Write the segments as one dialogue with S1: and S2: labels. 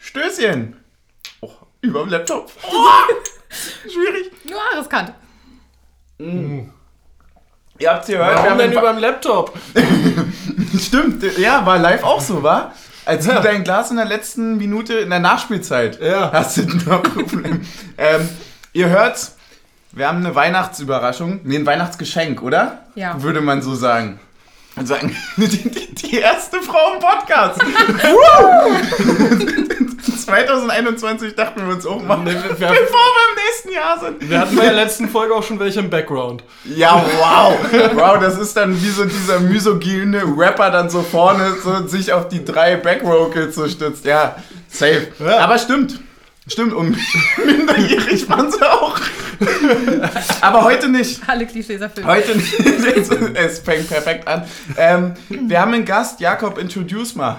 S1: Stößchen. Oh, über dem Laptop. Oh, schwierig.
S2: Nur riskant.
S1: Ihr habt's gehört.
S3: Warum
S1: wir
S3: denn
S1: haben
S3: über dem Laptop?
S1: Stimmt, ja, war live auch so, war? Als du dein Glas in der letzten Minute in der Nachspielzeit
S3: Ja.
S1: hast du ein Problem. ähm, ihr hört's, wir haben eine Weihnachtsüberraschung, nee, ein Weihnachtsgeschenk, oder?
S2: Ja.
S1: Würde man so sagen. Und sagen, die, die, die erste Frau im Podcast. Woo! 2021 dachten wir uns auch mal,
S3: Nee,
S1: bevor wir
S3: wir- wir-
S1: im nächsten Jahr sind.
S3: Wir hatten bei der letzten Folge auch schon welche im Background.
S1: Ja, wow. Wow, das ist dann wie so dieser misogyne Rapper dann so vorne so sich auf die drei Backrocals so stützt. Ja, safe.
S3: Ja.
S1: Aber stimmt. Stimmt, und minderjährig waren sie auch. Aber heute nicht.
S2: Alle Klischees erfüllt.
S1: Heute nicht. Es, es fängt perfekt an. Ähm, wir haben einen Gast. Jakob, introduce mal.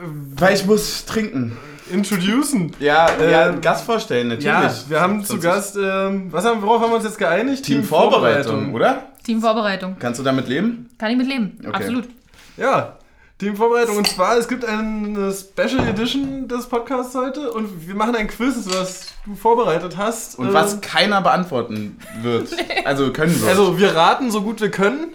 S1: Weil ich muss trinken.
S3: Introducen.
S1: Ja, ja
S3: Ähm,
S1: Gast vorstellen, natürlich.
S3: Ja, wir haben zu
S1: Sonst-
S3: Gast, ähm, was haben, worauf haben wir uns jetzt geeinigt?
S1: Teamvorbereitung, oder?
S2: Teamvorbereitung.
S1: Kannst du damit leben?
S2: Kann ich mit leben.
S1: Okay.
S2: Absolut.
S3: Ja, Teamvorbereitung. Und zwar, es gibt eine Special Edition des Podcasts heute und wir machen ein Quiz, was du vorbereitet hast.
S1: Und
S3: Äh,
S1: was keiner beantworten wird. Also können wir.
S3: Also, wir raten so gut wir können.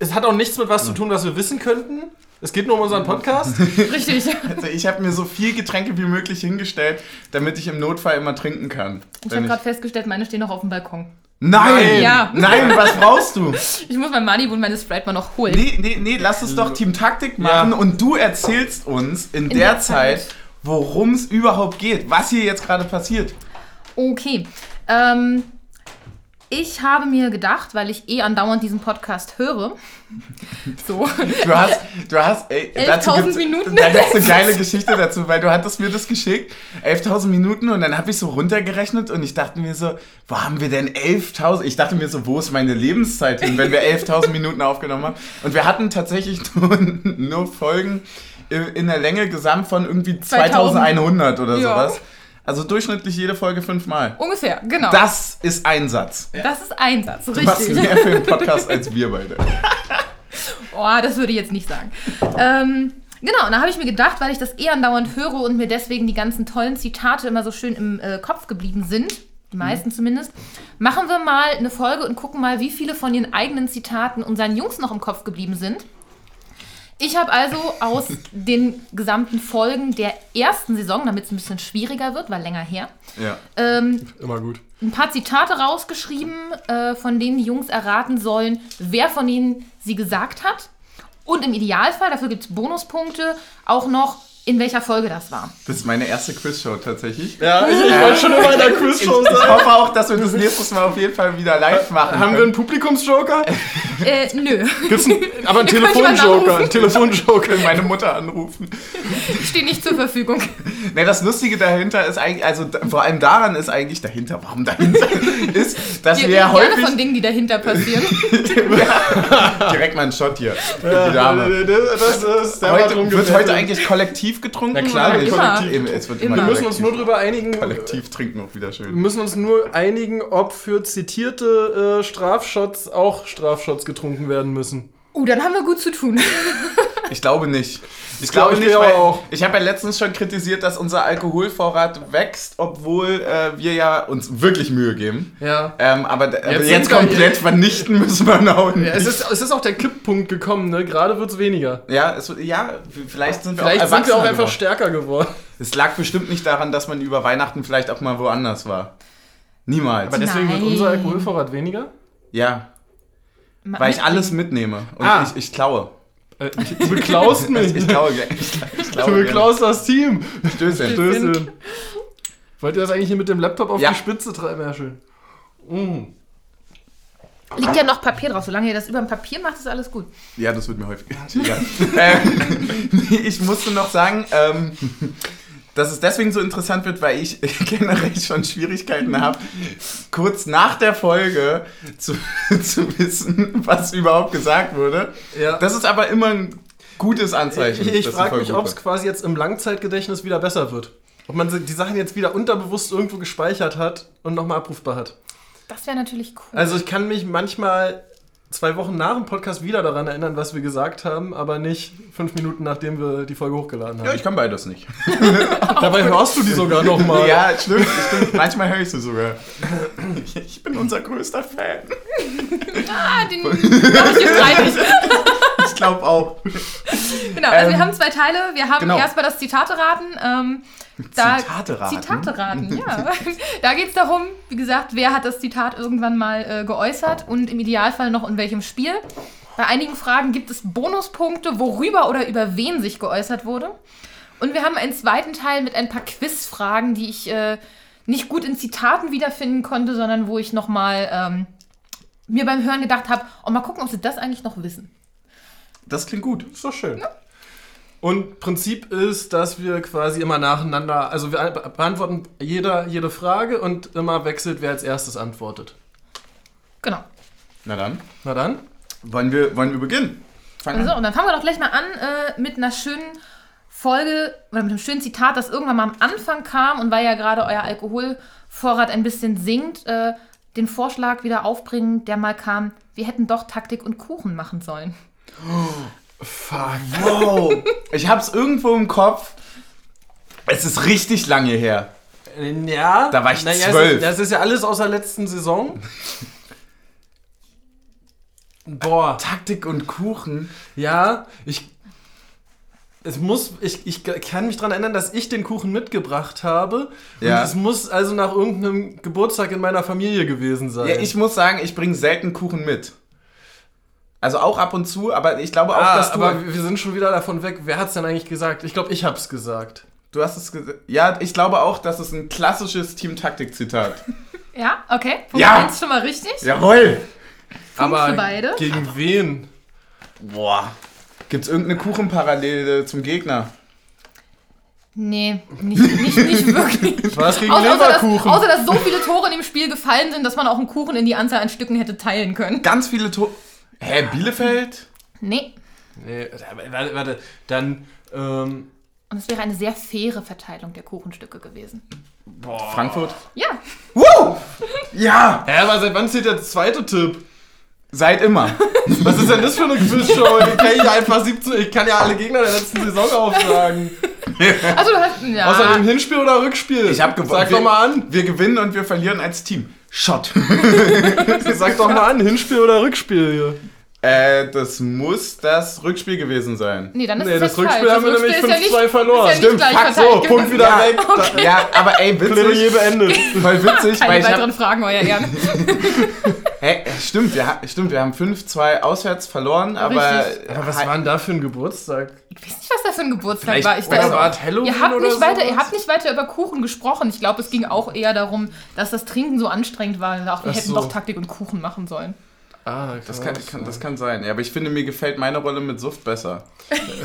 S3: Es hat auch nichts mit was zu tun, was wir wissen könnten. Es geht nur um unseren Podcast.
S2: Richtig. Ich
S1: Also ich habe mir so viel Getränke wie möglich hingestellt, damit ich im Notfall immer trinken kann. Wenn
S2: habe
S1: ich-
S2: gerade festgestellt, meine stehen noch auf dem Balkon.
S1: nein!
S2: Ja.
S1: Nein, was brauchst du?
S2: Ich muss mein Money und meine Sprite mal noch holen.
S1: Nee, nee, nee, lass es doch Team Taktik machen
S3: Ja.
S1: und du erzählst uns in, der,
S2: der
S1: Zeit,
S2: Zeit.
S1: worum es überhaupt geht, was hier jetzt gerade passiert.
S2: Okay. Ähm, ich habe mir gedacht, weil ich eh andauernd diesen Podcast höre. So.
S1: Du hast, du hast, ey,
S2: 11.000 Minuten.
S1: Da gibt's eine geile Geschichte dazu, weil du hattest mir das geschickt, 11.000 Minuten und dann habe ich so runtergerechnet und ich dachte mir so, wo haben wir denn 11.000? Ich dachte mir so, wo ist meine Lebenszeit hin, wenn wir 11.000 Minuten aufgenommen haben? Und wir hatten tatsächlich nur, nur Folgen in in der Länge gesamt von irgendwie 2100 oder
S2: Ja.
S1: sowas. Also durchschnittlich jede Folge fünfmal.
S2: Ungefähr, genau. Das,
S1: Das ist ein Satz.
S2: ist ein Satz,
S1: Du machst
S2: richtig.
S1: mehr für den Podcast als wir beide.
S2: Oh, das würde ich jetzt nicht sagen. Ähm, genau, und da habe ich mir gedacht, weil ich das eh andauernd höre und mir deswegen die ganzen tollen Zitate immer so schön im äh, Kopf geblieben sind, die meisten zumindest, machen wir mal eine Folge und gucken mal, wie viele von den eigenen Zitaten unseren Jungs noch im Kopf geblieben sind. Ich habe also aus den gesamten Folgen der ersten Saison, damit es ein bisschen schwieriger wird, weil länger her,
S1: Ja.
S2: ähm,
S3: Immer gut.
S2: ein paar Zitate rausgeschrieben, äh, von denen die Jungs erraten sollen, wer von ihnen sie gesagt hat. Und im Idealfall, dafür gibt es Bonuspunkte, auch noch, in welcher Folge das war.
S1: Das ist meine erste Quizshow tatsächlich. Ähm,
S3: Ja, ich, ich wollte schon immer in der Quizshow
S1: Ich
S3: sein.
S1: hoffe auch, dass wir das nächstes Mal auf jeden Fall wieder live machen.
S3: Haben wir einen
S1: können.
S3: Publikumsjoker?
S2: Äh, nö,
S3: Gibt's einen, aber einen
S2: Ihr könnt jemanden
S3: Telefonjoker.
S2: anrufen.
S3: Einen Telefonjoker.
S1: meine Mutter anrufen.
S2: steht nicht zur Verfügung.
S1: Ne, das Lustige dahinter ist eigentlich, also da, vor allem daran ist eigentlich dahinter, warum dahinter ist, dass wir,
S2: Wir reden gerne von
S1: häufig
S2: Dingen, die dahinter passieren.
S1: direkt mal einen Shot hier. für
S3: Ja,
S1: die Dame.
S3: Das ist der war drum
S1: Heute, wird heute
S3: gebeten.
S1: eigentlich kollektiv getrunken?
S3: Na klar,
S1: oder nicht?
S2: immer.
S1: Eben, es wird
S2: Immer.
S1: immer
S3: Wir müssen uns nur
S1: kollektiv.
S3: drüber einigen. Wir
S1: Kollektiv trinken auch wieder schön.
S3: müssen uns nur einigen, ob für zitierte äh, Strafshots auch Strafshots getrunken werden müssen.
S2: Uh, dann haben wir gut zu tun.
S1: Ich glaube nicht. Ich
S3: glaube, ich glaube
S1: weil
S3: auch.
S1: Ich habe ja letztens schon kritisiert, dass unser Alkoholvorrat wächst, obwohl äh, wir ja uns wirklich Mühe geben.
S3: Ja.
S1: Ähm, aber d- aber
S3: Jetzt
S1: jetzt,
S3: sind wir-
S1: komplett vernichten müssen wir noch nicht.
S3: ja es, ist, es ist auch der Kipppunkt gekommen, ne? Gerade wird's weniger.
S1: ja, es, ja, vielleicht sind wir
S3: Vielleicht
S1: auch
S3: sind wir
S1: erwachsener
S3: auch einfach
S1: geworden.
S3: stärker geworden.
S1: Es lag bestimmt nicht daran, dass man über Weihnachten vielleicht auch mal woanders war. Niemals.
S3: Aber deswegen wird
S2: Nein.
S3: unser Alkoholvorrat weniger?
S1: ja, weil ich alles mitnehme und
S3: Ah.
S1: ich, ich klaue.
S3: Äh, ich- du beklaust mich.
S1: Ich klaue, ge- ich klaue, ich
S3: du
S1: klaue gerne.
S3: beklaust das Team.
S1: Stößchen.
S3: Stößchen. Wollt ihr das eigentlich hier mit dem Laptop auf
S1: Ja. Mm.
S3: die Spitze treiben? Ja, schön.
S2: Liegt ja noch Papier drauf. Solange ihr das über dem Papier macht, ist alles gut.
S1: Ja, das wird mir häufig. Ja. ähm, nee, ich musste noch sagen, ähm, dass es deswegen so interessant wird, weil ich generell schon Schwierigkeiten habe, kurz nach der Folge zu, zu wissen, was überhaupt gesagt wurde.
S3: Ja.
S1: Das ist aber immer ein gutes Anzeichen.
S3: Ich, ich
S1: dass die
S3: frage
S1: Folge
S3: mich,
S1: gut
S3: ob es
S1: war.
S3: quasi jetzt im Langzeitgedächtnis wieder besser wird. Ob man die Sachen jetzt wieder unterbewusst irgendwo gespeichert hat Also und nochmal abrufbar hat.
S2: Das wäre natürlich cool.
S3: Also ich kann mich manchmal zwei Wochen nach dem Podcast wieder daran erinnern, was wir gesagt haben, aber nicht fünf Minuten, nachdem wir die Folge hochgeladen haben.
S1: Ja, ich kann beides nicht.
S3: Dabei hörst du die sogar nochmal.
S1: Ja, stimmt, stimmt. Manchmal höre ich sie sogar. Ich, ich bin unser größter Fan.
S2: Ah, den glaub ich hier streitig.
S1: Ich glaube auch.
S2: Genau, also wir
S1: Ähm,
S2: haben zwei Teile. Wir haben
S1: genau.
S2: erstmal das Zitate raten. Ähm, da,
S1: Zitate raten?
S2: Zitate raten, ja. da geht es darum, wie gesagt, wer hat das Zitat irgendwann mal äh, geäußert und im Idealfall noch in welchem Spiel. Bei einigen Fragen gibt es Bonuspunkte, worüber oder über wen sich geäußert wurde. Und wir haben einen zweiten Teil mit ein paar Quizfragen, die ich äh, nicht gut in Zitaten wiederfinden konnte, sondern wo ich nochmal ähm, mir beim Hören gedacht habe, oh, mal gucken, ob sie das eigentlich noch wissen.
S1: Das klingt gut.
S3: Ist doch schön. Und Prinzip ist, dass wir quasi immer nacheinander, also wir be- beantworten jeder jede Frage und immer wechselt, wer als erstes antwortet.
S2: Genau.
S1: Na dann,
S3: Na dann,
S1: wollen wir, wollen wir beginnen? Fang
S2: So,
S1: an.
S2: Also, und dann fangen wir doch gleich mal an äh, mit einer schönen Folge oder mit einem schönen Zitat, das irgendwann mal am Anfang kam und weil ja gerade euer Alkoholvorrat ein bisschen sinkt, äh, den Vorschlag wieder aufbringen, der mal kam, wir hätten doch Taktik und Kuchen machen sollen.
S3: fuck.
S1: Wow. Ich hab's irgendwo im Kopf. Es ist richtig lange her.
S3: Ja.
S1: Da war ich
S3: naja, es
S1: zwölf.
S3: Ist, das ist ja alles aus der letzten Saison. Boah.
S1: Taktik und Kuchen.
S3: Ja, ich. Es muss. Ich, ich kann mich daran erinnern, dass ich den Kuchen mitgebracht habe.
S1: Ja.
S3: Und es muss also nach irgendeinem Geburtstag in meiner Familie gewesen sein.
S1: Ja, ich muss sagen, ich bringe selten Kuchen mit. Also auch ab und zu, aber ich glaube auch,
S3: ah,
S1: dass du.
S3: aber wir sind schon wieder davon weg. Wer hat's denn eigentlich gesagt? Ich glaube, ich hab's gesagt.
S1: Du hast es gesagt. Ja, ich glaube auch, das ist ein klassisches Team-Taktik-Zitat.
S2: Ja, okay. Punkt
S1: Ja.
S2: eins schon mal richtig.
S1: Jawohl!
S3: aber
S2: für beide.
S3: gegen wen?
S1: Boah. Gibt's irgendeine Kuchenparallele zum Gegner?
S2: Nee, nicht, nicht, nicht wirklich.
S3: Was gegen
S2: Außer, außer, dass,
S3: Leverkusen?
S2: außer dass so viele Tore in dem Spiel gefallen sind, dass man auch einen Kuchen in die Anzahl an Stücken hätte teilen können.
S1: Ganz viele Tore. Hä, Bielefeld?
S2: Nee.
S3: nee, da- warte, warte. Dann. Ähm,
S2: Und es wäre eine sehr faire Verteilung der Kuchenstücke gewesen.
S1: Frankfurt?
S2: Ja,
S1: Wow! Ja!
S3: Hä, aber seit wann zählt der zweite Tipp?
S1: Seit immer.
S3: Was ist denn das für eine Quizshow? Ich kann ja einfach 17. Ich kann ja alle Gegner der letzten Saison aufsagen.
S2: Also du hast. Ja.
S3: Außerdem Hinspiel oder Rückspiel?
S1: Ah. Ich hab gewonnen.
S3: Sag doch mal an.
S1: Wir gewinnen und wir verlieren als Team. Shot.
S3: Sag doch mal an, Hinspiel oder Rückspiel hier.
S1: äh, das muss das Rückspiel gewesen sein.
S2: nee, dann ist
S3: Nee,
S2: es
S3: das
S2: jetzt
S3: Rückspiel
S2: falsch.
S3: haben wir
S2: Das
S3: nämlich
S2: also Rückspiel ist
S3: 5-2
S2: ja nicht-
S3: verloren.
S2: ist ja nicht
S3: Stimmt,
S2: gleich
S3: fuck so,
S2: verteidigt.
S3: Punkt wieder
S1: Ja.
S3: weg. Da,
S1: Ja, aber ey,
S3: Plädoyer
S1: witzig.
S3: beendet.
S1: Voll witzig, weil
S2: Keine
S1: ich hab,
S2: weiteren Fragen, euer Ehren.
S1: Hä, stimmt, wir, ha- stimmt, wir haben 5-2 auswärts verloren, aber. äh,
S2: Richtig.
S3: Aber was war denn da für ein Geburtstag?
S2: Ich weiß nicht, was da für ein Geburtstag
S1: Vielleicht-
S2: war. Ich
S1: oder
S2: weiß,
S1: war
S3: es Halloween
S2: ihr, habt
S3: oder
S2: nicht weiter, ihr
S3: sowas?
S2: habt nicht weiter über Kuchen gesprochen. Ich glaube, es ging auch eher darum, dass das Trinken so anstrengend war. Ach, wir
S3: Ach
S2: hätten
S3: so.
S2: doch Taktik und Kuchen machen sollen.
S3: Ah,
S1: Das kann, kann, das kann sein, ja, aber ich finde, mir gefällt meine Rolle mit Suft besser.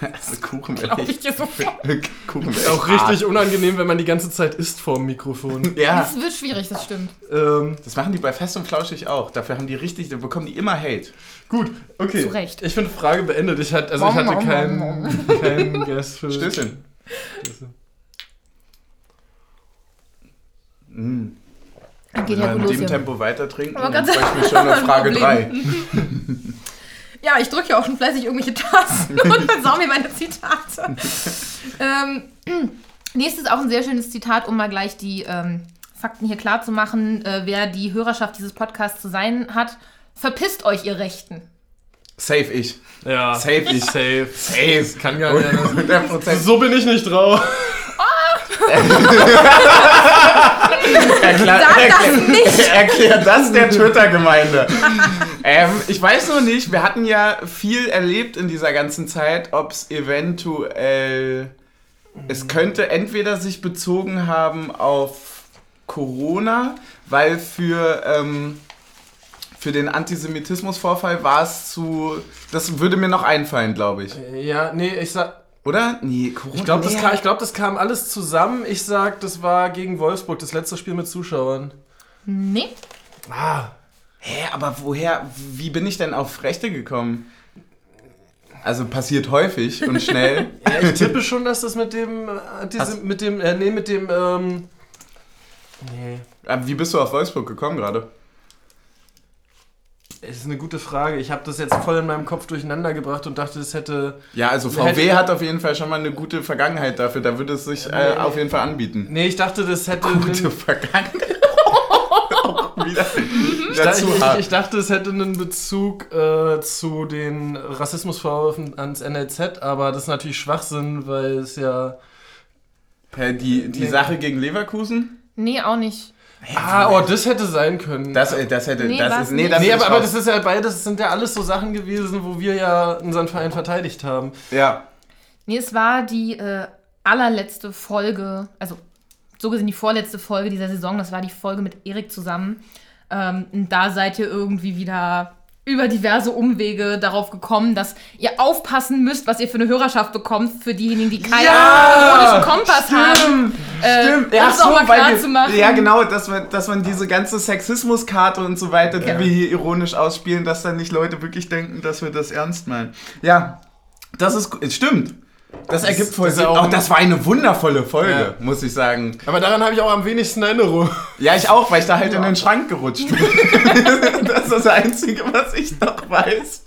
S1: also Kuchen wäre
S2: Glaube ich dir sofort.
S1: Kuchen
S3: ist
S1: wäre
S3: auch richtig
S1: Ah.
S3: unangenehm, wenn man die ganze Zeit isst vor dem Mikrofon.
S1: Ja,
S2: Das wird schwierig, das stimmt.
S3: ähm,
S1: das machen die bei Fest und Flauschig auch. Dafür haben die richtig, da bekommen die immer Hate.
S3: gut, okay.
S2: Zu Recht.
S3: Ich finde Frage beendet. Ich hatte, also ich
S2: Nom,
S3: hatte
S2: nom,
S3: keinen keinen Guess für.
S1: Stößchen. Mm.
S2: Dann geht
S1: Wenn
S2: ja
S1: wir in
S2: gut los.
S1: dem
S2: hier.
S1: Tempo weiter trinken,
S2: Aber
S1: dann
S2: ganz-
S1: bräuchten wir schon auf Frage
S2: Problem.
S1: 3.
S2: Ja, ich drücke ja auch schon fleißig irgendwelche Tasten und versau mir meine Zitate. ähm, nächstes auch ein sehr schönes Zitat, um mal gleich die ähm, Fakten hier klar zu machen, äh, wer die Hörerschaft dieses Podcasts zu sein hat. Verpisst euch, ihr Rechten.
S1: Safe ich.
S3: Ja.
S1: Safe ich.
S3: Safe.
S1: Safe.
S3: Kann gar nicht. anders.
S1: 100%.
S3: So bin ich nicht drauf.
S1: Erklär,
S2: Sag das nicht!
S1: erklär das der Twitter-Gemeinde. ähm, ich weiß nur nicht, wir hatten ja viel erlebt in dieser ganzen Zeit, ob es eventuell. Es könnte entweder sich bezogen haben auf Corona, weil für. Ähm, für den Antisemitismusvorfall war es zu. Das würde mir noch einfallen, glaube ich.
S3: Ja, nee, ich sag.
S1: Oder? Nee, Corona.
S3: Ich glaube, das,
S1: nee.
S3: kam- ich glaub, das kam alles zusammen. Ich sag, das war gegen Wolfsburg, das letzte Spiel mit Zuschauern.
S2: Nee,
S3: Ah.
S1: Hä, aber woher, wie bin ich denn auf Rechte gekommen? Also passiert häufig und schnell.
S3: Ja, ich tippe schon, dass das mit dem. Äh,
S1: Hast-
S3: diesem, mit dem. Äh, nee, mit dem. Ähm, nee.
S1: Ah, aber wie bist du auf Wolfsburg gekommen gerade?
S3: Es ist eine gute Frage. Ich habe das jetzt voll in meinem Kopf durcheinander gebracht und dachte, es hätte.
S1: Ja, also VW hat auf jeden Fall schon mal eine gute Vergangenheit dafür. Da würde es sich äh, auf jeden Fall anbieten.
S3: Nee, ich dachte, das hätte.
S1: Gute Vergangenheit. Wieder
S3: Ich,
S1: dazu
S3: Mhm. ich,
S1: hart.
S3: ich dachte, es hätte einen Bezug äh, zu den Rassismusvorwürfen ans NLZ, aber das ist natürlich Schwachsinn, weil es ja.
S1: Hä, die die
S3: Nee.
S1: Sache gegen Leverkusen?
S2: Nee, auch nicht.
S3: Ah, oh, das hätte sein können.
S1: Das, äh, das hätte.
S2: Nee,
S1: das
S2: war's
S1: ist, nee,
S2: nicht.
S1: das
S3: nee,
S1: ist
S3: aber, aber
S1: raus.
S3: das ist ja beides, das sind ja alles so Sachen gewesen, wo wir ja unseren Verein verteidigt haben.
S1: Ja.
S2: Nee, es war die äh, allerletzte Folge, also so gesehen die vorletzte Folge dieser Saison. Das war die Folge mit Erik zusammen. Ähm, und da seid ihr irgendwie wieder über diverse Umwege darauf gekommen, dass ihr aufpassen müsst, was ihr für eine Hörerschaft bekommt, für diejenigen, die keinen
S1: Ja!
S2: logischen Kompass haben. Äh,
S1: Stimmt,
S2: um
S1: ja,
S2: es
S1: so,
S2: auch mal
S1: weil
S2: klar
S1: wir,
S2: zu machen.
S1: ja genau, dass man, dass man diese ganze Sexismuskarte und so weiter, die
S2: Ja.
S1: wir hier ironisch ausspielen, dass dann nicht Leute wirklich denken, dass wir das ernst meinen. Ja, das ist gu- stimmt. Das, ergibt voll
S3: das
S1: Sinn.
S3: ist auch-
S1: Auch das war eine wundervolle Folge,
S3: Ja.
S1: muss ich sagen.
S3: Aber daran habe ich auch am wenigsten Erinnerung.
S1: Ja, ich auch, weil ich da halt in den Schrank gerutscht bin. das ist das Einzige, was ich noch weiß.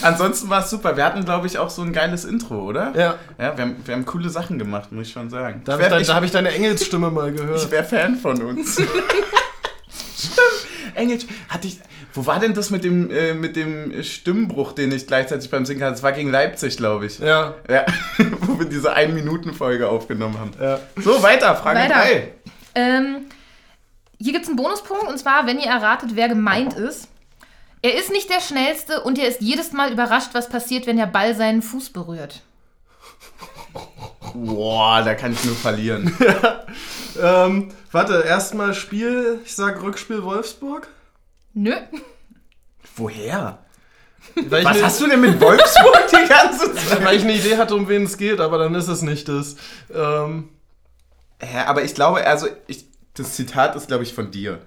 S1: Ansonsten war es super. Wir hatten, glaube ich, auch so ein geiles Intro, oder?
S3: Ja.
S1: Ja, wir haben, wir haben coole Sachen gemacht, muss ich schon sagen. Ich
S3: Da habe ich,
S1: werd-
S3: dein-
S1: ich
S3: da hab ich deine Engelsstimme mal gehört.
S1: Ich wäre Fan von uns. Stimmt. Engel, hatte ich. Wo war denn das mit dem, äh, mit dem Stimmbruch, den ich gleichzeitig beim Singen hatte? Das war gegen Leipzig, glaube ich.
S3: ja.
S1: Ja, wo wir diese 1-Minuten-Folge aufgenommen haben.
S3: ja.
S1: So, weiter, Frage
S2: Weiter.
S1: 3.
S2: Ähm, hier gibt es einen Bonuspunkt und zwar, wenn ihr erratet, wer gemeint ist. Er ist nicht der Schnellste und er ist jedes Mal überrascht, was passiert, wenn der Ball seinen Fuß berührt.
S1: Boah, da kann ich nur verlieren.
S3: Ähm, warte, erstmal Spiel, ich sag Rückspiel Wolfsburg.
S2: Nö.
S1: Woher?
S3: Weil ich,
S1: Was
S3: ne,
S1: hast du denn mit Wolfsburg die ganze Zeit?
S3: weil ich eine Idee hatte, um wen es geht, aber dann ist es nicht das. Ähm,
S1: Hä, aber ich glaube, also, ich, das Zitat ist, glaube ich, von dir.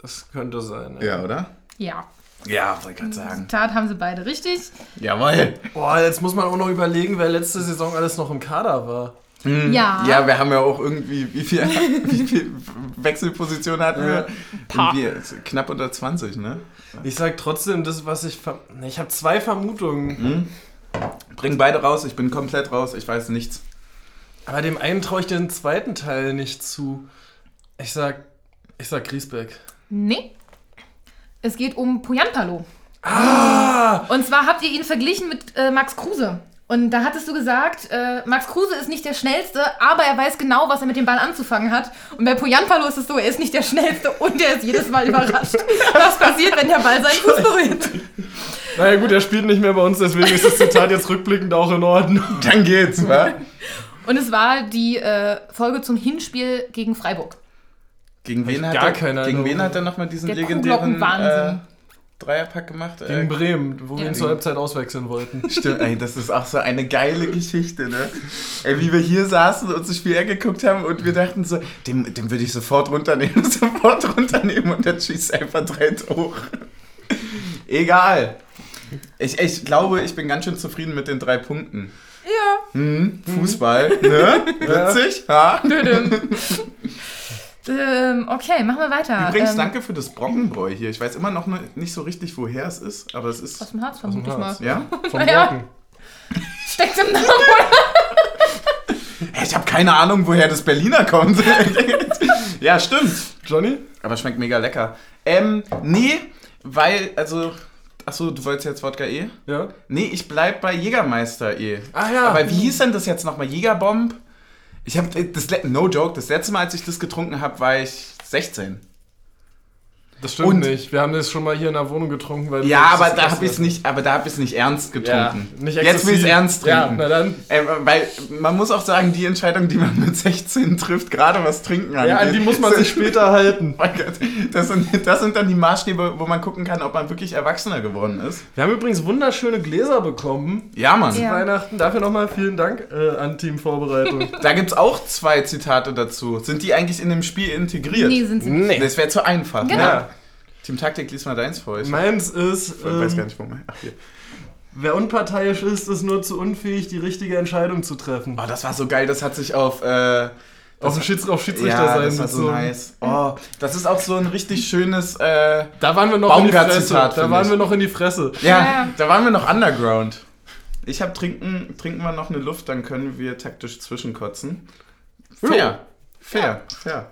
S3: das könnte sein.
S1: Ja, oder?
S2: Ja.
S1: Ja, wollte gerade sagen.
S2: Tat haben sie beide richtig.
S1: Jawohl.
S3: Boah, jetzt muss man auch noch überlegen, wer letzte Saison alles noch im Kader war.
S2: Ja.
S1: Ja, wir haben ja auch irgendwie, wie viel, wie viel Wechselposition hatten wir?
S2: Paar.
S1: Irgendwie knapp unter 20, ne?
S3: Ich sag trotzdem, das, was ich. ver- Ne, Ich habe zwei Vermutungen.
S1: Mhm. Bring beide raus, ich bin komplett raus, ich weiß nichts.
S3: Aber dem einen traue ich den zweiten Teil nicht zu. Ich sag. Ich sag Griesbeck.
S2: Nee. Es geht um Pujanpalo. Ah! Und zwar habt ihr ihn verglichen mit äh, Max Kruse. Und da hattest du gesagt, äh, Max Kruse ist nicht der Schnellste, aber er weiß genau, was er mit dem Ball anzufangen hat. Und bei Pujanpalo ist es so, er ist nicht der Schnellste und er ist jedes Mal überrascht, was passiert, wenn der Ball seinen Fuß berührt.
S3: Naja, gut, er spielt nicht mehr bei uns, deswegen ist das Zitat jetzt rückblickend auch in Ordnung.
S1: Dann geht's, wa?
S2: Und es war die äh, Folge zum Hinspiel gegen Freiburg.
S1: Gegen wen, hat
S3: Hab ich
S1: er,
S3: gar keine
S1: gegen
S3: Ahnung.
S1: wen hat er nochmal diesen
S2: Der
S1: legendären äh,
S2: Kuhglockenwahnsinn.
S1: Dreierpack gemacht? Äh,
S3: Gegen Bremen, wo wir
S2: Ja.
S3: ihn zur Halbzeit auswechseln wollten.
S1: Stimmt, ey, das ist auch so eine geile Geschichte, ne? Ey, wie wir hier saßen und uns das Spiel angeguckt haben und wir dachten so, dem, dem würde ich sofort runternehmen, sofort runternehmen und dann schießt er einfach drei hoch. Egal. Ich, ich glaube, ich bin ganz schön zufrieden mit den drei Punkten.
S2: Ja. Mhm.
S1: Hm, Fußball, ne? Witzig, ha?
S2: Ähm, okay, machen wir weiter.
S1: Übrigens,
S2: ähm,
S1: danke für das Brockenbräu hier. Ich weiß immer noch nicht so richtig, woher es ist, aber es
S2: Aus
S1: ist,
S2: dem Harz
S3: Aus dem
S2: vermute ich mal.
S3: Harz.
S1: ja?
S3: Vom
S2: Ja.
S3: Morgen.
S2: Steckt im Namen.
S1: Ey, Ich habe keine Ahnung, woher das Berliner kommt. ja, stimmt.
S3: Johnny?
S1: Aber schmeckt mega lecker. Ähm, nee, weil, also. Achso, du wolltest jetzt Wodka E?
S3: Ja?
S1: Nee, ich bleib bei Jägermeister E.
S3: Ah ja.
S1: Aber wie hieß denn das jetzt nochmal? Jägerbomb? Ich hab, das, le- no joke, das letzte Mal, als ich das getrunken habe, war ich 16.
S3: Das stimmt
S1: Und-
S3: nicht. Wir haben das schon mal hier in der Wohnung getrunken, weil du
S1: Ja,
S3: das
S1: aber da
S3: essen
S1: habe ich es
S3: hast.
S1: nicht, aber da hab ich's nicht ernst
S3: Ja,
S1: getrunken.
S3: nicht
S1: jetzt will ich
S3: exzessiv.
S1: ernst
S3: Ja,
S1: trinken.
S3: na dann.
S1: Ähm, weil man muss auch sagen, die Entscheidung, die man mit 16 trifft, gerade was Trinken angeht.
S3: Ja, an die muss man sich später halten.
S1: Mein Gott, das sind, das sind dann die Maßstäbe, wo man gucken kann, ob man wirklich erwachsener geworden ist.
S3: Wir haben übrigens wunderschöne Gläser bekommen.
S1: Ja, Mann.
S2: Ja.
S3: Weihnachten. Dafür nochmal vielen Dank äh, an Team Vorbereitung.
S1: Da gibt's auch zwei Zitate dazu. Sind die eigentlich in dem Spiel integriert?
S2: Nee, sind sie nicht.
S1: Das wäre zu einfach.
S2: Genau.
S1: Ne?
S3: Ja.
S1: Team Taktik, lies mal deins vor. Ich
S3: Meins ist,
S1: weiß gar
S3: ähm,
S1: nicht, wo mein. Ach, hier.
S3: wer unparteiisch ist, ist nur zu unfähig, die richtige Entscheidung zu treffen.
S1: Oh, das war so geil. Das hat sich auf äh,
S3: Auf dem Schieds auf Schiedsrichter sein.
S1: das war
S3: mit
S1: so nice. Oh, das ist auch so ein richtig schönes. Äh,
S3: Da waren wir noch in die Fresse.
S1: Baumgart-Zitat,
S3: Da
S1: finde
S3: waren
S1: ich.
S3: wir noch in die Fresse.
S1: ja, da waren wir noch underground. Ich hab trinken, trinken wir noch eine Luft, dann können wir taktisch zwischenkotzen. Fair,
S3: Ja.
S1: fair, fair.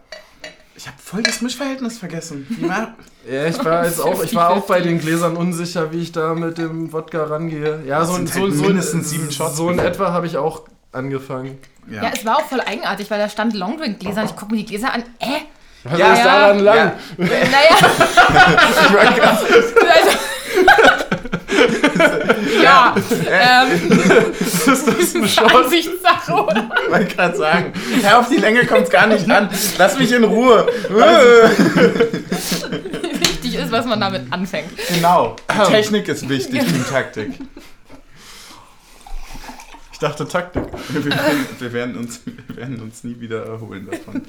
S1: Ich hab voll das Mischverhältnis vergessen. Wie war-
S3: Ja, ich war jetzt auch, ich war auch bei den Gläsern unsicher, wie ich da mit dem Wodka rangehe. Ja,
S1: Das
S3: so, ein-
S1: sind
S3: so,
S1: halt
S3: so
S1: mindestens sieben Shots
S3: So in
S1: gewesen.
S3: etwa habe ich auch angefangen.
S1: ja.
S2: Ja, es war auch voll eigenartig, weil da stand Longdrink-Gläser und ich gucke mir die Gläser an. Äh?
S3: Was
S1: Ja.
S3: ist daran lang?
S1: Ja.
S2: Naja,
S1: Ich war grad-
S2: also. ja,
S1: äh,
S2: ähm,
S3: Ist das ein Shot?
S2: Ansichtssache, oder?
S1: wollte gerade sagen. Ja, auf die Länge kommt's gar nicht an. Lass mich in Ruhe.
S2: Wichtig ist, was man damit anfängt.
S1: genau. Die Technik ist wichtig, die Taktik.
S3: Ich dachte Taktik.
S1: Wir, werden- wir, werden uns, wir werden uns nie wieder erholen davon.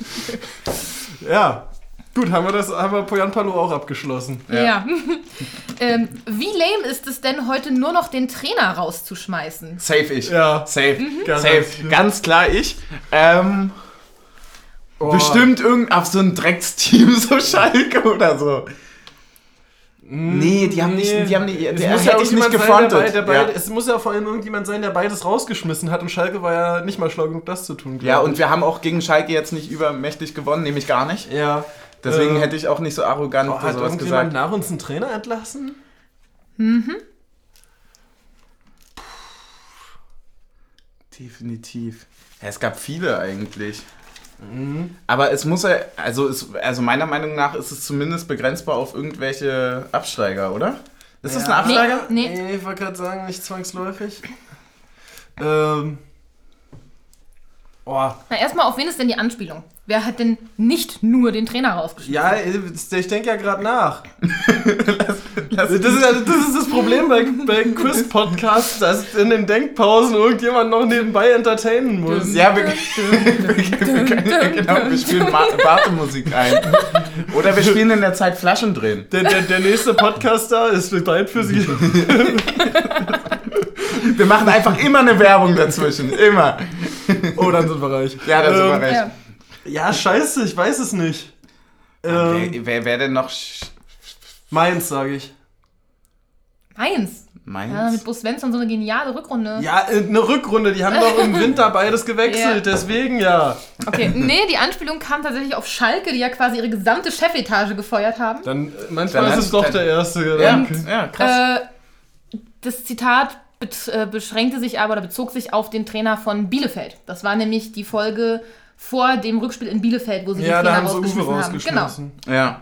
S3: Ja. Gut, haben wir das, haben wir Poyan Palo auch abgeschlossen.
S2: Ja. ähm, wie lame ist es denn, heute nur noch den Trainer rauszuschmeißen?
S1: Safe ich.
S3: Ja.
S1: Safe.
S3: Mhm.
S1: Safe.
S3: Garantiert.
S1: Ganz klar ich. Ähm,
S3: Oh.
S1: Bestimmt irgend auf so ein Drecksteam, so Schalke oder so. Nee, die haben nicht- die haben nicht-
S3: Mhm. es
S1: der
S3: muss
S1: hätte
S3: ja auch
S1: ich
S3: jemand
S1: nicht
S3: sein, der, bei-
S1: gefrontet.
S3: der bei,
S1: Ja.
S3: Es muss ja vor allem irgendjemand sein, der beides rausgeschmissen hat und Schalke war ja nicht mal schlau genug, das zu tun.
S1: Ja,
S3: glaub
S1: und wir haben auch gegen Schalke jetzt nicht übermächtig gewonnen, nämlich gar nicht.
S3: ich. ja.
S1: Deswegen
S3: Ähm,
S1: hätte ich auch nicht so arrogant
S3: oh,
S1: so
S3: hat
S1: sowas
S3: irgendjemand
S1: gesagt.
S3: nach uns einen Trainer entlassen?
S1: Definitiv. Ja, es gab viele eigentlich.
S3: Mhm.
S1: Aber es muss ja, also, es, also meiner Meinung nach ist es zumindest begrenzbar auf irgendwelche Absteiger, oder? Ist das
S3: Ja.
S1: ein Absteiger?
S2: Nee.
S3: Nee, ich wollte gerade sagen, nicht zwangsläufig. Ähm. Oh,
S2: Na, erstmal, auf wen ist denn die Anspielung? Wer hat denn nicht nur den Trainer rausgeschmissen?
S3: ja, ich denke ja gerade nach.
S1: Das,
S3: Also Das ist, das ist das Problem bei, bei Quiz-Podcasts, dass in den Denkpausen irgendjemand noch nebenbei entertainen muss.
S1: ja, wir, wir, können, genau, wir spielen Ma- Bartemusik ein. Oder wir spielen in der Zeit Flaschen drehen.
S3: Der, der, der nächste Podcaster ist bereit für Sie.
S1: Wir machen einfach immer eine Werbung dazwischen. Immer.
S3: Oh, dann sind wir reich.
S1: Ja, da sind wir recht.
S2: Ja.
S3: Ähm, Ja, scheiße, ich weiß es nicht. Ähm,
S1: Wer, wer, wer denn noch Sch-
S3: meins, sage ich.
S2: Meins. Ja, Ah, mit
S1: Mainz?
S2: Bo Svensson so eine geniale Rückrunde.
S3: Ja, äh, eine Rückrunde, die haben doch im Winter beides gewechselt, deswegen ja.
S2: Okay, nee, die Anspielung kam tatsächlich auf Schalke, die ja quasi ihre gesamte Chefetage gefeuert haben.
S3: Dann, äh, manchmal
S1: Dann
S3: ist es
S1: hat-
S3: doch
S1: dann-
S3: der erste
S1: Ja,
S3: Gedanke.
S1: ja, krass.
S2: Äh, das Zitat bet- äh, beschränkte sich aber oder bezog sich auf den Trainer von Bielefeld. Das war nämlich die Folge vor dem Rückspiel in Bielefeld, wo sie
S3: Ja,
S2: den
S3: da
S2: Trainer
S3: haben sie Uwe
S2: rausgeschmissen haben. Genau.
S3: rausgeschmissen.
S1: Ja.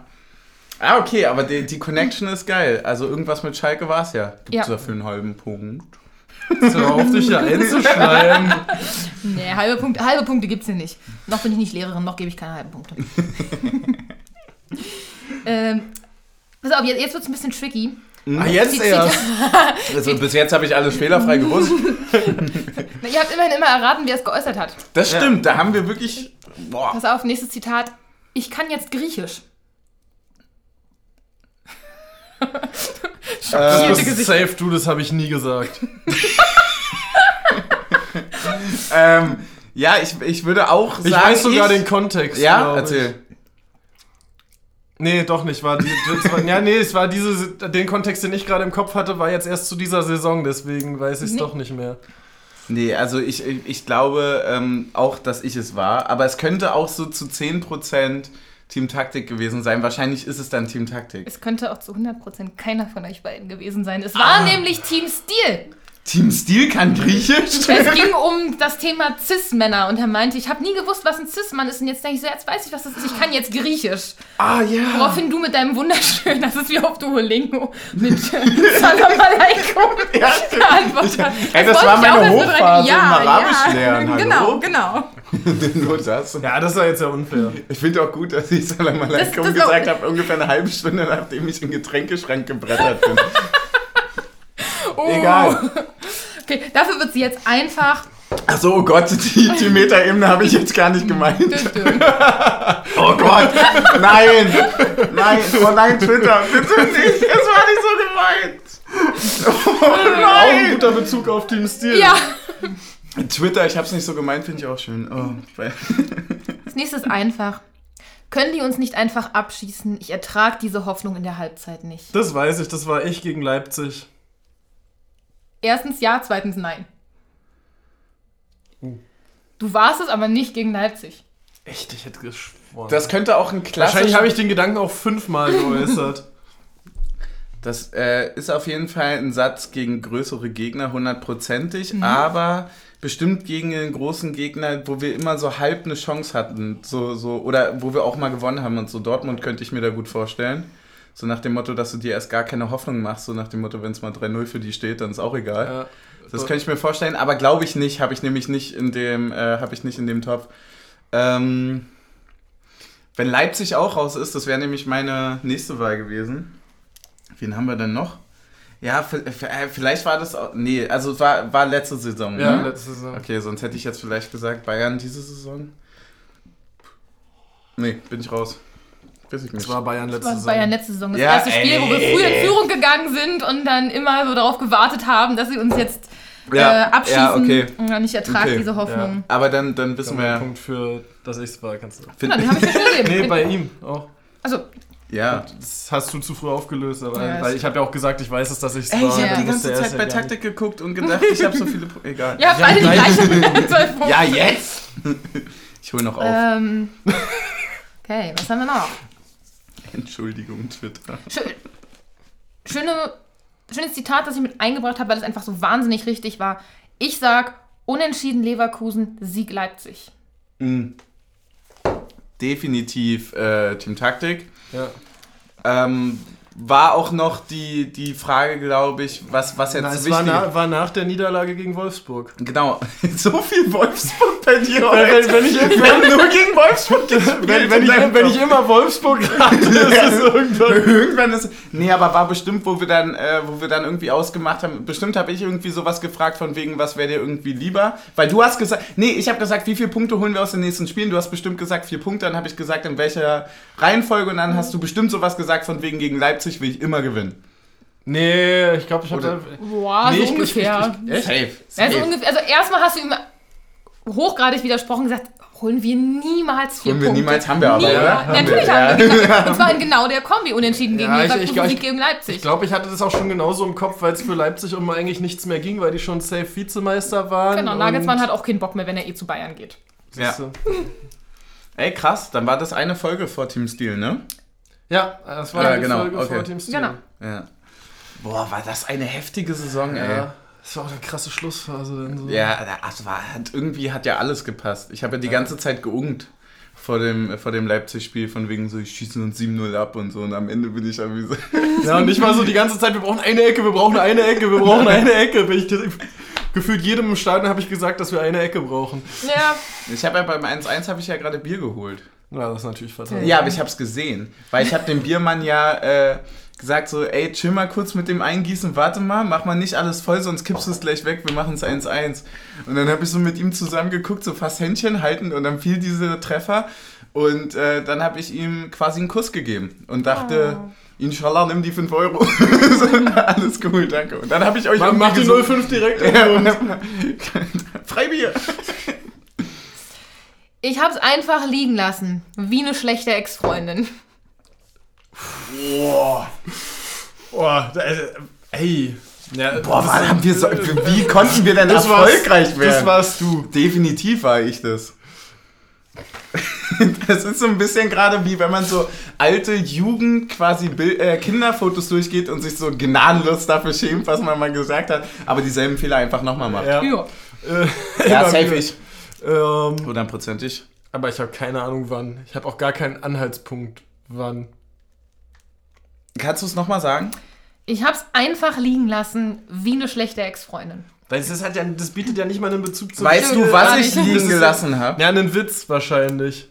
S1: Ah, okay, aber die, die Connection ist geil. Also irgendwas mit Schalke war es ja. Gibt es
S2: Ja.
S1: dafür einen halben Punkt.
S3: Genau. Hör auf, dich hier einzuschneiden.
S2: Genau. Nee, halbe Punkte, halbe Punkte gibt's hier nicht. Noch bin ich nicht Lehrerin, noch gebe ich keine halben Punkte. ähm, pass auf, jetzt, jetzt wird's ein bisschen tricky.
S3: Ah, jetzt
S2: Die
S3: erst.
S1: Mhm. Also bis jetzt habe ich alles fehlerfrei gewusst.
S2: Na, Ihr habt immerhin immer erraten, wer es geäußert hat.
S1: Das stimmt, da haben wir wirklich. Boah.
S2: Pass auf, nächstes Zitat. Ich kann jetzt Griechisch.
S1: Äh,
S3: Das
S2: Schockierte
S3: ist
S2: Gesichter.
S3: safe, du, das habe ich nie gesagt.
S1: ähm, ja, ich, ich würde auch sagen.
S3: Ich weiß sogar
S1: ich,
S3: den Kontext.
S1: Ja,
S3: glaub ich.
S1: erzähl.
S3: Nee, doch nicht. War die, das war, ja, nee, es war diese, den Kontext, den ich gerade im Kopf hatte, war jetzt erst zu dieser Saison, deswegen weiß ich es
S2: Nee.
S3: doch nicht mehr.
S1: Nee, also ich, ich ich glaube ähm, auch, dass ich es war. Aber es könnte auch so zu 10% Team Taktik gewesen sein. Wahrscheinlich ist es dann Team Taktik.
S2: Es könnte auch zu 100% keiner von euch beiden gewesen sein. Es war
S1: Ah.
S2: nämlich Team Stil.
S1: Team Stil kann Griechisch?
S2: Es ging um das Thema Cis-Männer und er meinte, ich habe nie gewusst, was ein Cis-Mann ist. Und jetzt denke ich so, jetzt weiß ich, was das ist. Ich kann jetzt Griechisch.
S1: Ah, ja.
S2: Woraufhin du mit deinem wunderschönen, das ist wie auf Duolingo, mit äh, Salam alaikum
S1: Ja,
S2: geantwortet hast.
S1: Ey, das
S2: wollte
S1: war
S2: ich
S1: meine
S2: auch erst mit rein-
S1: Hochphase im Arabisch lernen. Hallo?
S2: Genau, genau.
S1: Nur das.
S3: Ja, das war jetzt ja unfair.
S1: Ich finde auch gut, dass ich Salam alaikum
S2: Das- das
S1: gesagt
S2: auch-
S1: habe, ungefähr eine halbe Stunde, nachdem ich im Getränkeschrank gebrettert bin.
S2: Oh.
S1: Egal.
S2: Okay, dafür wird sie jetzt einfach.
S1: Achso, oh Gott, die, die Metaebene habe ich jetzt gar nicht gemeint. Oh Gott, nein, nein, oh nein, Twitter, bitte nicht, es war nicht so gemeint. Oh
S3: Auch ein
S1: nein.
S3: guter Bezug auf Team Stil.
S2: ja.
S1: Twitter, ich habe es nicht so gemeint, finde ich auch schön. Oh,
S2: Nächstes einfach. Können die uns nicht einfach abschießen? Ich ertrage diese Hoffnung in der Halbzeit nicht.
S3: Das weiß ich, das war ich gegen Leipzig.
S2: Erstens ja, zweitens nein.
S3: Uh.
S2: Du warst es aber nicht gegen Leipzig.
S3: Echt, ich hätte geschworen.
S1: Das könnte auch ein
S3: Wahrscheinlich
S1: klassischer...
S3: habe ich den Gedanken auch fünfmal geäußert.
S1: Das äh, ist auf jeden Fall ein Satz gegen größere Gegner, hundertprozentig, aber bestimmt gegen einen großen Gegner, wo wir immer so halb eine Chance hatten, so, so, oder wo wir auch mal gewonnen haben und so. Dortmund könnte ich mir da gut vorstellen. So nach dem Motto, dass du dir erst gar keine Hoffnung machst, so nach dem Motto, wenn es mal 3-0 für die steht, dann ist auch egal.
S3: ja.
S1: Das könnte ich mir vorstellen, aber glaube ich nicht, habe ich nämlich nicht in dem, äh, habe ich nicht in dem Topf. Ähm, wenn Leipzig auch raus ist, das wäre nämlich meine nächste Wahl gewesen. Wen haben wir denn noch? Ja, v- v- äh, vielleicht war das auch, nee, also es war, war letzte Saison.
S3: ja,
S1: ne?
S3: letzte Saison.
S1: Okay, sonst hätte ich jetzt vielleicht gesagt, Bayern diese Saison. Nee, bin ich raus. Weiß ich nicht.
S3: Das war Bayern letzte
S2: Das
S3: Saison.
S2: war Bayern letzte Saison das
S1: Ja,
S2: erste Spiel, wo wir
S1: ey.
S2: früh in Führung gegangen sind und dann immer so darauf gewartet haben, dass sie uns jetzt äh, abschießen.
S1: ja, okay.
S2: Und dann ich ertrage
S1: Okay,
S2: diese Hoffnung.
S1: Aber dann, dann wissen wir ja.
S3: Punkt für das ich war, kannst du.
S2: Na, den habe ich ja schon gegeben.
S3: Nee, bei ihm auch.
S2: also,
S1: Ja.
S3: Das hast du zu früh aufgelöst, aber
S2: Ja,
S3: weil
S2: ist-
S3: ich habe ja auch gesagt, ich weiß es, dass ich es war.
S1: Ey, ich
S2: Ja.
S1: hab
S3: dann
S1: die
S3: wusste
S1: ganze
S3: er es
S1: Zeit
S3: ja
S1: bei
S3: gar
S1: Taktik geguckt und gedacht, ich habe so viele. Pro Egal.
S2: ihr habt beide die
S3: gleich.
S2: gleichen 12 Punkte.
S1: Ja, jetzt! Ich hole noch auf.
S2: Ähm, okay, was haben wir noch?
S1: Entschuldigung, Twitter.
S2: Schön, schöne, schönes Zitat, das ich mit eingebracht habe, weil es einfach so wahnsinnig richtig war. Ich sag, unentschieden Leverkusen, Sieg Leipzig.
S1: Definitiv äh, Team Taktik.
S3: Ja.
S1: Ähm, war auch noch die, die Frage, glaube ich, was, was jetzt
S3: Na, es
S1: wichtig
S3: war,
S1: ist.
S3: na, war nach der Niederlage gegen Wolfsburg.
S1: Genau, so viel Wolfsburg bei dir
S3: Wenn-
S1: heute.
S3: wenn- wenn ich-
S1: Wir haben nur gegen Wolfsburg gespielt.
S3: Wenn, wenn, ich,
S1: und dann-
S3: wenn ich immer Wolfsburg rate, ist
S1: Ja.
S3: es irgendwann.
S1: Irgendwann ist. Nee, aber war bestimmt, wo wir dann, äh, wo wir dann irgendwie ausgemacht haben. Bestimmt habe ich irgendwie sowas gefragt, von wegen, was wäre dir irgendwie lieber? Weil du hast gesagt. Nee, ich habe gesagt, wie viele Punkte holen wir aus den nächsten Spielen? Du hast bestimmt gesagt, vier Punkte. Dann habe ich gesagt, in welcher Reihenfolge. Und dann hast du bestimmt sowas gesagt, von wegen, gegen Leipzig will ich immer gewinnen.
S3: Nee, ich glaube, ich
S1: Oder-
S3: habe.
S2: Boah, so
S3: Nee, ich- ich- ich-
S2: ungefähr.
S3: ich- echt?
S1: Safe.
S2: also, ungefähr, also erstmal hast du ihm hochgradig widersprochen gesagt, holen wir niemals vier
S1: Holen wir
S2: Punkte.
S1: niemals, haben wir aber,
S2: Niemals.
S1: oder? Haben
S2: Natürlich
S1: wir,
S2: haben wir, genau. Und zwar in genau der Kombi, unentschieden gegen
S3: Ja, ich- ich-
S2: Leverkusen,
S3: ich-
S2: Sieg gegen Leipzig.
S3: Ich glaube, ich hatte das auch schon genauso im Kopf, weil es für Leipzig um eigentlich nichts mehr ging, weil die schon safe Vizemeister waren.
S2: genau, Nagelsmann hat auch keinen Bock mehr, wenn er eh zu Bayern geht.
S1: Ja.
S3: Ja.
S1: Ey, krass, dann war das eine Folge vor Team Steel, ne?
S3: ja, das war
S1: Ja,
S3: die
S1: genau,
S3: Folge
S1: okay.
S3: vor Team Steel.
S2: Genau.
S1: Ja. Boah, war das eine heftige Saison, ey.
S3: Ja. Das war auch eine krasse Schlussphase dann so.
S1: Ja, da- ach, war, hat, irgendwie hat ja alles gepasst. Ich habe ja die ganze Zeit geungt vor dem, vor dem Leipzig-Spiel, von wegen so, ich schieße uns 7-0 ab und so. Und am Ende bin ich ja wie so.
S3: Ja, und ich war so die ganze Zeit, wir brauchen eine Ecke, wir brauchen eine Ecke, wir brauchen eine Ecke. Bin ich, gefühlt jedem im Stadion habe ich gesagt, dass wir eine Ecke brauchen.
S2: Ja,
S1: Ich habe ja beim 1-1 habe ich ja gerade Bier geholt.
S3: Ja, das ist natürlich fatal.
S1: Ja, aber ich habe es gesehen. Weil ich habe dem Biermann ja äh, gesagt so, ey, chill mal kurz mit dem Eingießen, warte mal, mach mal nicht alles voll, sonst kippst du es gleich weg, wir machen es 1-1. Und dann habe ich so mit ihm zusammen geguckt, so fast Händchen haltend und dann fiel dieser Treffer. Und äh, dann habe ich ihm quasi einen Kuss gegeben und dachte, inshallah, nimm die 5 Euro. so, alles cool, danke. Und dann habe ich euch
S3: Man macht die
S1: irgendwie
S3: 05 direkt.
S1: so, Freibier.
S2: ich hab's einfach liegen lassen, wie eine schlechte Ex-Freundin.
S1: Boah,
S3: Boah, da- äh, ey. Ja,
S1: Boah Mann, haben wir so, wie konnten wir denn
S3: das war's-
S1: erfolgreich werden?
S3: Das warst du.
S1: Definitiv war ich das. Das ist so ein bisschen gerade wie wenn man so alte Jugend quasi Bil- äh, Kinderfotos durchgeht und sich so gnadenlos dafür schämt, was man mal gesagt hat, aber dieselben Fehler einfach nochmal macht.
S3: Ja,
S2: Ja.
S3: immer wieder.
S1: ich.
S3: Ähm,
S1: Hundertprozentig.
S3: aber ich habe keine Ahnung wann. Ich habe auch gar keinen Anhaltspunkt wann.
S1: Kannst du es nochmal sagen?
S2: Ich hab's einfach liegen lassen, wie eine schlechte Ex-Freundin.
S3: Weil das, hat ja, das bietet ja nicht mal einen Bezug zu.
S1: weißt du, was
S2: gar
S1: ich
S2: nicht.
S3: Das
S1: liegen
S3: ist-
S1: gelassen habe?
S3: Ja, einen Witz wahrscheinlich.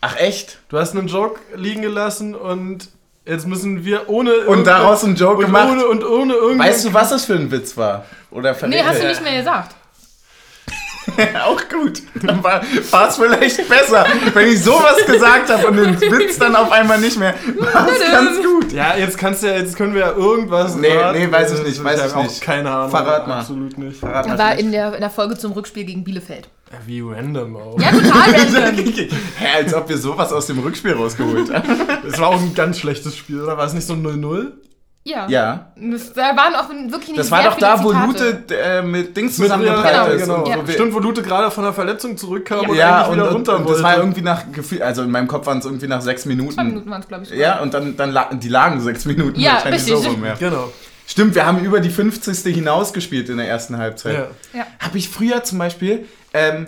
S1: Ach echt?
S3: Du hast einen Joke liegen gelassen und jetzt müssen wir ohne.
S1: Und daraus einen Joke
S3: und
S1: gemacht.
S3: Ohne, und ohne irgendwas.
S1: Weißt du, was das für ein Witz war? Oder
S2: Nee,
S1: verrät-
S2: hast du nicht mehr gesagt.
S1: Auch gut. Dann war es vielleicht besser. Wenn ich sowas gesagt habe und den Witz dann auf einmal nicht mehr, war es ganz gut.
S3: Ja, jetzt kannst du ja, jetzt können wir ja irgendwas.
S1: Nee, nee, weiß ich nicht, weiß
S3: hab
S1: ich
S3: auch
S1: nicht.
S3: keine Ahnung.
S1: Verrat mal.
S3: Absolut nicht.
S2: War in der, in der Folge zum Rückspiel gegen Bielefeld.
S3: Ja, Wie random auch.
S2: Ja, total random.
S1: Hä, als ob wir sowas aus dem Rückspiel rausgeholt haben.
S3: Es war auch ein ganz schlechtes Spiel, oder? War es nicht so ein 0-0?
S2: Ja.
S1: Ja.
S2: Das, da waren auch wirklich nicht
S1: Das war
S2: sehr
S1: doch
S2: viele
S1: da, wo
S2: Zitate.
S1: Lute äh, mit Dings
S3: ja,
S1: zusammengeprallt ist.
S3: genau.
S1: und
S2: Ja.
S1: wo wir-
S3: Stimmt, wo Lute gerade von der Verletzung zurückkam und
S1: Ja,
S3: eigentlich
S1: und,
S3: wieder
S1: und,
S3: runter
S1: und
S3: wollte.
S1: das war irgendwie nach Gefühl, also in meinem Kopf waren es irgendwie nach sechs
S2: Zwei
S1: Minuten.
S2: Minuten waren es, glaube ich.
S1: Ja, und dann, dann la die lagen sechs Minuten
S2: Ja,
S1: wahrscheinlich
S2: richtig.
S1: so rum. Ja.
S3: Genau.
S1: Stimmt, wir haben über die 50. hinaus gespielt in der ersten Halbzeit.
S3: Ja.
S2: Ja.
S1: Habe ich früher zum Beispiel, ähm,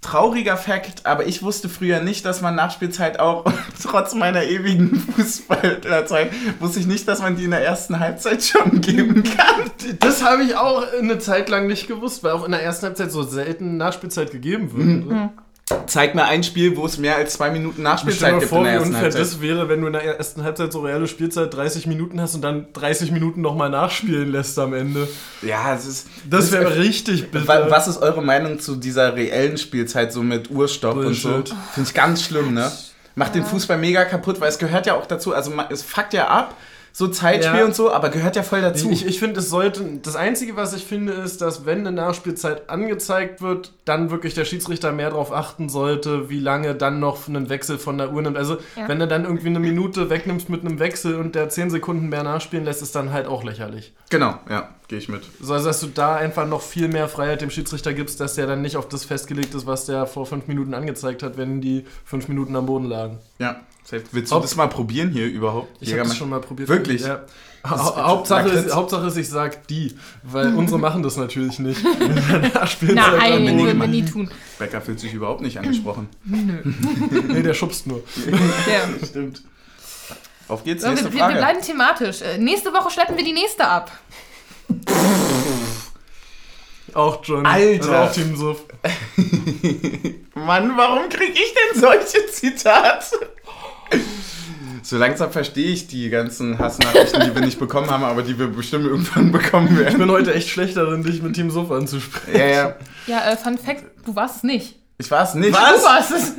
S1: trauriger Fakt, aber ich wusste früher nicht, dass man Nachspielzeit auch, trotz meiner ewigen Fußballerzeit, wusste ich nicht, dass man die in der ersten Halbzeit schon geben kann.
S3: Das habe ich auch eine Zeit lang nicht gewusst, weil auch in der ersten Halbzeit so selten Nachspielzeit gegeben wird. Mhm.
S1: Zeig mir ein Spiel, wo es mehr als zwei Minuten
S3: Stell dir
S1: Nachspielzeit
S3: mal
S1: gibt
S3: vor,
S1: in der
S3: wie
S1: ersten
S3: unfair
S1: Halbzeit.
S3: das wäre, wenn du in der ersten Halbzeit so reale Spielzeit 30 Minuten hast und dann 30 Minuten nochmal nachspielen lässt am Ende.
S1: Ja, es ist.
S3: Das wäre richtig bitter.
S1: Wa- Was ist eure Meinung zu dieser reellen Spielzeit, so mit Urstopp und
S3: Bullshit.
S1: so? Finde ich ganz schlimm, ne? Macht den Fußball mega kaputt, weil es gehört ja auch dazu, also ma- es fuckt ja ab, so Zeitspiel
S3: Ja.
S1: und so, aber gehört ja voll dazu.
S3: Ich, ich finde, es sollte. Das Einzige, was ich finde, ist, dass wenn eine Nachspielzeit angezeigt wird, dann wirklich der Schiedsrichter mehr darauf achten sollte, wie lange dann noch einen Wechsel von der Uhr nimmt. Also,
S2: Ja.
S3: wenn er dann irgendwie eine Minute wegnimmst mit einem Wechsel und der 10 Sekunden mehr nachspielen lässt, ist dann halt auch lächerlich.
S1: genau, ja, gehe ich mit.
S3: So, also, dass du da einfach noch viel mehr Freiheit dem Schiedsrichter gibst, dass der dann nicht auf das festgelegt ist, was der vor fünf Minuten angezeigt hat, wenn die fünf Minuten am Boden lagen.
S1: Ja. Willst du
S3: Ob-
S1: das mal probieren hier überhaupt?
S3: Ich habe das schon mal probiert.
S1: Wirklich?
S3: Ja.
S1: ist-
S3: Ha Hauptsache,
S1: Na,
S3: ist,
S1: Chris.
S3: Hauptsache ist, ich sag die, weil unsere machen das natürlich nicht. Nachspielen
S2: Nein,
S1: wir nie
S2: würden wir
S1: gemacht.
S2: nie tun.
S1: Becker fühlt sich überhaupt nicht angesprochen.
S3: nee, der schubst nur.
S2: Ja.
S1: Stimmt. Auf geht's,
S2: So,
S1: nächste
S2: wir, wir wir
S1: Frage.
S2: bleiben thematisch. Äh, nächste Woche schleppen wir die nächste ab.
S3: Auch John.
S1: Alter.
S3: Also auch Team Suff.
S1: Mann, warum kriege ich denn solche Zitate? So langsam verstehe ich die ganzen Hassnachrichten, die wir nicht bekommen haben, aber die wir bestimmt irgendwann bekommen
S3: Ich
S1: werden.
S3: bin heute echt schlecht darin, dich mit Team Suff anzusprechen.
S1: Ja, ja.
S2: Ja, äh, Fun Fact, du warst es nicht.
S1: Ich war es nicht.
S2: Du warst es.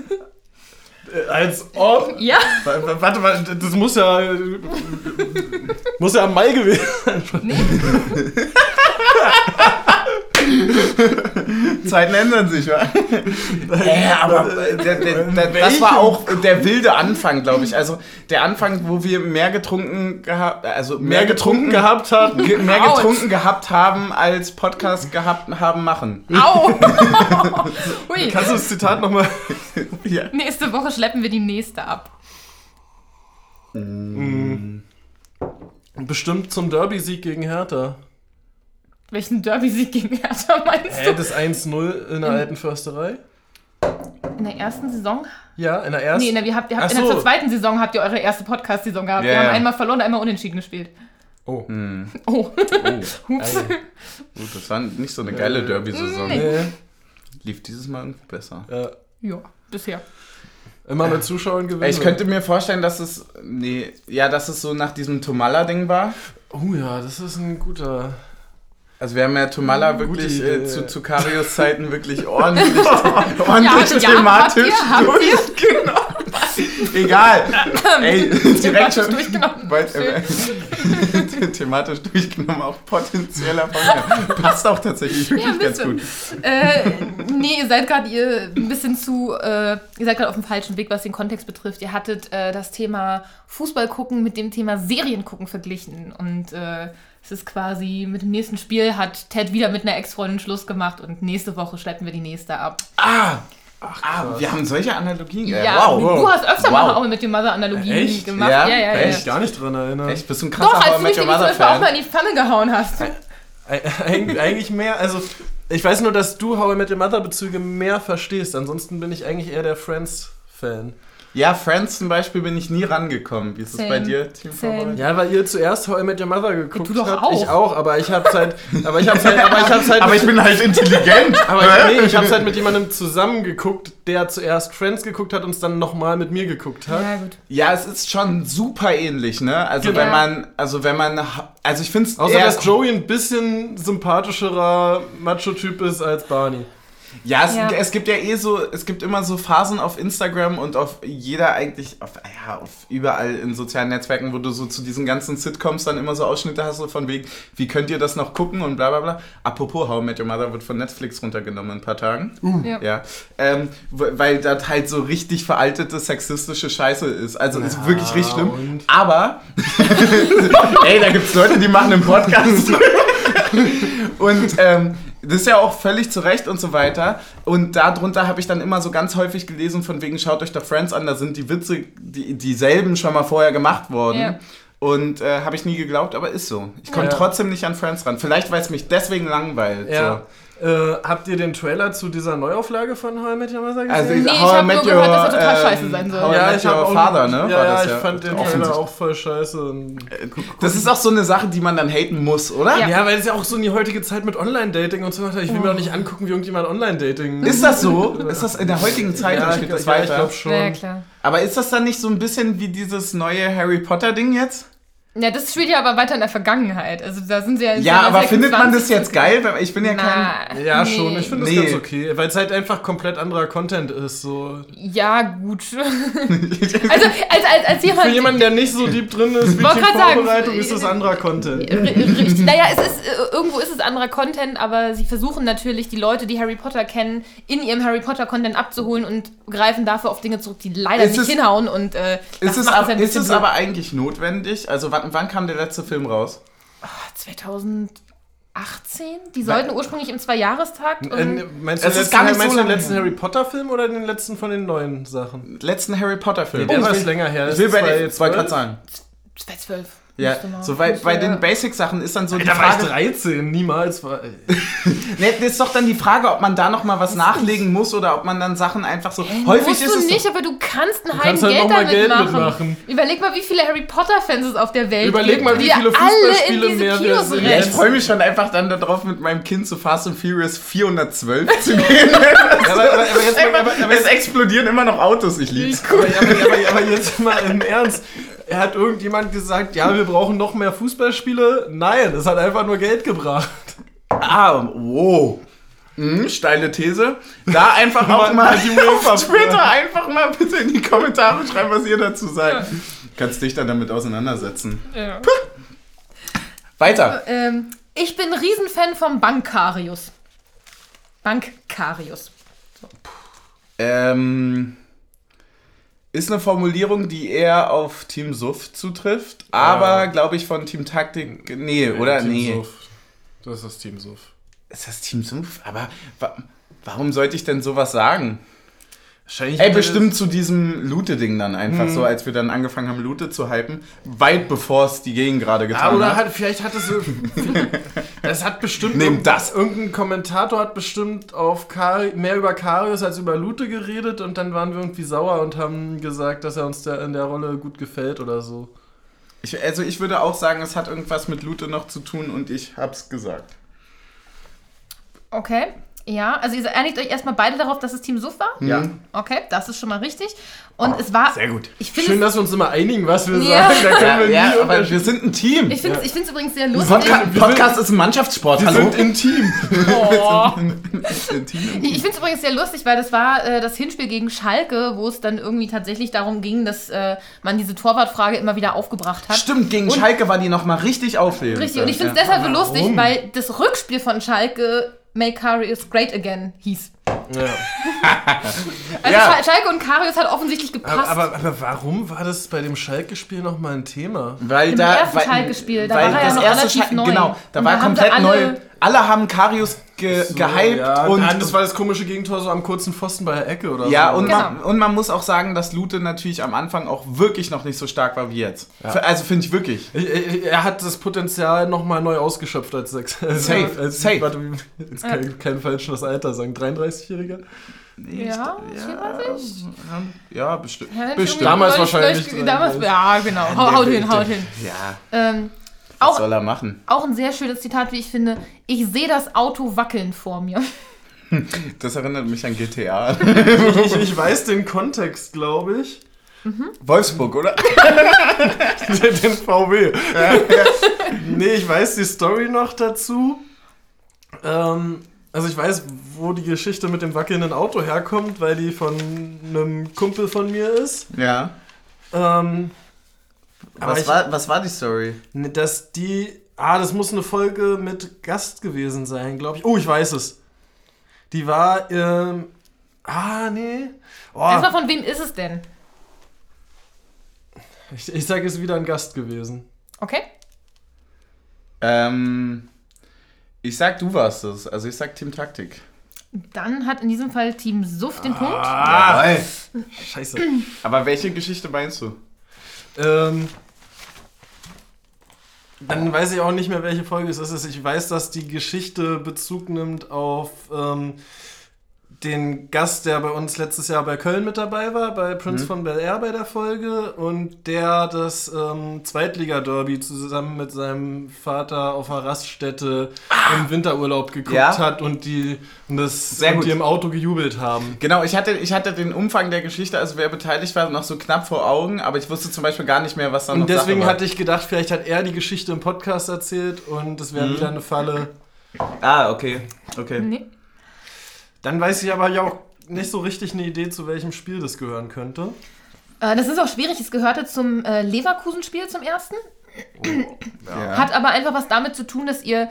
S3: Äh, Als ob.
S2: Ja.
S3: W- w- Warte mal, das muss ja. äh, Muss ja am Mai gewesen sein.
S1: Zeiten ändern sich, wa? Äh, aber äh, der, der, der, das
S3: Welchen?
S1: war auch der wilde Anfang, glaube ich. Also der Anfang, wo wir mehr getrunken gehabt, also mehr, getrunken, gehabt,
S3: gehabt hat.
S1: ge mehr
S2: Autsch.
S1: getrunken gehabt haben als Podcast gehabt haben machen.
S2: Au. Ui.
S3: Kannst du das Zitat nochmal.
S1: Ja.
S2: Nächste Woche schleppen wir die nächste ab.
S3: Bestimmt zum Derby-Sieg gegen Hertha.
S2: Welchen Derby-Sieg gegen Hertha meinst
S3: Hä,
S2: du?
S3: das 1-0 in der alten Försterei?
S2: In der ersten Saison?
S3: Ja, in der ersten.
S2: Nee, in der, wir habt, ihr habt,
S3: Ach
S2: in der
S3: so.
S2: zur zweiten Saison habt ihr eure erste Podcast-Saison gehabt.
S1: Ja,
S2: Wir
S1: ja.
S2: haben einmal verloren, einmal unentschieden gespielt.
S3: oh.
S2: Oh,
S1: Oh,
S2: hups.
S3: Ei.
S1: gut, das war nicht so eine geile Derby-Saison.
S3: Nee.
S1: Lief dieses Mal irgendwie besser.
S3: Ja.
S2: Ja, bisher.
S3: Immer mit Zuschauern gewinnen.
S1: Ey, Ich könnte mir vorstellen, dass es. Nee, ja, dass es so nach diesem Tomala-Ding war.
S3: Oh ja, das ist ein guter.
S1: Also wir haben ja Tomala wirklich
S3: Idee.
S1: äh, zu, zu Karius Zeiten wirklich ordentlich, ordentlich
S2: Ja, ja,
S1: thematisch
S2: habt ihr, habt ihr.
S1: durchgenommen. Egal. Ey, direkt
S2: Thematisch
S1: schon
S2: durchgenommen.
S1: Weil, äh, thematisch durchgenommen, auch potenzieller Fang. Passt auch tatsächlich
S2: Ja,
S1: wirklich
S2: ein
S1: ganz
S2: bisschen.
S1: gut.
S2: Äh, nee, ihr seid gerade ihr ein bisschen zu, äh, ihr seid gerade auf dem falschen Weg, was den Kontext betrifft. Ihr hattet äh, das Thema Fußball gucken mit dem Thema Serien gucken verglichen und äh, es ist quasi mit dem nächsten Spiel hat Ted wieder mit einer Ex-Freundin Schluss gemacht und nächste Woche schleppen wir die nächste ab.
S1: Ah! ah, wir haben solche Analogien. Ja, wow.
S2: du, du hast öfter
S1: Wow.
S2: mal auch mit dem Mother Analogien
S3: Echt?
S2: gemacht.
S1: Ja?
S2: Ja, ja, ja.
S3: Kann ich gar nicht dran erinnern.
S1: Echt, bist du ein krasser
S2: Doch, als
S1: How I
S2: du
S1: Met
S2: mich
S1: Your
S2: nämlich zum
S1: Mother
S2: Beispiel auch
S1: Fan.
S2: mal in die Pfanne gehauen hast.
S3: Eig eig- eigentlich mehr, also ich weiß nur, dass du How I Met Your Mother Bezüge mehr verstehst. Ansonsten bin ich eigentlich eher der Friends-Fan.
S1: Ja, Friends zum Beispiel bin ich nie rangekommen. Wie ist es
S2: Same.
S1: bei dir, Team
S2: Same.
S1: Favorit?
S3: Ja, weil ihr zuerst How I Met Your Mother geguckt
S2: Du doch
S3: habt.
S2: auch.
S3: Ich auch, aber ich hab's halt, aber ich hab's halt, aber ich hab's halt,
S1: Aber ich bin halt intelligent.
S3: aber ich, nee, ich hab's halt mit jemandem zusammengeguckt, der zuerst Friends geguckt hat und es dann nochmal mit mir geguckt hat.
S2: Ja, gut.
S1: Ja, es ist schon super ähnlich, ne? Also
S2: Genau.
S1: wenn man, also wenn man, also ich finde es
S3: Außer, dass Joey ein bisschen sympathischerer Macho-Typ ist als Barney.
S1: Ja es,
S2: Ja.
S1: es gibt ja eh so, es gibt immer so Phasen auf Instagram und auf jeder eigentlich, auf, ja, auf überall in sozialen Netzwerken, wo du so zu diesen ganzen Sitcoms dann immer so Ausschnitte hast, so von wegen, wie könnt ihr das noch gucken und bla bla bla. Apropos, How I Met Your Mother wird von Netflix runtergenommen in ein paar Tagen.
S2: Ja.
S1: Ja, ähm, w- weil das halt so richtig veraltete sexistische Scheiße ist. Also ist wirklich richtig schlimm.
S3: und?
S1: Aber, ey, da gibt's Leute, die machen einen Podcast. und ähm, das ist ja auch völlig zu Recht und so weiter. Und darunter habe ich dann immer so ganz häufig gelesen, von wegen, schaut euch doch Friends an, da sind die Witze, die, dieselben schon mal vorher gemacht worden.
S2: Ja.
S1: Und äh, habe ich nie geglaubt, aber ist so. Ich komme
S3: Ja.
S1: trotzdem nicht an Friends ran. Vielleicht, weil es mich deswegen langweilt. So.
S3: Ja. Äh, habt ihr den Trailer zu dieser Neuauflage von How I Met Your Mother gesehen?
S1: Also
S2: Nee, ich
S1: How I
S2: hab
S1: Met
S2: nur gehört,
S1: Your,
S2: dass er total
S1: ähm,
S2: scheiße sein soll.
S1: How I Met Your
S3: auch-
S1: Father, ne?
S3: Ja,
S1: War das
S3: ja, ich fand den Trailer
S1: Offensichtlich.
S3: auch voll scheiße.
S1: Das ist auch so eine Sache, die man dann haten muss, oder?
S2: Ja.
S3: Ja, weil es ja auch so in die heutige Zeit mit Online-Dating und so weiter. Ich will mir doch
S2: Oh.
S3: nicht angucken, wie irgendjemand Online-Dating.
S1: Ist das so? Ist das in der heutigen Zeit
S3: ja,
S1: ja,
S3: ich,
S1: geht das
S3: ja, ich
S1: weiter?
S3: glaube schon.
S2: Ja, klar.
S1: aber ist das dann nicht so ein bisschen wie dieses neue Harry Potter Ding jetzt?
S2: Ja, das spielt ja aber weiter in der Vergangenheit. Also da sind sie ja in
S1: Ja,
S2: seiner
S1: aber findet man das
S2: 26
S1: jetzt geil? Weil Ich bin ja kein.
S2: Na,
S3: Ja,
S2: nee.
S3: schon. Ich finde das
S1: Nee.
S3: ganz okay. Weil es halt einfach komplett anderer Content ist. So.
S2: Ja, gut. also, als, als, als jemand.
S3: Für jemanden, der nicht so deep drin ist wie
S2: Wollte grad sagen,
S3: Vorbereitung, ist das anderer Content.
S2: R- richtig. Naja, es ist, äh, irgendwo ist es anderer Content, aber sie versuchen natürlich, die Leute, die Harry Potter kennen, in ihrem Harry Potter-Content abzuholen und greifen dafür auf Dinge zurück, die leider
S1: Ist
S2: nicht
S1: es-
S2: hinhauen. Und, äh, das
S1: Ist es,
S2: macht
S1: ab,
S2: ein
S1: ist
S2: bisschen
S1: es
S2: blöd.
S1: aber eigentlich notwendig? Also wann, wann kam der letzte Film raus?
S2: 2018? Die sollten ursprünglich im Zweijahrestag.
S3: Äh,
S1: Ähm,
S2: Und,
S3: meinst du,
S1: Es
S3: den
S1: ist gar nicht
S3: letzten- meinst
S1: so
S3: du den
S1: lange
S3: letzten
S1: her.
S3: Harry Potter-Film oder den letzten von den neuen Sachen?
S1: Letzten Harry Potter Film.
S3: der
S1: ich
S3: war
S1: will-
S3: ist länger her.
S1: ich will bei den. Ich
S3: 2012?
S1: wollte gerade sagen.
S2: 2012.
S1: Ja,
S2: Müsste mal-
S1: so bei,
S2: müsste-
S1: bei den Basic-Sachen ist dann so
S3: Da
S1: die
S3: war
S1: Frage.
S3: ich 13, niemals war.
S2: Äh,
S1: Ne, das ist doch dann die Frage, ob man da noch mal was nachlegen muss oder ob man dann Sachen einfach so. häufig
S2: Musst
S1: ist
S2: du
S1: es
S2: nicht,
S1: so.
S2: aber du kannst einen halben
S3: kannst halt
S2: Geld
S3: nochmal
S2: damit
S3: Geld
S2: machen.
S3: mitmachen.
S2: Überleg mal, wie viele Harry Potter-Fans es auf der Welt
S3: Überleg
S2: gibt,
S3: mal, wie
S2: die ja
S3: viele
S2: alle in
S3: Fußballspiele
S2: diese
S3: mehr wir
S2: Kinos
S3: sehen.
S1: Ja, ich
S2: rennen.
S1: freue mich schon einfach dann darauf, mit meinem Kind zu Fast and Furious 412 zu gehen.
S3: Ja, aber, aber, aber jetzt, aber, aber, aber,
S1: es explodieren immer noch Autos, ich lieb's.
S3: aber, aber jetzt mal im Ernst. Er hat irgendjemand gesagt, ja, wir brauchen noch mehr Fußballspiele. Nein, es hat einfach nur Geld gebracht.
S1: Ah, wow. Hm, steile These. Da einfach auch
S3: Mal-
S1: mal
S3: mal die Wave
S1: auf
S3: ab-
S1: Twitter einfach mal bitte in die Kommentare schreiben, was ihr dazu sagt. Kannst dich dann damit auseinandersetzen.
S2: Ja.
S1: Weiter.
S2: Ähm, ich bin ein Riesenfan vom Bankarius. Bankarius.
S1: Ähm, ist eine Formulierung, die eher auf Team Suff zutrifft, aber glaube ich von Team Taktik. Nee, oder?
S3: Team
S1: nee.
S3: Suff. Das ist das Team Suff.
S1: Ist das Team Suff? Aber wa warum sollte ich denn sowas sagen?
S3: Wahrscheinlich
S1: Ey, bestimmt zu diesem Loote-Ding dann einfach so, als wir dann angefangen haben, Loote zu hypen. Weit bevor es die Gegend gerade
S3: Ja,
S1: getan
S3: oder
S1: hat.
S3: hat, vielleicht hat es. Es hat bestimmt.
S1: Nehmt das.
S3: Irgendein Kommentator hat bestimmt auf Kari, mehr über Karius als über Lute geredet und dann waren wir irgendwie sauer und haben gesagt, dass er uns der, in der Rolle gut gefällt oder so.
S1: Ich, also ich würde auch sagen, es hat irgendwas mit Loote noch zu tun und ich hab's gesagt.
S2: Okay. Ja, also ihr einigt euch erstmal beide darauf, dass es Team Suff war.
S1: Ja.
S2: Okay, das ist schon mal richtig. Und es war.
S1: Sehr gut.
S2: Ich finde
S3: Schön,
S2: es,
S3: dass wir uns immer einigen, was wir
S2: Ja.
S3: sagen. Da
S1: Ja,
S3: können wir
S1: ja
S3: nie
S1: aber wir sind ein Team.
S2: ich find's, ich find's übrigens sehr
S1: Podca
S2: lustig.
S1: Podcast ist ein Mannschaftssport.
S3: Wir
S1: Hallo?
S3: sind intim.
S2: Oh.
S1: Ein Team.
S2: Ich finde es übrigens sehr lustig, weil das war äh, das Hinspiel gegen Schalke, wo es dann irgendwie tatsächlich darum ging, dass äh, man diese Torwartfrage immer wieder aufgebracht hat.
S1: Stimmt, gegen
S2: Und-
S1: Schalke war die nochmal richtig auflebend.
S2: Richtig, und ich finde es
S1: Ja.
S2: deshalb so lustig,
S3: Warum?
S2: weil das Rückspiel von Schalke Make Karius Great Again hieß.
S3: Ja.
S2: Also
S1: Ja.
S2: Schal- Schalke und Karius hat offensichtlich gepasst.
S3: Aber, aber, aber warum war das bei dem Schalke-Spiel nochmal ein Thema?
S1: Weil
S2: Im
S1: da,
S2: ersten
S1: weil,
S2: Schalke-Spiel, da
S1: weil
S2: war er ja
S1: das
S2: noch
S1: erste
S2: relativ
S1: Schalke-
S2: neu.
S1: Genau, da
S2: Und
S1: war
S2: da haben
S1: komplett
S2: sie alle-
S1: neu. Alle haben Karius ge gehypt
S3: ja,
S1: und.
S3: Äh, das war das komische Gegentor so am kurzen Pfosten bei der Ecke oder
S1: ja,
S3: so.
S1: und,
S2: Genau.
S1: man, und man muss auch sagen, dass Lute natürlich am Anfang auch wirklich noch nicht so stark war wie jetzt. F- Also finde ich wirklich.
S3: Ich- ich- Er hat das Potenzial nochmal neu ausgeschöpft als Sechs.
S1: Safe,
S3: als,
S1: safe.
S3: Warte, wie- jetzt kein, kein falsches Alter sagen. 33-Jähriger?
S2: ja, ich
S1: Ja, bestimmt.
S2: weiß nicht.
S1: Bestimmt.
S3: Damals
S2: Neulich-
S3: wahrscheinlich
S2: neulich- Damals, ja, genau. Hau- Haut hin, haut hin.
S1: Ja,
S2: Ähm,
S1: was
S2: auch
S1: soll er machen?
S2: Auch ein sehr schönes Zitat, wie ich finde. Ich sehe das Auto wackeln vor mir.
S1: Das erinnert mich an GTA.
S3: Ich, ich weiß den Kontext, glaube ich.
S1: Wolfsburg, oder?
S3: Den, den VW. nee, ich weiß die Story noch dazu. Ähm, Also ich weiß, wo die Geschichte mit dem wackelnden Auto herkommt, weil die von einem Kumpel von mir ist.
S1: Ja.
S3: Ähm, aber
S1: Was
S3: ich,
S1: war, was war die Story?
S3: dass die... Ah, das muss eine Folge mit Gast gewesen sein, glaube ich. Oh, ich weiß es. Die war... Ähm, ah, nee. Oh,
S2: Erstmal, von wem ist es denn?
S3: ich ich sage, es ist wieder ein Gast gewesen.
S2: Okay?
S1: Ähm, ich sag, du warst es. Also ich sag Team Taktik.
S2: Dann hat in diesem Fall Team Suff den Punkt.
S3: Ah,
S1: Jawohl.
S3: scheiße.
S1: Aber welche Geschichte meinst du?
S3: Ähm, dann weiß ich auch nicht mehr, welche Folge es ist. Also Ich weiß, dass die Geschichte Bezug nimmt auf ähm, den Gast, der bei uns letztes Jahr bei Köln mit dabei war, bei Prince
S1: Mhm.
S3: von Bel Air bei der Folge und der das ähm, Zweitliga-Derby zusammen mit seinem Vater auf einer Raststätte im Winterurlaub geguckt
S1: Ah! Ja.
S3: hat und die, und das,
S1: Sehr
S3: und
S1: gut.
S3: die im Auto gejubelt haben.
S1: Genau, ich hatte, ich hatte den Umfang der Geschichte, also wer beteiligt war, noch so knapp vor Augen, aber ich wusste zum Beispiel gar nicht mehr, was da noch
S3: Und deswegen
S1: Sache war.
S3: hatte ich gedacht, vielleicht hat er die Geschichte im Podcast erzählt und es
S1: Mhm.
S3: wäre wieder eine Falle.
S1: Ah, okay. Okay.
S2: Nee.
S3: Dann weiß ich aber ja auch nicht so richtig eine Idee, zu welchem Spiel das gehören könnte.
S2: Äh, das ist auch schwierig. Es gehörte zum äh, Leverkusen-Spiel zum ersten.
S1: Ja.
S2: Hat aber einfach was damit zu tun, dass ihr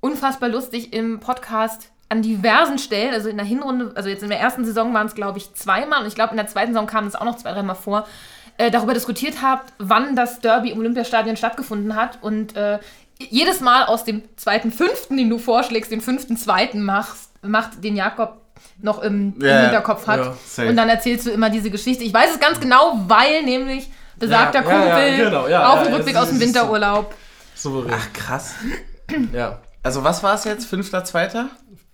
S2: unfassbar lustig im Podcast an diversen Stellen, also in der Hinrunde, also jetzt in der ersten Saison waren es, glaube ich, zweimal und ich glaube, in der zweiten Saison kam es auch noch zwei, dreimal vor, äh, darüber diskutiert habt, wann das Derby im Olympiastadion stattgefunden hat und äh, jedes Mal aus dem zweiten, fünften, den du vorschlägst, den fünften, zweiten machst, macht den Jakob noch im,
S1: Ja,
S2: im Hinterkopf hat.
S3: ja,
S1: safe.
S2: und dann erzählst du immer diese Geschichte. Ich weiß es ganz genau, weil nämlich besagter
S3: Ja, ja, ja,
S2: Kumpel
S3: genau, ja,
S2: auf
S3: ja,
S2: dem
S3: ja,
S2: Rückweg
S3: das
S2: aus dem
S3: ist-
S2: Winterurlaub
S3: Souverän.
S1: Ach, krass.
S3: Ja.
S1: Also was war es jetzt? Fünfter, zweiter?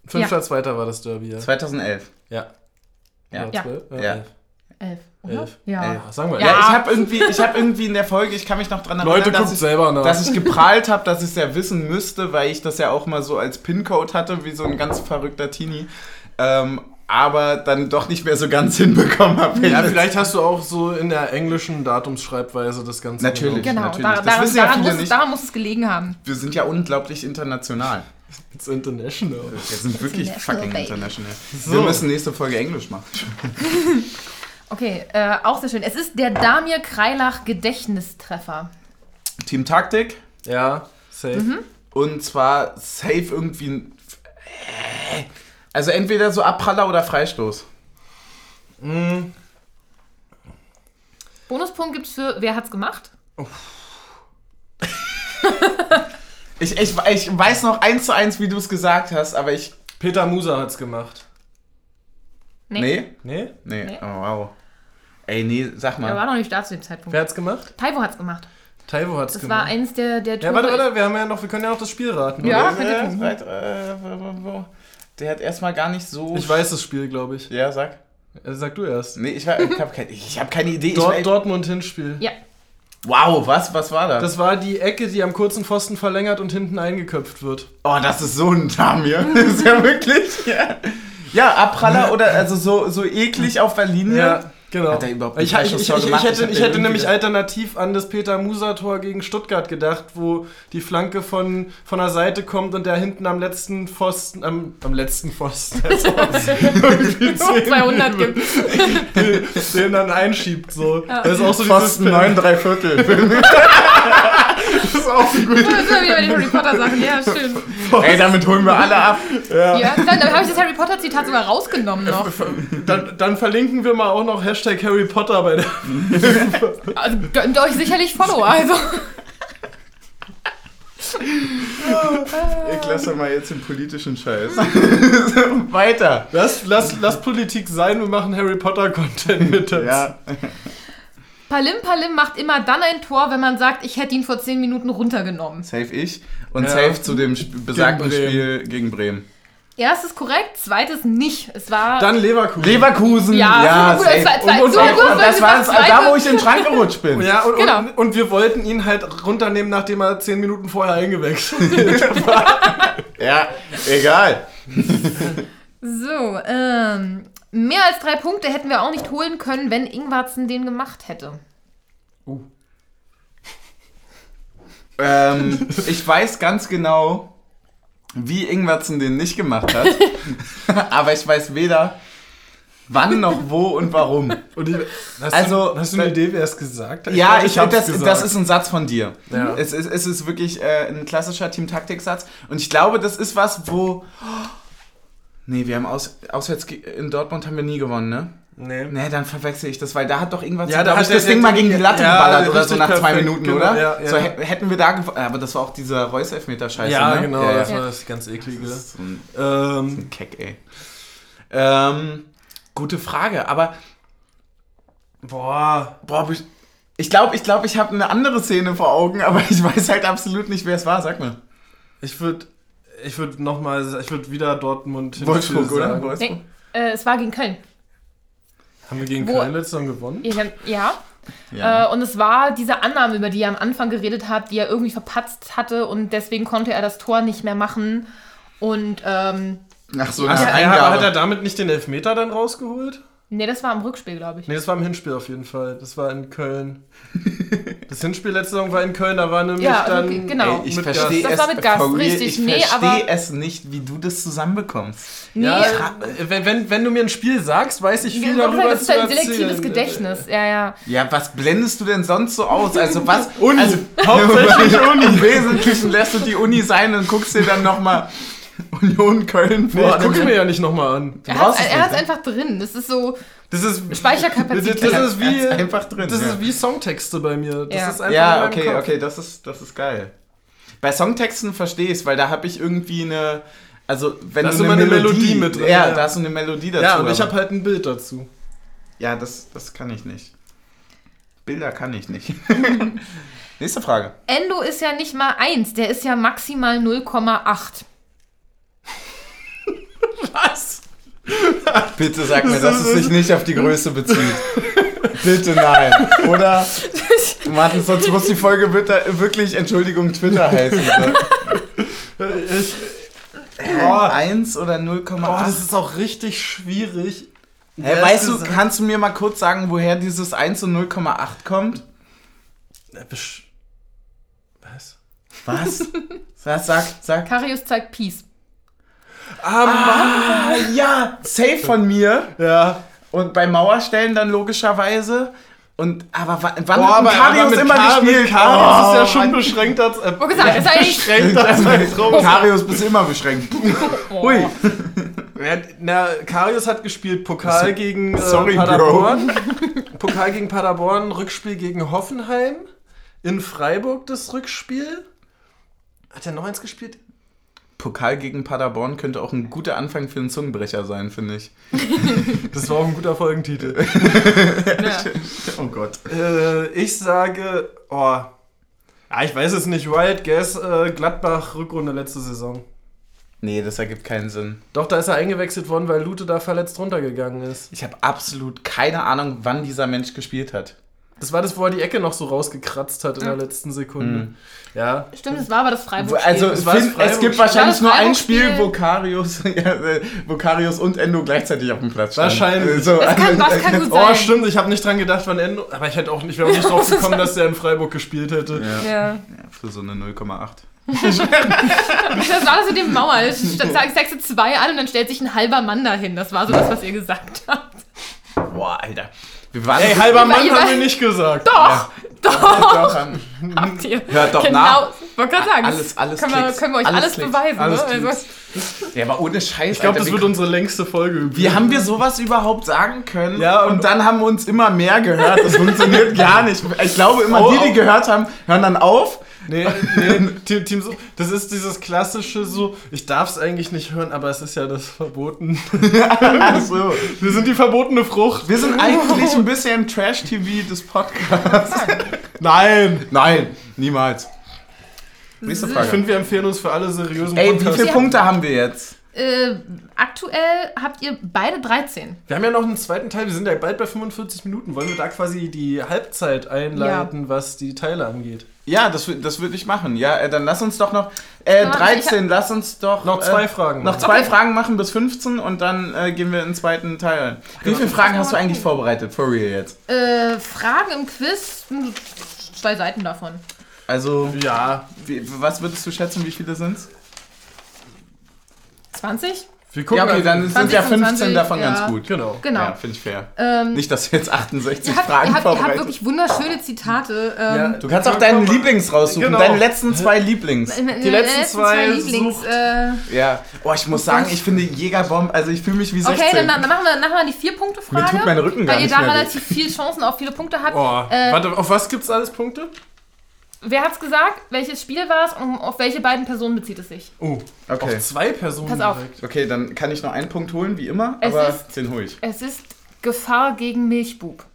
S3: Fünfter, zweiter war das Derby, ja.
S1: 2011.
S3: Ja.
S1: Ja.
S3: Oder zwölf?
S1: Ja.
S3: elf.
S2: Elf. Oder?
S3: Elf.
S2: Ja.
S1: Elf.
S3: Ja, sagen wir
S1: Ja,
S2: Ja.
S1: ich habe irgendwie, ich hab irgendwie in der Folge, ich kann mich noch dran erinnern,
S3: Leute,
S1: dass
S3: guckt
S1: ich,
S3: selber nach.
S1: dass ich geprahlt habe, dass ich es ja wissen müsste, weil ich das ja auch mal so als Pincode hatte, wie so ein ganz verrückter Teenie. Ähm, aber dann doch nicht mehr so ganz hinbekommen habe.
S3: ja, vielleicht hast du auch so in der englischen Datumsschreibweise das Ganze.
S1: Natürlich.
S3: genommen.
S1: Natürlich.
S2: Genau, da,
S1: Das
S2: daran,
S1: wissen ja
S2: daran,
S1: viele
S2: muss es,
S1: nicht.
S2: daran muss es gelegen haben.
S1: Wir sind ja unglaublich international.
S3: It's international.
S1: Wir sind wirklich
S2: International,
S1: fucking
S2: baby.
S1: international. Wir
S3: So.
S1: müssen nächste Folge Englisch machen.
S2: Okay, äh, auch sehr schön. Es ist der Damir Kreilach Gedächtnistreffer.
S1: Team Taktik.
S3: Ja, safe.
S2: Mhm.
S1: Und zwar safe irgendwie ein. Also entweder so Abpraller oder Freistoß.
S3: Mhm.
S2: Bonuspunkt gibt's für Wer hat's gemacht?
S1: Ich, ich, ich weiß noch eins zu eins, wie du es gesagt hast, aber ich.
S3: Peter Musa hat's gemacht.
S1: Nee?
S3: Nee?
S1: Nee.
S2: Nee.
S1: Oh, wow. Ey, nee, sag
S2: Er war
S1: mal.
S2: noch nicht da zu dem Zeitpunkt.
S3: Wer hat's gemacht?
S2: Taiwo hat's gemacht.
S3: Taivo hat's
S1: Genau.
S2: Das war
S3: gemacht.
S2: eins der, der
S3: ja, warte, warte, wir haben ja noch, wir können ja noch das Spiel raten.
S2: Ja.
S3: oder?
S1: Äh,
S2: könnt ihr tun.
S1: weit, äh, wo- wo- wo- Der hat erstmal gar nicht so.
S3: Ich weiß das Spiel, glaube ich.
S1: Ja, sag.
S3: Äh, Sag du erst.
S1: Nee, ich, war- ich habe keine, ich hab keine Idee. Ich
S3: Dort,
S1: weiß-
S3: Dortmund Hinspiel.
S2: Ja,
S1: Wow, was, was war das?
S3: Das war die Ecke, die am kurzen Pfosten verlängert und hinten eingeköpft wird.
S1: Oh, das ist so ein Darm hier. Das ist ja wirklich. Ja, ja Abpraller oder also so, so eklig auf der Linie.
S3: genau.
S1: Hat er überhaupt
S3: ich,
S1: nicht
S3: ich, ich,
S1: Freistoß
S3: ich,
S1: gemacht?
S3: hätte,
S1: Ich hab
S3: ich
S1: den
S3: hätte
S1: irgendwie
S3: nämlich
S1: gedacht.
S3: alternativ an das Peter Musa-Tor gegen Stuttgart gedacht, wo die Flanke von, von der Seite kommt und der hinten am letzten Pfosten, am, am letzten Pfosten, also irgendwie
S2: 200
S3: den,
S2: gibt
S3: den dann einschiebt. So. Das ist auch so
S1: Pfosten
S3: dieses,
S1: 9, 3 Viertel.
S3: das ist auch so gut.
S2: Da sind wir wieder bei den Harry Potter Sachen. Ja, schön.
S1: Ey, damit holen wir alle ab.
S2: Ja, dann, dann habe ich das Harry Potter Zitat sogar rausgenommen noch.
S3: Dann, dann verlinken wir mal auch noch Hashtag Harry Potter bei der
S2: Also gönnt euch sicherlich Follower. Also.
S1: Ich lasse mal jetzt den politischen Scheiß. Weiter.
S3: Lass, lass, lass Politik sein, wir machen Harry Potter Content mit dazu.
S1: Ja.
S2: Palim Palim macht immer dann ein Tor, wenn man sagt, ich hätte ihn vor 10 Minuten runtergenommen.
S1: Safe ich und
S3: Ja.
S1: safe zu dem Sp- besagten
S3: Bremen.
S1: Spiel gegen Bremen.
S2: Erstes korrekt, zweites nicht. Es war.
S3: Dann Leverkusen.
S1: Leverkusen.
S2: ja, super gut, es war,
S1: safe.
S2: es war,
S3: Und- und-
S2: super gut,
S1: Und das
S2: es
S1: war da, wo ich in den Schrank gerutscht bin.
S3: ja, und,
S2: Genau.
S3: und, und wir wollten ihn halt runternehmen, nachdem er zehn Minuten vorher eingewechselt
S1: Ja, egal.
S2: So, ähm, mehr als drei Punkte hätten wir auch nicht holen können, wenn Ingwarzen den gemacht hätte.
S1: Ähm, ich weiß ganz genau, wie Ingwertsen den nicht gemacht hat. Aber ich weiß weder wann noch wo und warum.
S3: Und ich, hast
S1: Also,
S3: du, hast du eine
S1: weil-
S3: Idee, wer es gesagt hat?
S1: Ja,
S3: glaub,
S1: ich
S3: hab's
S1: das,
S3: gesagt.
S1: das ist ein Satz von dir.
S3: Ja.
S1: Es, ist, es ist wirklich äh, ein klassischer Team-Taktik-Satz. Und ich glaube, das ist was, wo. Nee, wir haben aus, auswärts ge- in Dortmund haben wir nie gewonnen, ne?
S3: Nee.
S1: Nee, dann verwechsel ich das, weil da hat doch irgendwas.
S3: Ja, da
S1: glaub
S3: hat
S1: ich
S3: der-
S1: das Ding
S3: der-
S1: mal gegen die Latte
S3: ja,
S1: geballert oder so
S3: richtig
S1: nach zwei
S3: perfekt,
S1: Minuten,
S3: genau,
S1: oder?
S3: ja, ja.
S1: So, hä- hätten wir da gewonnen. Aber das war auch dieser Reus-Elfmeter-Scheiße.
S3: Ja,
S1: ne?
S3: genau,
S1: Ja, ja.
S3: das war das ganz eklige.
S1: Das ist so ein
S3: Ähm,
S1: Keck, ey. Ähm, gute Frage, aber
S3: boah,
S1: Boah, best- ich glaube, ich glaube, ich habe eine andere Szene vor Augen, aber ich weiß halt absolut nicht, wer es war. Sag mal.
S3: ich würde ich würde noch mal, ich würde wieder Dortmund Hinspiel
S1: Wolfsburg, oder?
S3: sagen.
S1: Wolfsburg.
S2: Nee, äh, es war gegen Köln.
S3: Haben wir gegen
S2: Wo-
S3: Köln letztes Mal gewonnen?
S2: Ja, dann- ja.
S1: Ja.
S2: Äh, und es war diese Annahme, über die er am Anfang geredet hat, die er irgendwie verpatzt hatte und deswegen konnte er das Tor nicht mehr machen. Und ähm,
S1: Nach so einer
S3: Ach, ja,
S1: Eingabe.
S3: hat er damit nicht den Elfmeter dann rausgeholt?
S2: nee, das war im Rückspiel, glaube ich.
S3: Nee, das war im Hinspiel auf jeden Fall. Das war in Köln. das Hinspiel letzte Saison war in Köln, da war nämlich
S2: Ja,
S3: dann.
S2: okay, genau.
S1: Ey, ich
S3: mit
S1: verstehe
S2: Gas.
S1: es.
S2: Das war mit Gas,
S1: for real,
S2: richtig.
S1: Ich
S2: Nee,
S1: verstehe
S2: aber-
S1: es nicht, wie du das zusammenbekommst.
S2: Nee,
S3: Ja,
S2: äh,
S3: äh, wenn, wenn, wenn du mir ein Spiel sagst, weiß ich viel
S2: ich wollte
S3: darüber
S2: sagen, das ist
S3: zu
S2: ein selektives
S3: erzählen.
S2: Gedächtnis. Ja, ja.
S1: Ja, was blendest du denn sonst so aus? Also was? Uni. Also,
S3: Hauptsächlich
S1: Uni. Im Wesentlichen lässt du die Uni sein und guckst dir dann nochmal Union Köln
S3: Nee,
S1: vor.
S3: ich guck's mir ja nicht nochmal an.
S2: Er
S1: brauchst
S2: hat
S1: es
S2: es
S1: nicht, ne?
S2: einfach drin. Das ist so
S3: Das ist,
S2: Speicherkapazität.
S3: Das ist wie-
S1: Ganz einfach drin.
S3: das
S1: ja.
S3: ist wie Songtexte bei mir. Das
S2: Ja.
S3: ist einfach in
S1: Ja,
S3: meinem
S1: okay,
S3: Kopf.
S1: okay, das ist, das ist geil. Bei Songtexten verstehe ich es, weil da habe ich irgendwie eine. Also, wenn
S3: Da ist
S1: du eine
S3: immer eine
S1: Melodie,
S3: Melodie mit drin,
S1: Ja,
S3: ja.
S1: da ist so eine Melodie dazu.
S3: Ja, und ich
S1: aber-
S3: habe halt ein Bild dazu.
S1: ja das, das kann ich nicht. Bilder kann ich nicht. Nächste Frage.
S2: Endo ist ja nicht mal 1, der ist ja maximal 0,8.
S3: Was?
S1: Bitte sag mir, dass
S3: ist-
S1: es sich nicht auf die Größe bezieht. Bitte nein. Oder? Martin, sonst muss die Folge wird da- wirklich Entschuldigung Twitter heißen. ne?
S3: Ich,
S1: Boah, 1 oder 0,8?
S3: boah, das ist auch richtig schwierig.
S1: Hä,
S3: Wer
S1: weißt
S3: ist
S1: du,
S3: das-
S1: kannst du mir mal kurz sagen, woher dieses 1 und 0,8 kommt?
S3: Äh, besch- Was?
S1: Was? sag, sag, sag.
S2: Karius zeigt Peace.
S3: Ah, Mann.
S1: Ah, ja, safe von mir.
S3: Ja.
S1: Und bei Mauerstellen dann logischerweise. Und, aber wa- wann
S3: Boah,
S1: hat ein
S3: aber,
S1: Karius
S3: aber mit
S1: immer
S3: Kar- mit
S1: gespielt?
S3: Karius
S1: Oh,
S3: ist ja schon
S1: Mann.
S3: beschränkt als. Äh,
S2: Wo gesagt, ist eigentlich.
S3: beschränkt als Zeitraum.
S1: Karius bist immer beschränkt.
S2: Oh.
S1: Hui.
S3: Ja, na, Karius hat gespielt Pokal
S1: So-
S3: gegen äh,
S1: sorry, Bro.
S3: Paderborn. Pokal gegen Paderborn, Rückspiel gegen Hoffenheim. In Freiburg das Rückspiel. Hat er noch eins gespielt?
S1: Pokal gegen Paderborn könnte auch ein guter Anfang für einen Zungenbrecher sein, finde ich.
S3: Das war auch ein guter Folgentitel.
S2: Ja.
S1: Oh Gott.
S3: äh, ich sage, oh, ja, ich weiß es nicht, Wild Guess, äh, Gladbach, Rückrunde letzte Saison.
S1: Nee, das ergibt keinen Sinn.
S3: Doch, da ist er eingewechselt worden, weil Lute da verletzt runtergegangen ist.
S1: Ich habe absolut keine Ahnung, wann dieser Mensch gespielt hat.
S3: Das war das, wo er die Ecke noch so rausgekratzt hat in der letzten Sekunde.
S1: Mhm.
S3: Ja,
S2: Stimmt, es war aber das
S1: Wo-
S2: Freiburg.
S1: Also
S3: Es
S1: es,
S3: war das
S1: find, es
S3: Freiburg-
S1: gibt wahrscheinlich
S2: War
S1: nur
S2: das
S1: ein
S2: Freiburg-Spiel?
S1: Spiel, wo Karius, ja, äh, wo Karius und Endo gleichzeitig auf dem Platz standen.
S3: Wahrscheinlich.
S1: Äh, So,
S2: das kann, das kann gut sein.
S3: Oh, stimmt, ich habe nicht dran gedacht, wann Endo. Aber ich hätte auch nicht, ich wäre auch nicht drauf gekommen, dass der in Freiburg gespielt hätte.
S1: ja.
S2: Ja.
S1: Für so eine 0,8.
S2: Das war das mit dem Mauer. Ich sechste zwei an und dann stellt sich ein halber Mann dahin. Das war so das, was ihr gesagt habt.
S1: Boah, Alter. Wir waren
S3: Ey, halber
S2: Über-
S3: Mann
S2: über-
S3: haben wir nicht gesagt.
S2: Doch, doch.
S1: doch an.
S2: Habt ihr.
S1: Hört doch
S2: genau,
S1: nach.
S2: Wollte gerade sagen.
S1: Alles- alles
S2: können, wir,
S1: Klicks.
S2: können wir euch
S1: Alles
S2: alles,
S1: Klicks.
S2: beweisen.
S3: Alles
S2: ne? also,
S1: Ja, aber ohne Scheiß.
S3: Ich glaube, das
S1: Alter,
S3: wird
S1: wir,
S3: unsere längste Folge.
S1: wie haben wir sowas überhaupt sagen können?
S3: Ja,
S1: und,
S3: und-
S1: dann haben wir uns immer mehr gehört. Das funktioniert gar nicht. Ich glaube, immer
S3: Oh,
S1: die, die
S3: oh.
S1: gehört haben, hören dann auf.
S3: Nee, nee, Team, Team so, das ist dieses klassische so, ich darf es eigentlich nicht hören, aber es ist ja das Verboten.
S1: Ach so.
S3: Wir sind die verbotene Frucht.
S1: Wir sind eigentlich ein bisschen Trash-TV des Podcasts.
S3: Nein!
S1: Nein, niemals. Nächste
S3: Ich
S1: Frage.
S3: finde, wir empfehlen uns für alle seriösen
S1: Ey, wie
S3: Podcasts.
S1: viele Punkte haben wir jetzt?
S2: äh, aktuell habt ihr beide 13.
S3: Wir haben ja noch einen zweiten Teil, wir sind ja bald bei 45 Minuten. Wollen wir da quasi die Halbzeit einleiten, was die Teile angeht?
S1: Ja, das, wür- das würde ich machen. Ja, äh, dann lass uns doch noch. Äh,
S2: Warte,
S1: 13, lass uns doch.
S3: Noch zwei
S1: äh,
S3: Fragen.
S1: Noch zwei
S2: Okay.
S1: Fragen machen bis 15 und dann äh, gehen wir in den zweiten Teil ein. Wie viele Fragen hast du eigentlich vorbereitet? For real jetzt.
S2: Äh, Fragen im Quiz? Hm, Zwei Seiten davon.
S1: Also,
S3: Ja,
S1: wie, was würdest du schätzen, wie viele sind's?
S2: 20?
S3: Wir gucken
S1: Ja, okay, dann sind
S2: 20,
S1: ja 15
S2: 25,
S1: davon
S2: ja.
S1: ganz gut.
S3: Genau.
S2: Genau.
S1: Ja, finde ich fair.
S2: Ähm,
S1: Nicht, dass wir jetzt 68
S2: ihr, habt,
S1: Fragen
S2: ihr, habt, ihr habt
S1: vorbereitet.
S2: wirklich wunderschöne Zitate. Ähm,
S3: Ja,
S1: Du kannst auch deinen Lieblings raussuchen,
S3: Genau.
S1: deine letzten zwei Lieblings.
S2: Meine
S3: Die letzten zwei
S2: Lieblings.
S3: sucht-
S2: Äh,
S1: Ja. Oh, ich muss sagen, ich finde Jägerbomb, also ich fühle mich wie 16.
S2: okay, dann, dann machen wir nachher die Vier-Punkte-Frage.
S1: Mir tut mein Rücken gar
S2: Weil ihr
S1: nicht
S2: da
S1: mehr weh.
S2: relativ viel Chancen auf viele Punkte habt.
S3: Oh,
S2: Äh,
S3: warte, auf was gibt's alles Punkte?
S2: wer hat's gesagt? Welches Spiel war es und auf welche beiden Personen bezieht es sich?
S3: Oh,
S1: Okay.
S3: auf zwei Personen
S2: Pass auf.
S3: direkt.
S1: Okay, dann kann ich noch einen Punkt holen, wie immer,
S2: Es
S1: aber
S2: ist-
S1: den hole ich.
S2: Es ist Gefahr gegen Milchbub.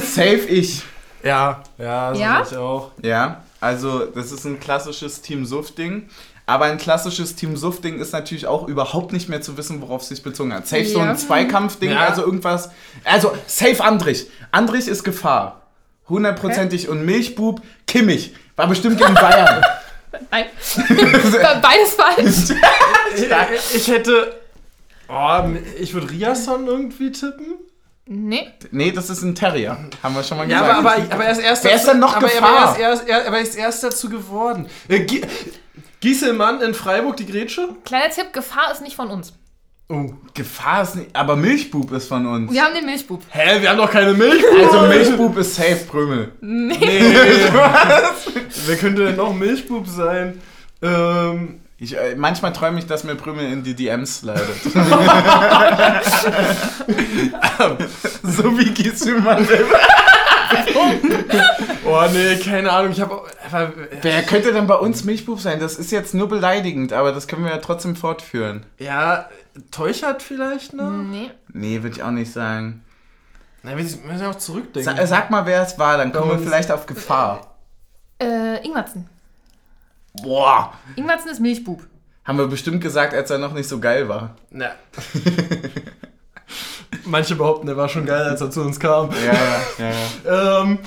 S1: Save ich.
S3: Ja, ja, das
S2: Ja?
S3: ja? ich auch.
S1: Ja, also das ist ein klassisches Team Suft-Ding. Aber ein klassisches Team Suft-Ding ist natürlich auch überhaupt nicht mehr zu wissen, worauf es sich bezogen hat. Safe so
S2: Ja.
S1: ein Zweikampf-Ding,
S3: Ja.
S1: also irgendwas. Also, safe Andrich. Andrich ist Gefahr. Hundertprozentig. Und Milchbub, Kimmich. War bestimmt gegen Bayern.
S2: Nein. Beides falsch.
S3: Ich, ich hätte. Oh, ich würde Riason irgendwie tippen.
S2: Nee.
S1: nee, das ist ein Terrier. Haben wir schon mal
S3: Ja,
S1: gesagt.
S3: aber, aber, aber er ist erst
S1: Wer ist denn noch
S3: aber, er-
S1: Gefahr?
S3: Aber er, ist erst, er, aber er ist erst dazu geworden. Äh, Gi Gieselmann in Freiburg, die Grätsche?
S2: Kleiner Tipp, Gefahr ist nicht von uns.
S3: Oh.
S1: Gefahr ist nicht. Aber Milchbub ist von uns.
S2: Wir haben den Milchbub.
S3: Hä, wir haben doch keine Milch.
S1: Also Milchbub ist safe, Prömel.
S3: Nee. Was? Wer könnte denn noch Milchbub sein? Ähm,
S1: Ich, äh, manchmal träume ich, dass mir Prümel in die DMs leidet. so wie Gieselmann.
S3: oh nee, keine Ahnung. Ich habe äh,
S1: Wer könnte denn bei uns Milchbub sein? Das ist jetzt nur beleidigend, aber das können wir ja trotzdem fortführen.
S3: ja Teuchert vielleicht noch.
S2: Nee.
S1: Nee, würde ich auch nicht sagen.
S3: Na, wir müssen ja auch zurückdenken.
S1: Sa äh, sag mal, wer es war, dann kommen wir
S3: uns-
S1: vielleicht auf Gefahr.
S2: Äh, Ingwertsen.
S1: Boah.
S2: Ingwertsen ist Milchbub.
S1: Haben wir bestimmt gesagt, als er noch nicht so geil war.
S3: Na. Manche behaupten, der war schon geil, als er zu uns kam.
S1: Ja, ja, ja.
S3: Ähm,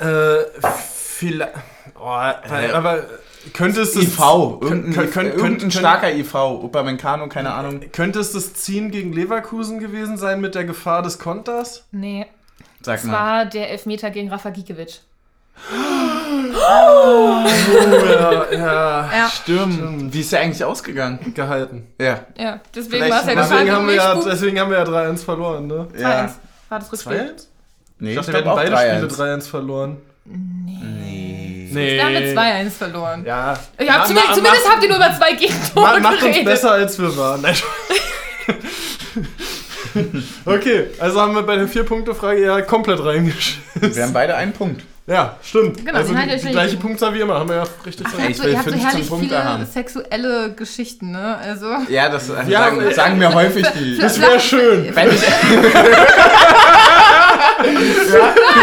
S3: äh, vielleicht. Oh, weil- aber könntest du.
S1: IV, irgendein,
S3: Kön- kön- kön-
S1: irgendein
S3: kön-
S1: starker IV. Upamecano, keine Ahnung.
S3: Könnte es das Ziehen gegen Leverkusen gewesen sein mit der Gefahr des Konters?
S2: Nee.
S1: Sag
S2: Es
S1: mal.
S2: war der Elfmeter gegen Rafa Gikiewicz.
S3: Oh, ja, ja.
S2: Ja.
S1: Stimmt. Wie ist der eigentlich ausgegangen?
S3: Gehalten.
S1: Ja.
S2: Ja, deswegen
S1: Vielleicht-
S2: war halt es ja Gefahr
S3: Deswegen
S2: gegen
S3: haben, wir ja,
S2: Milchbub.
S3: deswegen haben wir ja 3-1 verloren, ne?
S1: ja.
S2: 2-1 war das Rückspiel.
S3: 2-1?
S1: Nee,
S3: Ich
S1: ich,
S3: dachte, wir
S1: glaub
S3: hätten beide
S1: auch
S3: Spiele
S1: 3-1.
S3: 3-1 verloren.
S1: Nee.
S3: Nee.
S2: Da haben wir 2-1 verloren.
S3: Ja.
S2: Ich hab
S3: Ma-
S2: zumindest,
S3: ma-
S2: zumindest
S3: ma-
S2: habt ihr nur über zwei Gegentore
S3: Ma macht uns
S2: geredet.
S3: besser, als wir waren. Nein, okay, also haben wir bei der Vier-Punkte-Frage ja komplett reingeschissen.
S1: Wir haben beide einen Punkt.
S3: Ja, stimmt.
S2: Genau,
S3: also
S2: den
S3: die,
S2: haltet ihr
S3: die
S2: schon
S3: gleiche
S2: richtig.
S3: Punktzahl wie immer, haben wir ja richtig
S2: Ach,
S3: gesagt.
S2: ihr habt
S1: ich
S2: so,
S1: will
S2: ihr habt so
S1: 15
S2: herrlich
S1: Punkte
S2: viele
S1: haben.
S2: sexuelle Geschichten, ne? Also.
S1: Ja, das äh,
S3: Ja,
S1: sagen,
S3: äh,
S1: sagen mir häufig die.
S2: Das
S3: wär schön.
S1: wenn ich,
S2: Ja,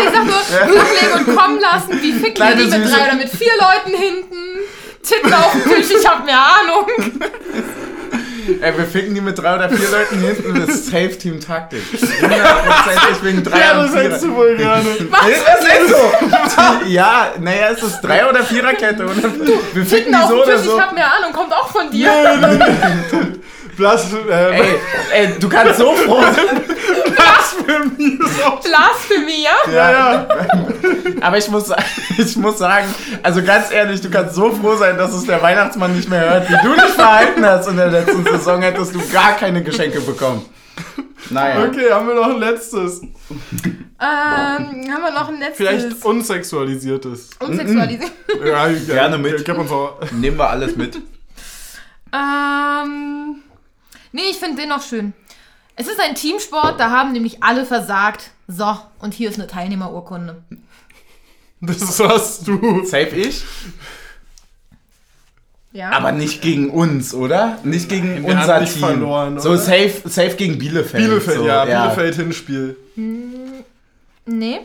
S2: ich sag nur, Blutleben und kommen lassen, wie ficken
S1: Kleine
S2: die mit
S1: Süße.
S2: drei oder mit vier Leuten hinten? Titten auf dem Tisch, ich hab mehr Ahnung.
S1: ey, wir ficken die mit drei oder vier Leuten hinten, das ist Safe-Team-Taktik. 100% wegen drei
S3: ja,
S1: und
S3: das
S1: vier.
S3: hättest du wohl gerade.
S1: Das ist so. Die- Ja, naja, es ist drei oder viererkette. Und wir ficken
S2: Titten
S1: die
S2: auf
S1: so
S2: dem
S1: oder
S2: Tisch,
S1: so.
S2: ich hab mehr Ahnung, kommt auch von dir.
S3: Blas, äh,
S1: Ey, ey, du kannst so froh sein.
S3: Blasphemie.
S2: Blasphemie, ja?
S3: Ja, ja.
S1: Aber ich muss, sa- ich muss sagen, also ganz ehrlich, du kannst so froh sein, dass es der Weihnachtsmann nicht mehr hört, wie du dich verhalten hast in der letzten Saison, hättest du gar keine Geschenke bekommen. Naja.
S3: Okay, haben wir noch ein letztes.
S2: Ähm, haben wir noch ein letztes
S3: Vielleicht unsexualisiertes.
S2: unsexualisiert.
S3: Ja, ich-
S1: Gerne mit.
S3: Ich hab uns auch.
S1: Nehmen wir alles mit.
S2: Ähm. Nee, ich finde den noch schön. Es ist ein Teamsport, da haben nämlich alle versagt. So, und hier ist eine Teilnehmerurkunde.
S3: Das hast du.
S1: Safe ich?
S2: Ja.
S1: Aber nicht gegen uns, oder? Nicht gegen
S3: wir haben
S1: unser
S3: nicht
S1: Team.
S3: verloren,
S1: so
S3: oder?
S1: safe, safe gegen Bielefeld.
S3: Bielefeld,
S1: so,
S3: ja, Bielefeld-Hinspiel.
S2: nee.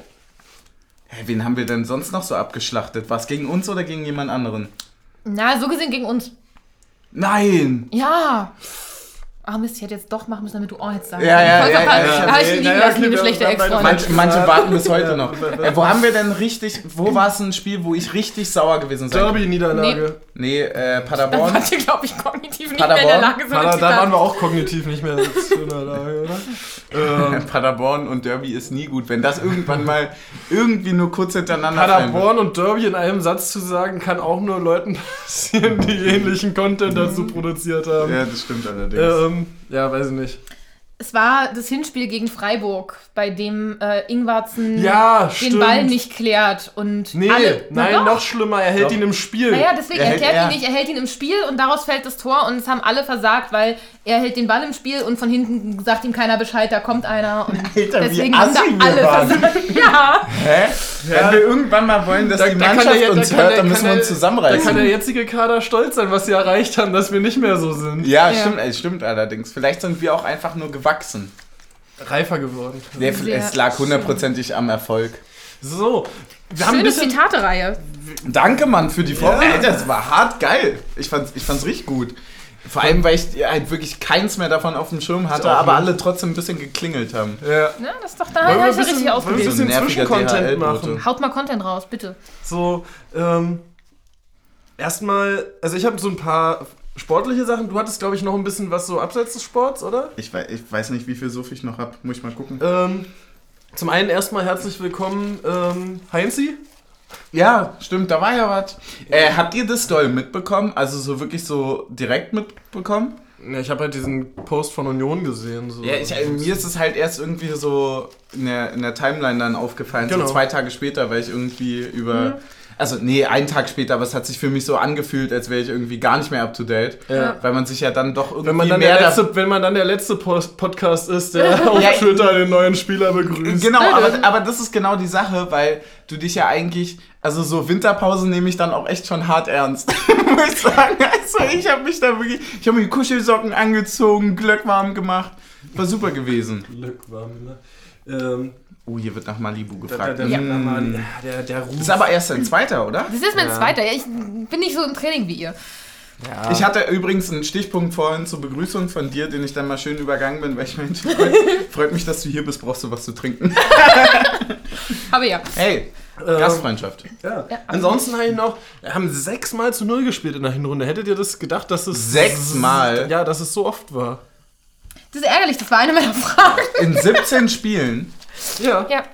S1: Hä, wen haben wir denn sonst noch so abgeschlachtet? Was gegen uns oder gegen jemand anderen?
S2: Na, so gesehen gegen uns.
S1: Nein!
S2: Ja. Ach Mist, ich hätte jetzt doch machen müssen, damit du auch jetzt sagst.
S1: Ja, ja,
S2: Voll
S1: ja,
S2: verpeilt.
S1: ja, ja.
S2: Da habe ich
S3: Nee,
S2: ihn liegen
S3: naja,
S2: lassen,
S3: okay,
S2: liebe
S3: wir-
S2: schlechte
S3: wir haben beide
S2: Ex-Freundin.
S1: Manche, manche warten bis heute noch.
S3: Ja.
S1: Äh, wo haben wir denn richtig, wo war es ein Spiel, wo ich richtig sauer gewesen sein
S3: Derby-Niederlage.
S1: Nee, äh,
S2: Da
S1: Paderborn.
S2: wart ihr, glaube ich, kognitiv nicht mehr in der
S1: Paderborn?
S2: Lage, so
S3: Pader,
S2: eine
S3: da waren
S2: Zitate-
S3: wir auch kognitiv nicht mehr in der Lage, oder? Ähm,
S1: Paderborn und Derby ist nie gut. Wenn das irgendwann mal irgendwie nur kurz hintereinander fallen wird.
S3: Paderborn und Derby in einem Satz zu sagen, kann auch nur Leuten passieren, die ähnlichen Content dazu produziert haben.
S1: Mhm. Ja, das stimmt allerdings.
S3: Ähm, ja, weiß ich nicht.
S2: Es war das Hinspiel gegen Freiburg, bei dem äh, Ingwarzen
S3: Ja,
S2: den
S3: stimmt.
S2: Ball nicht klärt und
S3: Nee,
S2: alle, Na
S3: nein,
S2: doch.
S3: noch schlimmer, er hält
S1: Doch.
S3: ihn im Spiel.
S2: Naja, deswegen
S1: Er
S2: er
S1: hält-
S2: erklärt
S1: ja.
S2: ihn nicht, er hält ihn im Spiel und daraus fällt das Tor und es haben alle versagt, weil er hält den Ball im Spiel und von hinten sagt ihm keiner Bescheid, da kommt einer und
S1: Alter, wie
S2: deswegen haben da
S1: assi wir
S2: alle
S1: waren.
S2: versagt. Ja,
S1: Hä?
S3: Ja.
S1: Wenn wir irgendwann mal wollen, dass die
S3: kann
S1: Mannschaft
S3: der-
S1: uns
S3: kann
S1: hört,
S3: der-
S1: dann müssen
S3: kann
S1: wir
S3: der-
S1: uns
S3: Da kann der
S1: zusammenreißen.
S3: jetzige Kader stolz sein, was sie erreicht haben, dass wir nicht mehr so sind.
S1: Ja,
S2: Ja.
S1: stimmt, es stimmt allerdings. Vielleicht sind wir auch einfach nur gewachsen.
S3: Reifer geworden.
S1: Der,
S2: Sehr
S1: es lag
S2: schön.
S1: hundertprozentig am Erfolg.
S3: So, wir haben ein
S2: schöne
S3: bisschen.
S2: Zitatereihe.
S1: Danke, Mann, für die Vorbereitung. Alter, das war hart geil. Ich fand's, ich fand's richtig gut. Vor allem, weil ich halt wirklich keins mehr davon auf dem Schirm hatte,
S3: auch
S1: aber
S3: nicht.
S1: alle trotzdem ein bisschen geklingelt haben.
S3: Ja.
S2: Ja, das ist doch da halt
S3: ein
S2: richtig
S3: bisschen, wollen wir ein
S2: ausgewählt.
S3: bisschen
S1: So ein nerviger
S3: Zwischencontent
S1: DHL-Bote.
S3: machen?
S2: Haut mal Content raus, bitte.
S3: So, ähm, erstmal, also ich habe so ein paar sportliche Sachen. Du hattest, glaube ich, noch ein bisschen was so abseits des Sports, oder?
S1: Ich weiß, ich weiß nicht, wie viel Suff ich noch hab. Muss ich mal gucken.
S3: Ähm, zum einen erstmal herzlich willkommen, ähm, Heinzi.
S1: Ja, stimmt, da war ja was. Äh, habt ihr das doll mitbekommen? Also so wirklich so direkt mitbekommen?
S3: Ja, ich habe halt diesen Post von Union gesehen. So.
S1: Ja, ich, äh, mir ist es halt erst irgendwie so in der, in der Timeline dann aufgefallen,
S3: Genau.
S1: so zwei Tage später, weil ich irgendwie über. Also, nee, einen Tag später, aber es hat sich für mich so angefühlt, als wäre ich irgendwie gar nicht mehr up to date.
S3: Ja.
S1: Weil man sich ja dann doch irgendwie
S3: Wenn man, dann
S1: mehr
S3: der
S1: da-
S3: letzte, wenn man dann der letzte Post Podcast ist, der auf
S1: Ja.
S3: Twitter den neuen Spieler begrüßt.
S1: Genau, aber, aber das ist genau die Sache, weil du dich ja eigentlich, also so Winterpause nehme ich dann auch echt schon hart ernst, muss ich sagen. Also ich habe mich da wirklich, ich habe mir die Kuschelsocken angezogen, Glöck warm gemacht, war super gewesen.
S3: Glück war mir. ne? Ähm,
S1: Oh, hier wird nach Malibu
S3: der,
S1: gefragt.
S3: der,
S1: ne?
S3: der, der Ruf.
S1: Ist aber erst ein zweiter, oder?
S2: Das ist mein
S3: Ja.
S2: zweiter. Ja, ich bin nicht so im Training wie ihr.
S3: Ja.
S1: Ich hatte übrigens einen Stichpunkt vorhin zur Begrüßung von dir, den ich dann mal schön übergangen bin, weil ich meinte, freut, freut mich, dass du hier bist, brauchst du was zu trinken.
S2: Aber ja.
S1: Hey,
S3: Ähm,
S1: Gastfreundschaft.
S3: Ja.
S2: Ja.
S3: Ansonsten habe ich noch, wir haben sechsmal zu null gespielt in der Hinrunde. Hättet ihr das gedacht, dass es.
S1: Sechsmal?
S3: Ja, dass es so oft war.
S2: Das ist ärgerlich, das war eine meiner Fragen.
S1: In 17 Spielen,
S3: Ja.
S2: Ja.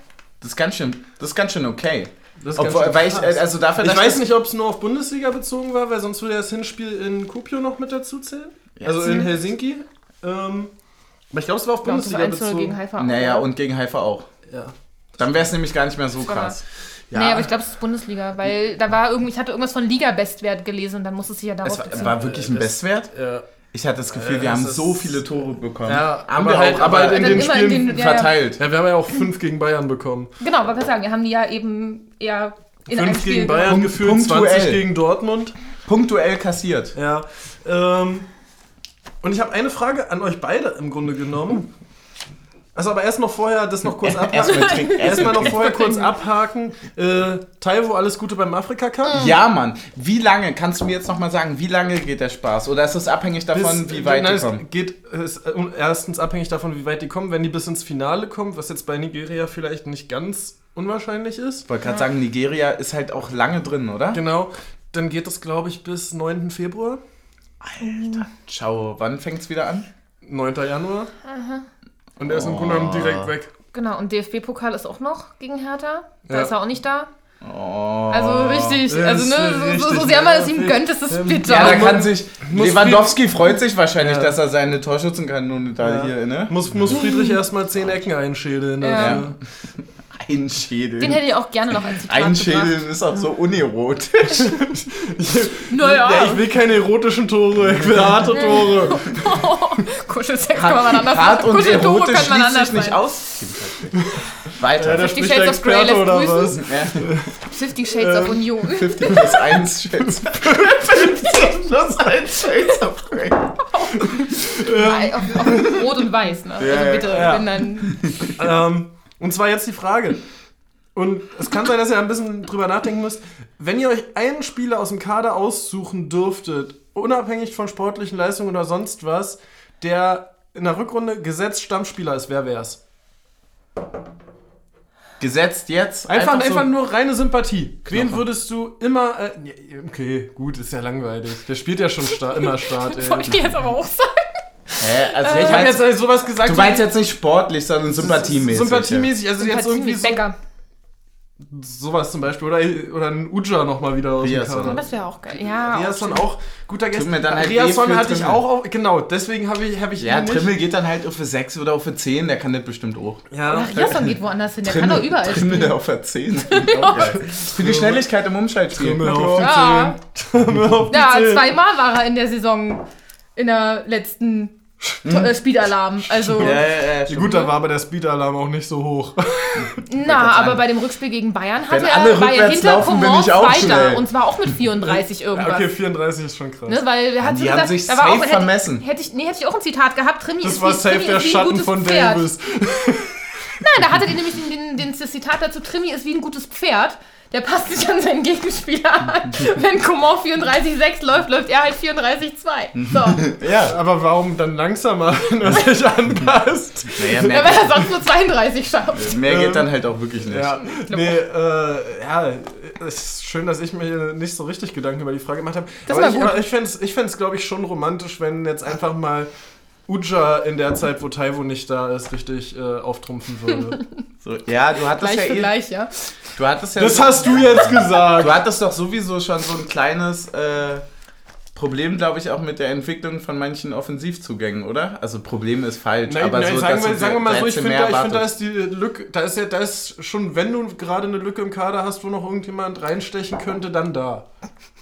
S1: das ist ganz schön, das ist ganz schön okay.
S3: Das ist
S1: Obwohl,
S3: ganz schön
S1: weil ich,
S3: krass.
S1: äh, also dafür,
S3: ich
S1: dass
S3: weiß
S1: das-
S3: nicht, ob es nur auf Bundesliga bezogen war, weil sonst würde das Hinspiel in Kupio noch mit dazu zählen. Also in Helsinki. Ähm, aber ich glaube, es war auf
S2: Glaub, das war
S3: Bundesliga
S2: 1-0
S3: bezogen.
S2: gegen Haifa.
S1: Naja, und gegen Haifa auch.
S3: ja.
S1: Dann wäre es nämlich gar nicht mehr so
S2: war
S1: krass.
S3: Ja.
S2: Naja, aber ich glaube, es ist Bundesliga, weil da war irgendwie, ich hatte irgendwas von Liga-Bestwert gelesen und dann musste es sich ja darauf
S1: Es war,
S2: beziehen.
S1: war wirklich ein
S3: Das-
S1: Bestwert.
S3: ja.
S1: Ich hatte das Gefühl,
S3: Äh,
S1: wir
S3: das
S1: haben
S3: ist-
S1: so viele Tore bekommen.
S3: Ja,
S1: haben
S3: aber
S1: wir
S3: halt-
S1: auch, aber
S3: aber in
S1: in
S3: den
S1: den
S2: Immer
S1: Spielen
S2: in den- ja, ja.
S1: verteilt.
S3: ja, wir haben ja auch fünf gegen Bayern bekommen.
S2: Genau, wollte ich sagen, wir haben die ja eben eher in einem
S3: Fünf
S2: Spiel
S3: gegen Bayern
S1: Punkt-
S3: geführt,
S1: punktuell.
S3: 20 gegen Dortmund.
S1: Punktuell kassiert.
S3: Ja. Ähm, und ich habe eine Frage an euch beide im Grunde genommen. Also aber erst noch vorher das noch kurz abhaken.
S1: Erstmal trinken.
S3: Erstmal noch vorher kurz
S2: trinken.
S3: abhaken. Äh, Taiwo, alles Gute beim Afrika Cup.
S1: Ja, Mann. Wie lange, kannst du mir jetzt nochmal sagen, wie lange geht der Spaß? Oder ist es abhängig davon, wie weit
S3: nein,
S1: wir
S3: es
S1: kommen?
S3: geht ist äh, un- erstens abhängig davon, wie weit die kommen. Wenn die bis ins Finale kommen, was jetzt bei Nigeria vielleicht nicht ganz unwahrscheinlich ist,
S1: Ich wollte gerade sagen, Nigeria ist halt auch lange drin, oder?
S3: genau, dann geht es glaube ich bis 9. Februar,
S1: Ciao. Wann fängt es wieder an?
S3: 9. Januar. Und er ist im Grunde genommen direkt
S1: Oh.
S3: weg.
S2: Genau, und DFB-Pokal ist auch noch gegen Hertha. Da
S3: Ja.
S2: ist er auch nicht da.
S1: Oh.
S2: Also richtig,
S3: das
S2: also
S3: ist
S2: ne, so, so,
S3: richtig,
S2: so sehr man
S3: ja,
S2: es ihm
S3: viel-
S2: gönnt, ist es
S3: ähm,
S2: bitter. Also,
S1: ja, da
S3: man
S1: kann sich.
S3: muss
S1: Lewandowski freut sich wahrscheinlich,
S3: Ja.
S1: dass er seine Torschützenkanone da
S3: Ja.
S1: hier, ne?
S3: Muss, muss Friedrich erstmal 10 Ecken einschädeln.
S2: Ja.
S3: dafür.
S1: Ein Schädel.
S2: Den hätte ich auch gerne noch als Zitat
S1: Ein
S2: gebracht.
S1: Schädel ist auch so unerotisch.
S2: Naja.
S3: Ja, ich will keine erotischen Tore, ich will harte Tore.
S2: Kuschelsex kann man anders
S1: Hart und
S2: Kuscheldoro
S1: erotisch
S2: kann man
S1: schließt sich
S2: anders
S1: nicht
S2: sein.
S1: aus.
S3: Ja, da
S1: Weiter.
S2: Fifty
S3: spricht der
S2: Shades of Grey
S3: Experte
S2: lässt
S3: oder was?
S2: grüßen.
S1: Ja,
S2: Fifty Shades of
S3: Ähm,
S2: Union.
S1: 50 plus 1 Shades. 50 plus 1 Shades of Grey.
S2: Ei, auf, auf Rot und Weiß, ne?
S1: Ja,
S2: also bitte,
S3: ja.
S2: wenn dann.
S3: Ähm, und zwar jetzt die Frage. Und es kann sein, dass ihr ein bisschen drüber nachdenken müsst. Wenn ihr euch einen Spieler aus dem Kader aussuchen dürftet, unabhängig von sportlichen Leistungen oder sonst was, der in der Rückrunde gesetzt Stammspieler ist, wer wär's?
S1: Gesetzt jetzt.
S3: Einfach, einfach,
S1: so- Genau.
S3: nur reine Sympathie. Wen
S1: Knochen.
S3: würdest du immer. Äh, ja, okay, gut, ist ja langweilig. Der spielt ja schon sta immer Start. Ey.
S2: Wollte ich dir jetzt aber auch sagen.
S1: Hä? Also ich
S3: Ich habe
S1: mein,
S3: jetzt also sowas gesagt.
S1: du
S3: so-
S1: meinst jetzt nicht sportlich, sondern sympathiemäßig.
S3: Sympathiemäßig, also jetzt irgendwie so,
S2: Bäcker.
S3: sowas zum Beispiel. Oder, oder ein Uja nochmal wieder aus dem
S1: Riasson.
S3: Kader.
S2: Das wäre auch geil. Ja.
S3: Riasson auch guter Gast.
S1: mir dann halt weh
S3: Riasson
S1: für
S3: hatte ich
S1: Trimmel.
S3: auch. Auf, genau, deswegen habe ich, hab ich
S1: Ja,
S3: ihn
S1: Trimmel geht dann halt auf für 6 oder auf für 10, der kann das bestimmt auch.
S3: Ja.
S2: Ach, Jasson geht woanders hin. Der kann doch überall
S1: Trimmel
S2: spielen.
S1: auf der 10. Für die Schnelligkeit im Umschaltspiel.
S3: Trimmel auf die
S2: Ja.
S3: Trimmel auf die
S2: Ja,
S3: Zehen.
S2: zweimal war er in der Saison in der letzten To- äh, Spielalarm. Also,
S1: Hm. Ja, ja, ja, stimmt.
S3: Gut, da war aber der Speed-Alarm auch nicht so hoch.
S2: na,
S1: sagen.
S2: aber bei dem Rückspiel gegen Bayern
S1: Wenn
S2: hatte
S1: alle
S2: er war er
S1: rückwärts
S2: hinter
S1: laufen, bin
S2: Coman
S1: ich auch
S2: Zweiter.
S1: schnell.
S2: Und zwar auch mit 34 irgendwas.
S3: Okay, 34 ist schon krass.
S2: Ne, weil er hat
S1: Die
S2: so
S1: haben
S2: gesagt,
S1: sich
S2: da war
S1: safe
S2: auch, hätte,
S1: vermessen.
S2: Hätte ich, nee, hätte ich auch ein Zitat gehabt. Trimi
S3: Das
S2: ist
S3: war
S2: wie,
S3: safe
S2: Trimi
S3: der
S2: ist wie ein
S3: Schatten
S2: gutes
S3: von
S2: Pferd.
S3: Davis.
S2: Nein, da hatte die nämlich den, den, den, das Zitat dazu, Trimi ist wie ein gutes Pferd. Der passt sich an seinen Gegenspieler an. Wenn Coman 34,6 läuft, läuft er halt 34,2. So.
S1: Ja.
S3: Aber warum dann langsamer, wenn er sich anpasst?
S1: Naja,
S2: Ja, wenn
S1: mehr,
S2: er sonst nur 32 schafft.
S1: mehr geht dann halt auch wirklich nicht.
S3: Ja, nee, äh, ja, es ist schön, dass ich mir nicht so richtig Gedanken über die Frage gemacht habe.
S2: Das
S3: aber
S2: war
S3: ich,
S2: gut.
S3: aber ich fände es, ich fänd's, glaube ich, schon romantisch, wenn jetzt einfach mal Uja in der Zeit, wo Taiwo nicht da ist, richtig äh, auftrumpfen würde.
S1: So, ja, du hattest
S2: Gleich
S1: ja eh,
S2: für gleich, ja.
S1: du hattest ja
S3: das
S1: so,
S3: hast du jetzt gesagt!
S1: du hattest doch sowieso schon so ein kleines äh, Problem, glaube ich, auch mit der Entwicklung von manchen Offensivzugängen, oder? Also Problem ist falsch,
S3: Nein,
S1: aber
S3: nein,
S1: so
S3: sagen,
S1: dass
S3: wir,
S1: du
S3: sagen wir mal so, ich
S1: Plätze
S3: finde,
S1: mehr
S3: da, ich find, da
S1: erwartest.
S3: ist die Lücke, da ist ja, da ist schon, wenn du gerade eine Lücke im Kader hast, wo noch irgendjemand reinstechen könnte, dann da.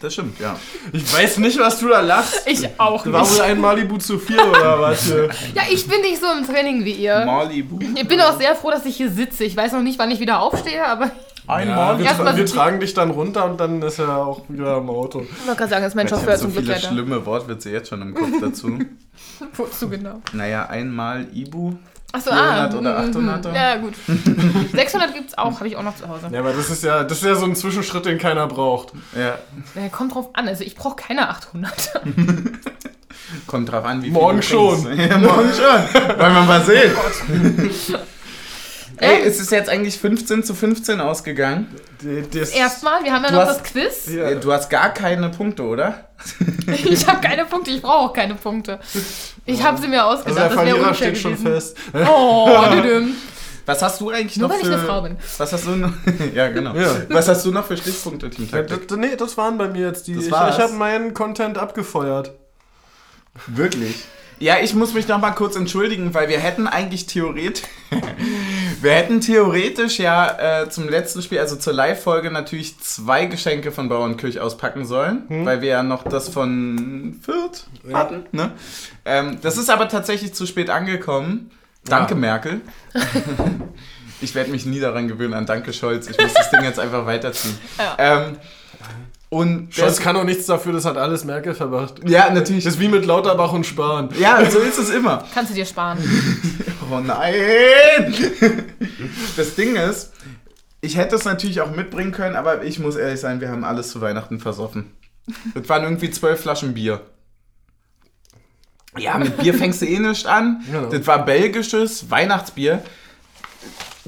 S1: das stimmt, ja.
S3: Ich weiß nicht, was du da lachst.
S2: Ich auch
S3: War wohl
S2: nicht.
S3: ein Malibu zu viel oder was? hier?
S2: Ja, ich bin nicht so im Training wie ihr.
S1: Malibu.
S2: Ich bin auch sehr froh, dass ich hier sitze. Ich weiß noch nicht, wann ich wieder aufstehe, aber
S1: Ein
S3: Ja, wir,
S1: Malibu.
S2: Erst mal
S3: tra wir
S2: so-
S3: tragen dich dann runter und dann ist er auch wieder im Auto.
S2: ich wollte gerade sagen, dass mein
S1: Ich
S2: Chauffeur
S1: habe so
S2: zum Glück
S1: viele
S2: leider.
S1: schlimme Wortwitze jetzt schon im Kopf dazu.
S2: Wozu genau?
S1: Naja, einmal Ibu.
S2: Achso,
S1: 400
S2: ah.
S1: oder
S2: mhm,
S1: 800er?
S2: Ja, gut. 600 gibt's auch, habe ich auch noch zu Hause.
S3: Ja, aber das ist ja, das ist ja so ein Zwischenschritt, den keiner braucht.
S1: Ja,
S2: Ja, kommt drauf an. Also, ich brauche keine 800.
S1: kommt drauf an, wie viel
S3: Morgen
S1: du
S3: schon. Oh
S1: trinkst. ja, morgen schon. Wollen wir mal sehen. Ey,
S3: Ähm.
S1: ist es jetzt eigentlich 15 zu 15 ausgegangen?
S3: Die- das-
S2: Erstmal, wir haben ja
S1: Du
S2: noch
S1: hast-
S2: das Quiz.
S3: Ja.
S1: Du hast gar keine Punkte, oder?
S2: Ich habe keine Punkte, ich brauche auch keine Punkte. Ich habe sie mir
S3: also
S2: ausgedacht,
S3: der
S2: das wäre
S3: Verlierer
S2: unfair
S3: steht schon
S2: gewesen.
S3: fest. Äh,
S2: Oh, düdüm.
S1: Was hast du eigentlich
S2: Nur
S1: noch
S2: weil ich
S1: für...
S2: eine Frau bin.
S1: Was hast du noch... ja, genau.
S3: Ja.
S1: Was hast du noch für Stichpunkte, Team
S3: Ja,
S1: Taktik?
S3: das, nee, das waren bei mir jetzt die.
S1: Das
S3: ich ich
S1: war's.
S3: habe meinen Content abgefeuert.
S1: Wirklich? Ja, ich muss mich noch mal kurz entschuldigen, weil wir hätten eigentlich theoretisch, wir hätten theoretisch ja äh, zum letzten Spiel, also zur Live-Folge natürlich zwei Geschenke von Bauernkirch auspacken sollen,
S3: Hm.
S1: weil wir ja noch das von Fürth hatten. Ne? Ähm, das ist aber tatsächlich zu spät angekommen. Danke,
S3: Ja.
S1: Merkel. ich werde mich nie daran gewöhnen an Danke, Scholz. Ich muss das Ding jetzt einfach weiterziehen.
S2: Ja.
S1: Ähm, und
S3: Scholz
S1: des-
S3: kann auch nichts dafür, das hat alles Merkel verbracht.
S1: ja, natürlich.
S3: Das ist wie mit Lauterbach und Spahn.
S1: Ja, so ist es immer.
S2: Kannst du dir sparen.
S1: Oh nein! Das Ding ist, ich hätte es natürlich auch mitbringen können, aber ich muss ehrlich sein, wir haben alles zu Weihnachten versoffen. Das waren irgendwie zwölf Flaschen Bier. Ja, mit Bier fängst du eh nicht an.
S3: Genau.
S1: Das war belgisches Weihnachtsbier.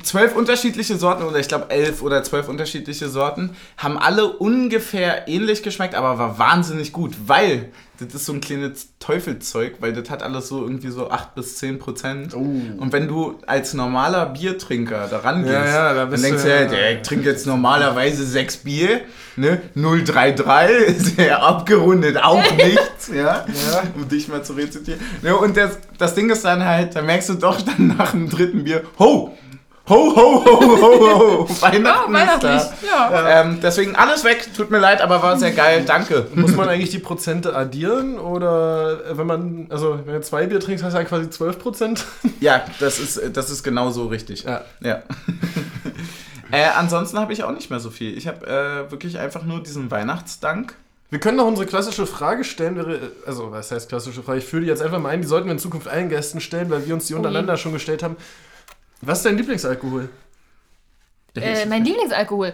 S1: Zwölf unterschiedliche Sorten, oder ich glaube elf oder zwölf unterschiedliche Sorten, haben alle ungefähr ähnlich geschmeckt, aber war wahnsinnig gut, weil das ist so ein kleines Teufelzeug, weil das hat alles so irgendwie so 8 bis 10 Prozent.
S3: Oh.
S1: Und wenn du als normaler Biertrinker da rangehst,
S3: Ja, ja, da
S1: dann
S3: bist
S1: denkst
S3: du
S1: du, ja,
S3: ja-
S1: der ich trinke jetzt normalerweise sechs Bier, ne? 033 ist ja abgerundet auch nichts, ja? Um dich mal zu rezitieren. Ne, und das, das Ding ist dann halt, da merkst du doch dann nach dem dritten Bier, ho! Ho, ho, ho, ho, ho! Weihnachten
S2: Oh,
S1: ist da.
S2: weihnachtlich. Ja.
S1: Ähm, deswegen alles weg, tut mir leid, aber war sehr geil, danke.
S3: Muss man eigentlich die Prozente addieren? Oder äh, wenn man, also wenn du zwei Bier trinkst, hast du ja quasi 12 Prozent.
S1: Ja, das ist, das ist genau so richtig.
S3: Ja.
S1: Ja. äh, ansonsten habe ich auch nicht mehr so viel. Ich habe äh, wirklich einfach nur diesen Weihnachtsdank.
S3: Wir können noch unsere klassische Frage stellen, wäre, also was heißt klassische Frage? Ich führe die jetzt einfach mal ein, die sollten wir in Zukunft allen Gästen stellen, weil wir
S1: Oh
S3: uns die untereinander schon gestellt haben. Was ist dein Lieblingsalkohol?
S2: Äh, mein Lieblingsalkohol.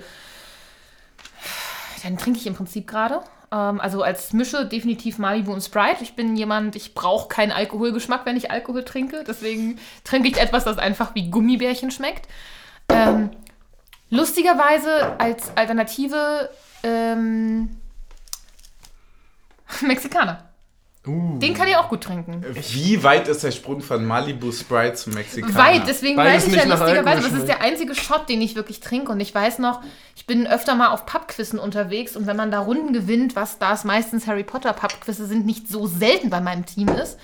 S2: Dann trinke ich im Prinzip gerade. Ähm, also als Mische definitiv Malibu und Sprite. Ich bin jemand, ich brauche keinen Alkoholgeschmack, wenn ich Alkohol trinke. Deswegen trinke ich etwas, das einfach wie Gummibärchen schmeckt. Ähm, Lustigerweise als Alternative ähm, Mexikaner.
S3: Uh.
S2: Den kann ihr auch gut trinken.
S1: Äh, Wie weit ist der Sprung von Malibu Sprite zu Mexikaner?
S2: Weit, deswegen weiß
S3: Beides
S2: ich
S3: nicht
S2: ja
S3: nach
S2: lustigerweise,
S3: Alkohol
S2: das ist der einzige Shot, den ich wirklich trinke. Und ich weiß noch, ich bin öfter mal auf Pubquizen unterwegs und wenn man da Runden gewinnt, was da es meistens Harry Potter Pubquizze sind, nicht so selten bei meinem Team ist,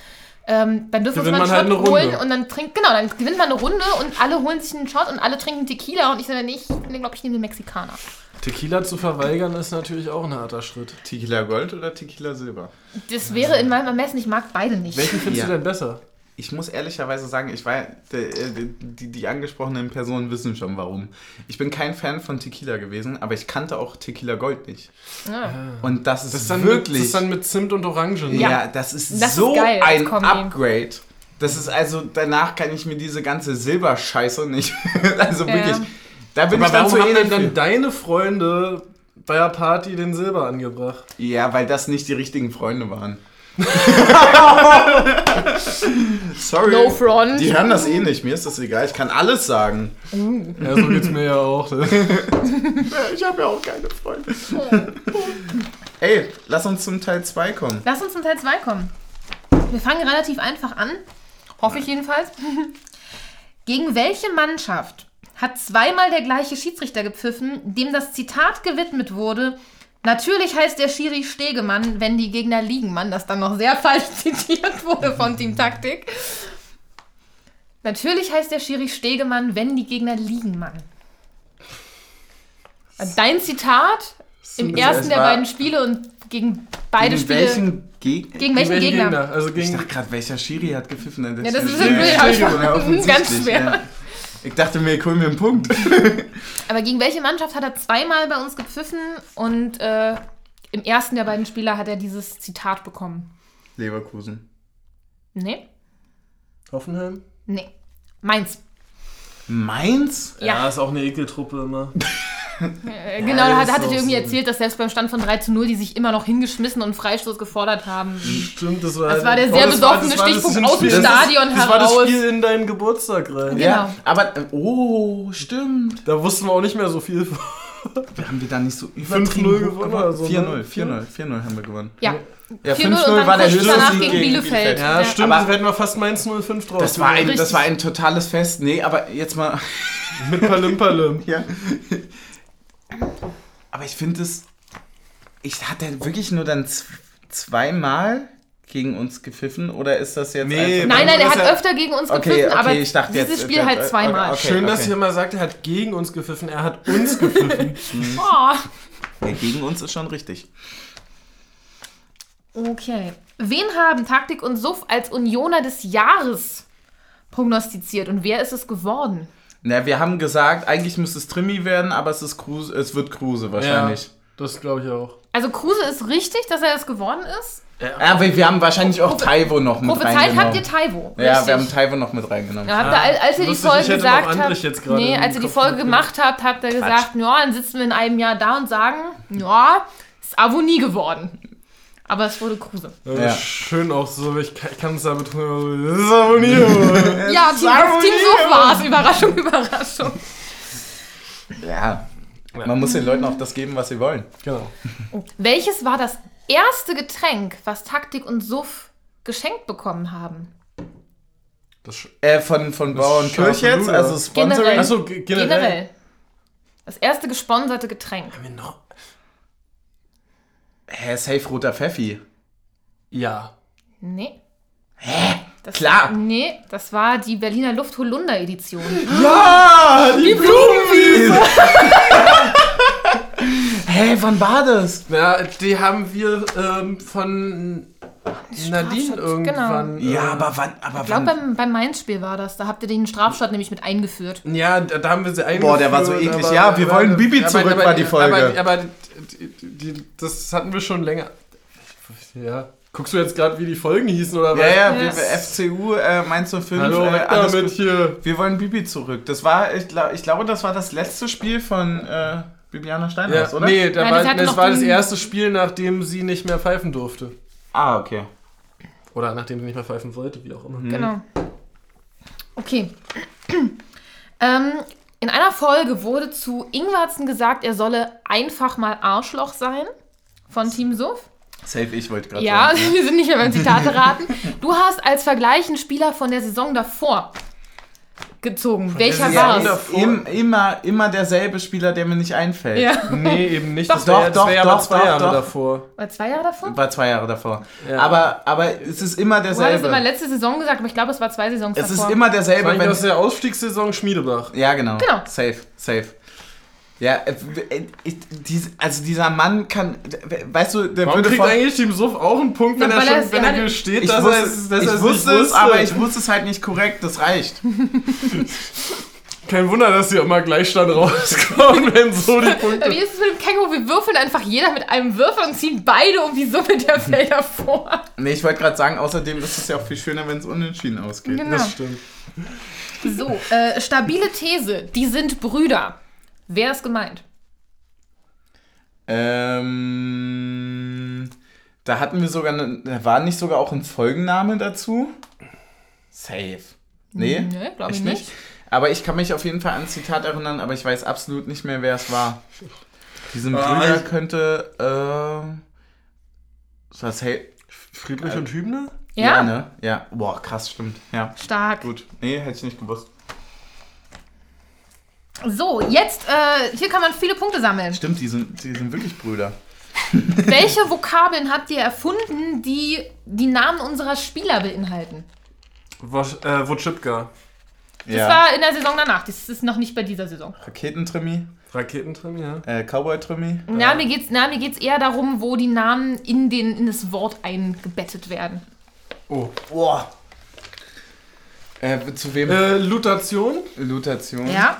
S2: ähm, dann dürfen wir uns mal
S3: Gewinnt
S2: einen Shot
S3: man halt eine Runde.
S2: holen und dann trinkt, genau, dann gewinnt man eine Runde und alle holen sich einen Shot und alle trinken Tequila und ich sage, nee, ich glaube, ich nehme den Mexikaner.
S3: Tequila zu verweigern ist natürlich auch ein harter Schritt.
S1: Tequila Gold oder Tequila Silber?
S2: Das wäre in meinem Ermessen, ich mag beide nicht.
S3: Welchen findest
S1: Ja.
S3: du denn besser?
S1: Ich muss ehrlicherweise sagen, ich war, die, die, die angesprochenen Personen wissen schon warum. Ich bin kein Fan von Tequila gewesen, aber ich kannte auch Tequila Gold nicht.
S2: Ja.
S1: Und das ist,
S3: Das ist dann, Mit,
S1: wirklich.
S3: das ist dann mit Zimt und Orangen.
S1: ja,
S3: Ne?
S2: Ja.
S1: das ist
S2: Das ist
S1: so
S2: geil als
S1: ein
S2: Kombi.
S1: Upgrade. Das ist also, danach kann ich mir diese ganze Silberscheiße nicht. also
S2: Ja.
S1: wirklich. Da bin
S3: Aber
S1: ich dann zu
S3: warum haben denn
S1: ähnlich.
S3: dann
S1: für.
S3: deine Freunde bei der Party den Silber angebracht?
S1: Ja, weil das nicht die richtigen Freunde waren. Sorry.
S2: No front.
S1: Die hören das eh nicht, mir ist das egal, ich kann alles sagen.
S3: Ja, so geht's mir ja auch. ne?
S1: Ich habe ja auch keine Freunde. Ey, lass uns zum Teil 2 kommen.
S2: Lass uns zum Teil 2 kommen. Wir fangen relativ einfach an. Hoffe ich jedenfalls. Gegen welche Mannschaft hat zweimal der gleiche Schiedsrichter gepfiffen, dem das Zitat gewidmet wurde? Natürlich heißt der Schiri Stegemann, wenn die Gegner liegen, Mann, das dann noch sehr falsch zitiert wurde von Team Taktik. Natürlich heißt der Schiri Stegemann, wenn die Gegner liegen, Mann. Dein Zitat im
S1: Es
S2: ersten der
S1: war-
S2: beiden Spiele und gegen beide
S1: Gegen
S2: Spiele.
S1: welchen Gegner?
S2: Gegen welchen
S3: Welche
S2: Gegner?
S3: Also
S1: ich
S3: gegen
S1: dachte gerade, welcher Schiri hat gepfiffen? denn?
S2: Ja, das ist
S1: Schiri.
S2: wirklich- hab ich schon-
S1: Ja, offensichtlich,
S2: ganz schwer.
S1: ja. Ich dachte mir, ich hol mir einen Punkt.
S2: Aber gegen welche Mannschaft hat er zweimal bei uns gepfiffen und äh, im ersten der beiden Spieler hat er dieses Zitat bekommen?
S1: Leverkusen.
S2: Nee?
S3: Hoffenheim.
S2: Nee. Mainz.
S1: Mainz?
S2: Ja.
S3: ist auch eine Ekeltruppe immer.
S2: Äh, genau, da
S3: das
S2: hat,
S3: ist
S2: hattet
S3: auch
S2: ihr irgendwie
S3: so.
S2: erzählt, dass selbst beim Stand von 3 zu 0 die sich immer noch hingeschmissen und Freistoß gefordert haben.
S3: Stimmt, das war,
S2: Das
S3: halt-
S2: war der
S3: Oh,
S2: sehr
S3: das war- das
S2: besoffene
S3: war das
S2: Stichpunkt
S3: Spiel-
S2: aus dem
S3: das ist-
S2: Stadion
S3: Das war das
S2: heraus.
S3: Spiel in deinen Geburtstag rein.
S2: Genau.
S1: Ja, aber, äh, oh, stimmt.
S3: Da wussten wir auch nicht mehr so viel von.
S1: Wir haben wir da nicht so
S3: 5-0
S1: übertrieben hoch
S3: gewonnen oder so, ne?
S1: 4-0, 4-0, 4-0 haben wir gewonnen.
S2: Ja.
S1: Ja,
S2: 4-0 und
S1: 5-0
S2: dann
S1: war der
S2: kurz
S1: höchste
S2: danach
S1: Sieg
S2: gegen
S1: gegen
S2: Bielefeld.
S1: Bielefeld.
S2: Ja,
S1: stimmt,
S3: Aber
S1: da
S3: hätten wir fast Mainz 05 drauf.
S1: Das war, ein, das
S2: Richtig.
S1: war ein totales Fest. Nee, aber jetzt mal.
S3: mit Palimpalim.
S1: Ja. Aber ich finde es. Ich hatte wirklich nur dann z- zweimal gegen uns gepfiffen oder ist das jetzt.
S3: Nee,
S1: einfach-
S2: Nein, nein, er
S3: Das
S2: hat
S3: ist ja-
S2: öfter gegen uns
S1: Okay,
S2: gepfiffen,
S1: okay,
S2: aber
S1: ich dachte
S2: dieses
S1: jetzt-
S2: Spiel halt zweimal.
S1: Okay.
S3: Schön, dass ihr mal sagt, er hat gegen uns gepfiffen. Er hat uns gepfiffen.
S2: Oh.
S1: Nee, gegen uns ist schon richtig.
S2: Okay. Wen haben Taktik und Suff als Unioner des Jahres prognostiziert und wer ist es geworden?
S1: Na, wir haben gesagt, eigentlich müsste es Trimmi werden, aber es, ist Kruse, es wird Kruse wahrscheinlich.
S3: das glaube ich auch.
S2: Also Kruse ist richtig, dass er es geworden ist.
S1: Aber wir haben wahrscheinlich auch
S2: Prophezeit-
S1: Taiwo noch mit
S2: Prophezeit
S1: reingenommen.
S2: habt ihr Taiwo.
S1: ja,
S2: richtig.
S1: wir haben Taiwo noch mit reingenommen.
S2: ja, habt ihr, als- als ihr die
S3: Lustig, ich
S2: Folge
S3: hätte noch
S2: gesagt
S3: Andrich
S2: habt,
S3: jetzt gerade
S2: nee,
S3: im
S2: als ihr die
S3: Kopf
S2: Folge
S3: mitgenommen.
S2: gemacht habt, habt ihr gesagt, ja, dann sitzen wir in einem Jahr da und sagen, ja, ist Avonie geworden. Aber es wurde Kruse.
S3: Ja.
S1: Ja.
S3: Schön auch so, ich kann- ich kann es damit. Das ist abonniert.
S2: Ja, Team,
S1: Avonie
S2: Team Suff war es. Überraschung, Überraschung.
S1: Ja. Man muss den Leuten auch das geben, was sie wollen.
S3: genau.
S1: Oh.
S2: Welches war das erste Getränk, was Taktik und Suff geschenkt bekommen haben?
S3: Das sch-
S1: Äh, von, von
S3: Das
S1: Bauer und
S3: scharfe
S1: Kirch jetzt,
S3: Nudeln.
S1: also Sponsoring.
S2: Generell.
S1: Achso,
S3: Achso, ge- generell.
S2: Generell. Das erste gesponserte Getränk.
S3: Haben wir noch-
S1: hä, safe roter Pfeffi.
S3: Ja.
S2: Nee. Das,
S1: Klar.
S2: Nee, das war die Berliner Luft Holunder Edition.
S1: Ja, die, Blumenwiese. Hä, wann war das?
S3: Ja, die haben wir ähm, von Nadine
S2: Strafschutz,
S3: irgendwann. äh,
S1: Ja, aber wann, aber
S2: Ich glaube,
S1: wann?
S2: beim, beim Mainz-Spiel war das. Da habt ihr den Strafstaat nämlich mit
S1: Mhm.
S2: eingeführt.
S3: Ja, da da haben wir sie eingeführt.
S1: Boah, der war so eklig. Ja, wir wollen Bibi zurück, war die Folge.
S3: Aber, aber die, die, die, das hatten wir schon länger. Ja. Guckst du jetzt gerade, wie die Folgen hießen oder
S1: Ja,
S3: was?
S1: ja,
S2: Ja.
S1: wir, wir- FCU, äh, Mainz 05,
S3: Hallo,
S1: äh,
S3: weg
S1: alles
S3: damit
S1: gut.
S3: hier.
S1: Wir wollen Bibi zurück. Das war, ich, glaub, ich glaube, das war das letzte Spiel von äh, Bibiana
S3: Ja,
S1: Steinhaus, oder?
S3: nee, da
S2: Nein, das
S3: war,
S2: hatte
S3: das
S2: noch
S3: war das
S2: den-
S3: erste Spiel, nachdem sie nicht mehr pfeifen durfte.
S1: Ah, okay.
S3: Oder nachdem sie nicht mehr
S1: Hm.
S3: pfeifen wollte, wie auch immer.
S2: Genau. Okay. ähm, In einer Folge wurde zu Ingwarzen gesagt, er solle einfach mal Arschloch sein von Team Suff.
S1: Safe, ich wollte gerade
S2: Ja,
S1: sagen.
S2: wir sind nicht mehr beim Zitate raten. Du hast als Vergleich einen Spieler von der Saison davor gezogen. Welcher
S1: Ja,
S2: war
S3: Saison
S2: es?
S3: davor.
S1: ist im, immer, immer derselbe Spieler, der mir nicht einfällt.
S2: Ja.
S3: Nee, eben nicht. Das
S1: Doch,
S3: wär-
S1: doch,
S3: das wär ja aber
S1: doch,
S3: zwei
S1: doch,
S3: Jahre
S1: doch.
S3: davor.
S2: War zwei Jahre davor?
S1: War zwei Jahre davor.
S3: Ja.
S1: Aber, aber es ist immer
S2: Du hattest immer
S1: derselbe.
S2: letzte Saison gesagt, aber ich glaube, es war zwei Saisons
S1: Es
S2: davor.
S1: ist immer derselbe.
S3: War ich
S1: wenn-
S3: aus der Ausstiegssaison Schmiedebach.
S1: Ja, genau.
S2: Genau.
S1: Safe, safe. Ja, äh, äh, ich, dies, also dieser Mann kann, äh, weißt du, der
S3: Warum
S1: würde
S3: kriegt
S1: von,
S3: eigentlich Team Suff auch einen Punkt, wenn
S2: Na,
S3: er
S2: weil
S3: schon,
S2: er es-
S3: wenn
S2: er
S3: er
S2: hat-
S3: gesteht,
S1: ich
S3: dass
S1: wusste,
S3: er es, dass er
S1: ich
S3: es
S1: wusste
S3: nicht
S1: es, aber ich wusste es halt nicht korrekt, das reicht.
S3: Kein Wunder, dass sie immer Gleichstand rauskommen, wenn so die
S2: Äh,
S3: Punkte...
S2: Wie ist es mit dem Känguru? Wir würfeln einfach jeder mit einem Würfel und ziehen beide um die Summe der Felder vor.
S1: Nee, ich wollte gerade sagen, außerdem ist es ja auch viel schöner, wenn es unentschieden ausgeht.
S2: Genau.
S3: Das stimmt.
S2: So, äh, stabile These. Die sind Brüder. Wer ist gemeint?
S1: Ähm, da hatten wir sogar, ne, da war nicht sogar auch ein Folgenname dazu? Safe. Nee?
S2: Nee, glaub ich
S1: echt
S2: nicht.
S1: Aber ich kann mich auf jeden Fall an ein Zitat erinnern, aber ich weiß absolut nicht mehr, wer es war. Diesen
S3: Ah,
S1: Brüder
S3: ich-
S1: könnte, äh, was, hey,
S3: Friedrich und Hübner?
S2: Ja?
S1: ne? Ja. Boah, krass, stimmt. Ja,
S2: Stark.
S1: gut. Nee, hätte ich nicht gewusst.
S2: So, jetzt, äh, hier kann man viele Punkte sammeln.
S1: Stimmt, die sind, die sind wirklich Brüder.
S2: Welche Vokabeln habt ihr erfunden, die die Namen unserer Spieler beinhalten?
S3: Wosch, äh, Wotschipka.
S2: Das war in der Saison danach. Das ist noch nicht bei dieser Saison.
S1: Raketentrimi,
S3: Raketentrim, ja.
S1: äh, Cowboy-Trimi.
S2: Na, mir geht's, na, mir geht's eher darum, wo die Namen in, den, in das Wort eingebettet werden.
S3: Oh.
S1: Boah. Äh, zu wem?
S3: Äh, Lutation?
S1: Lutation.
S2: Ja?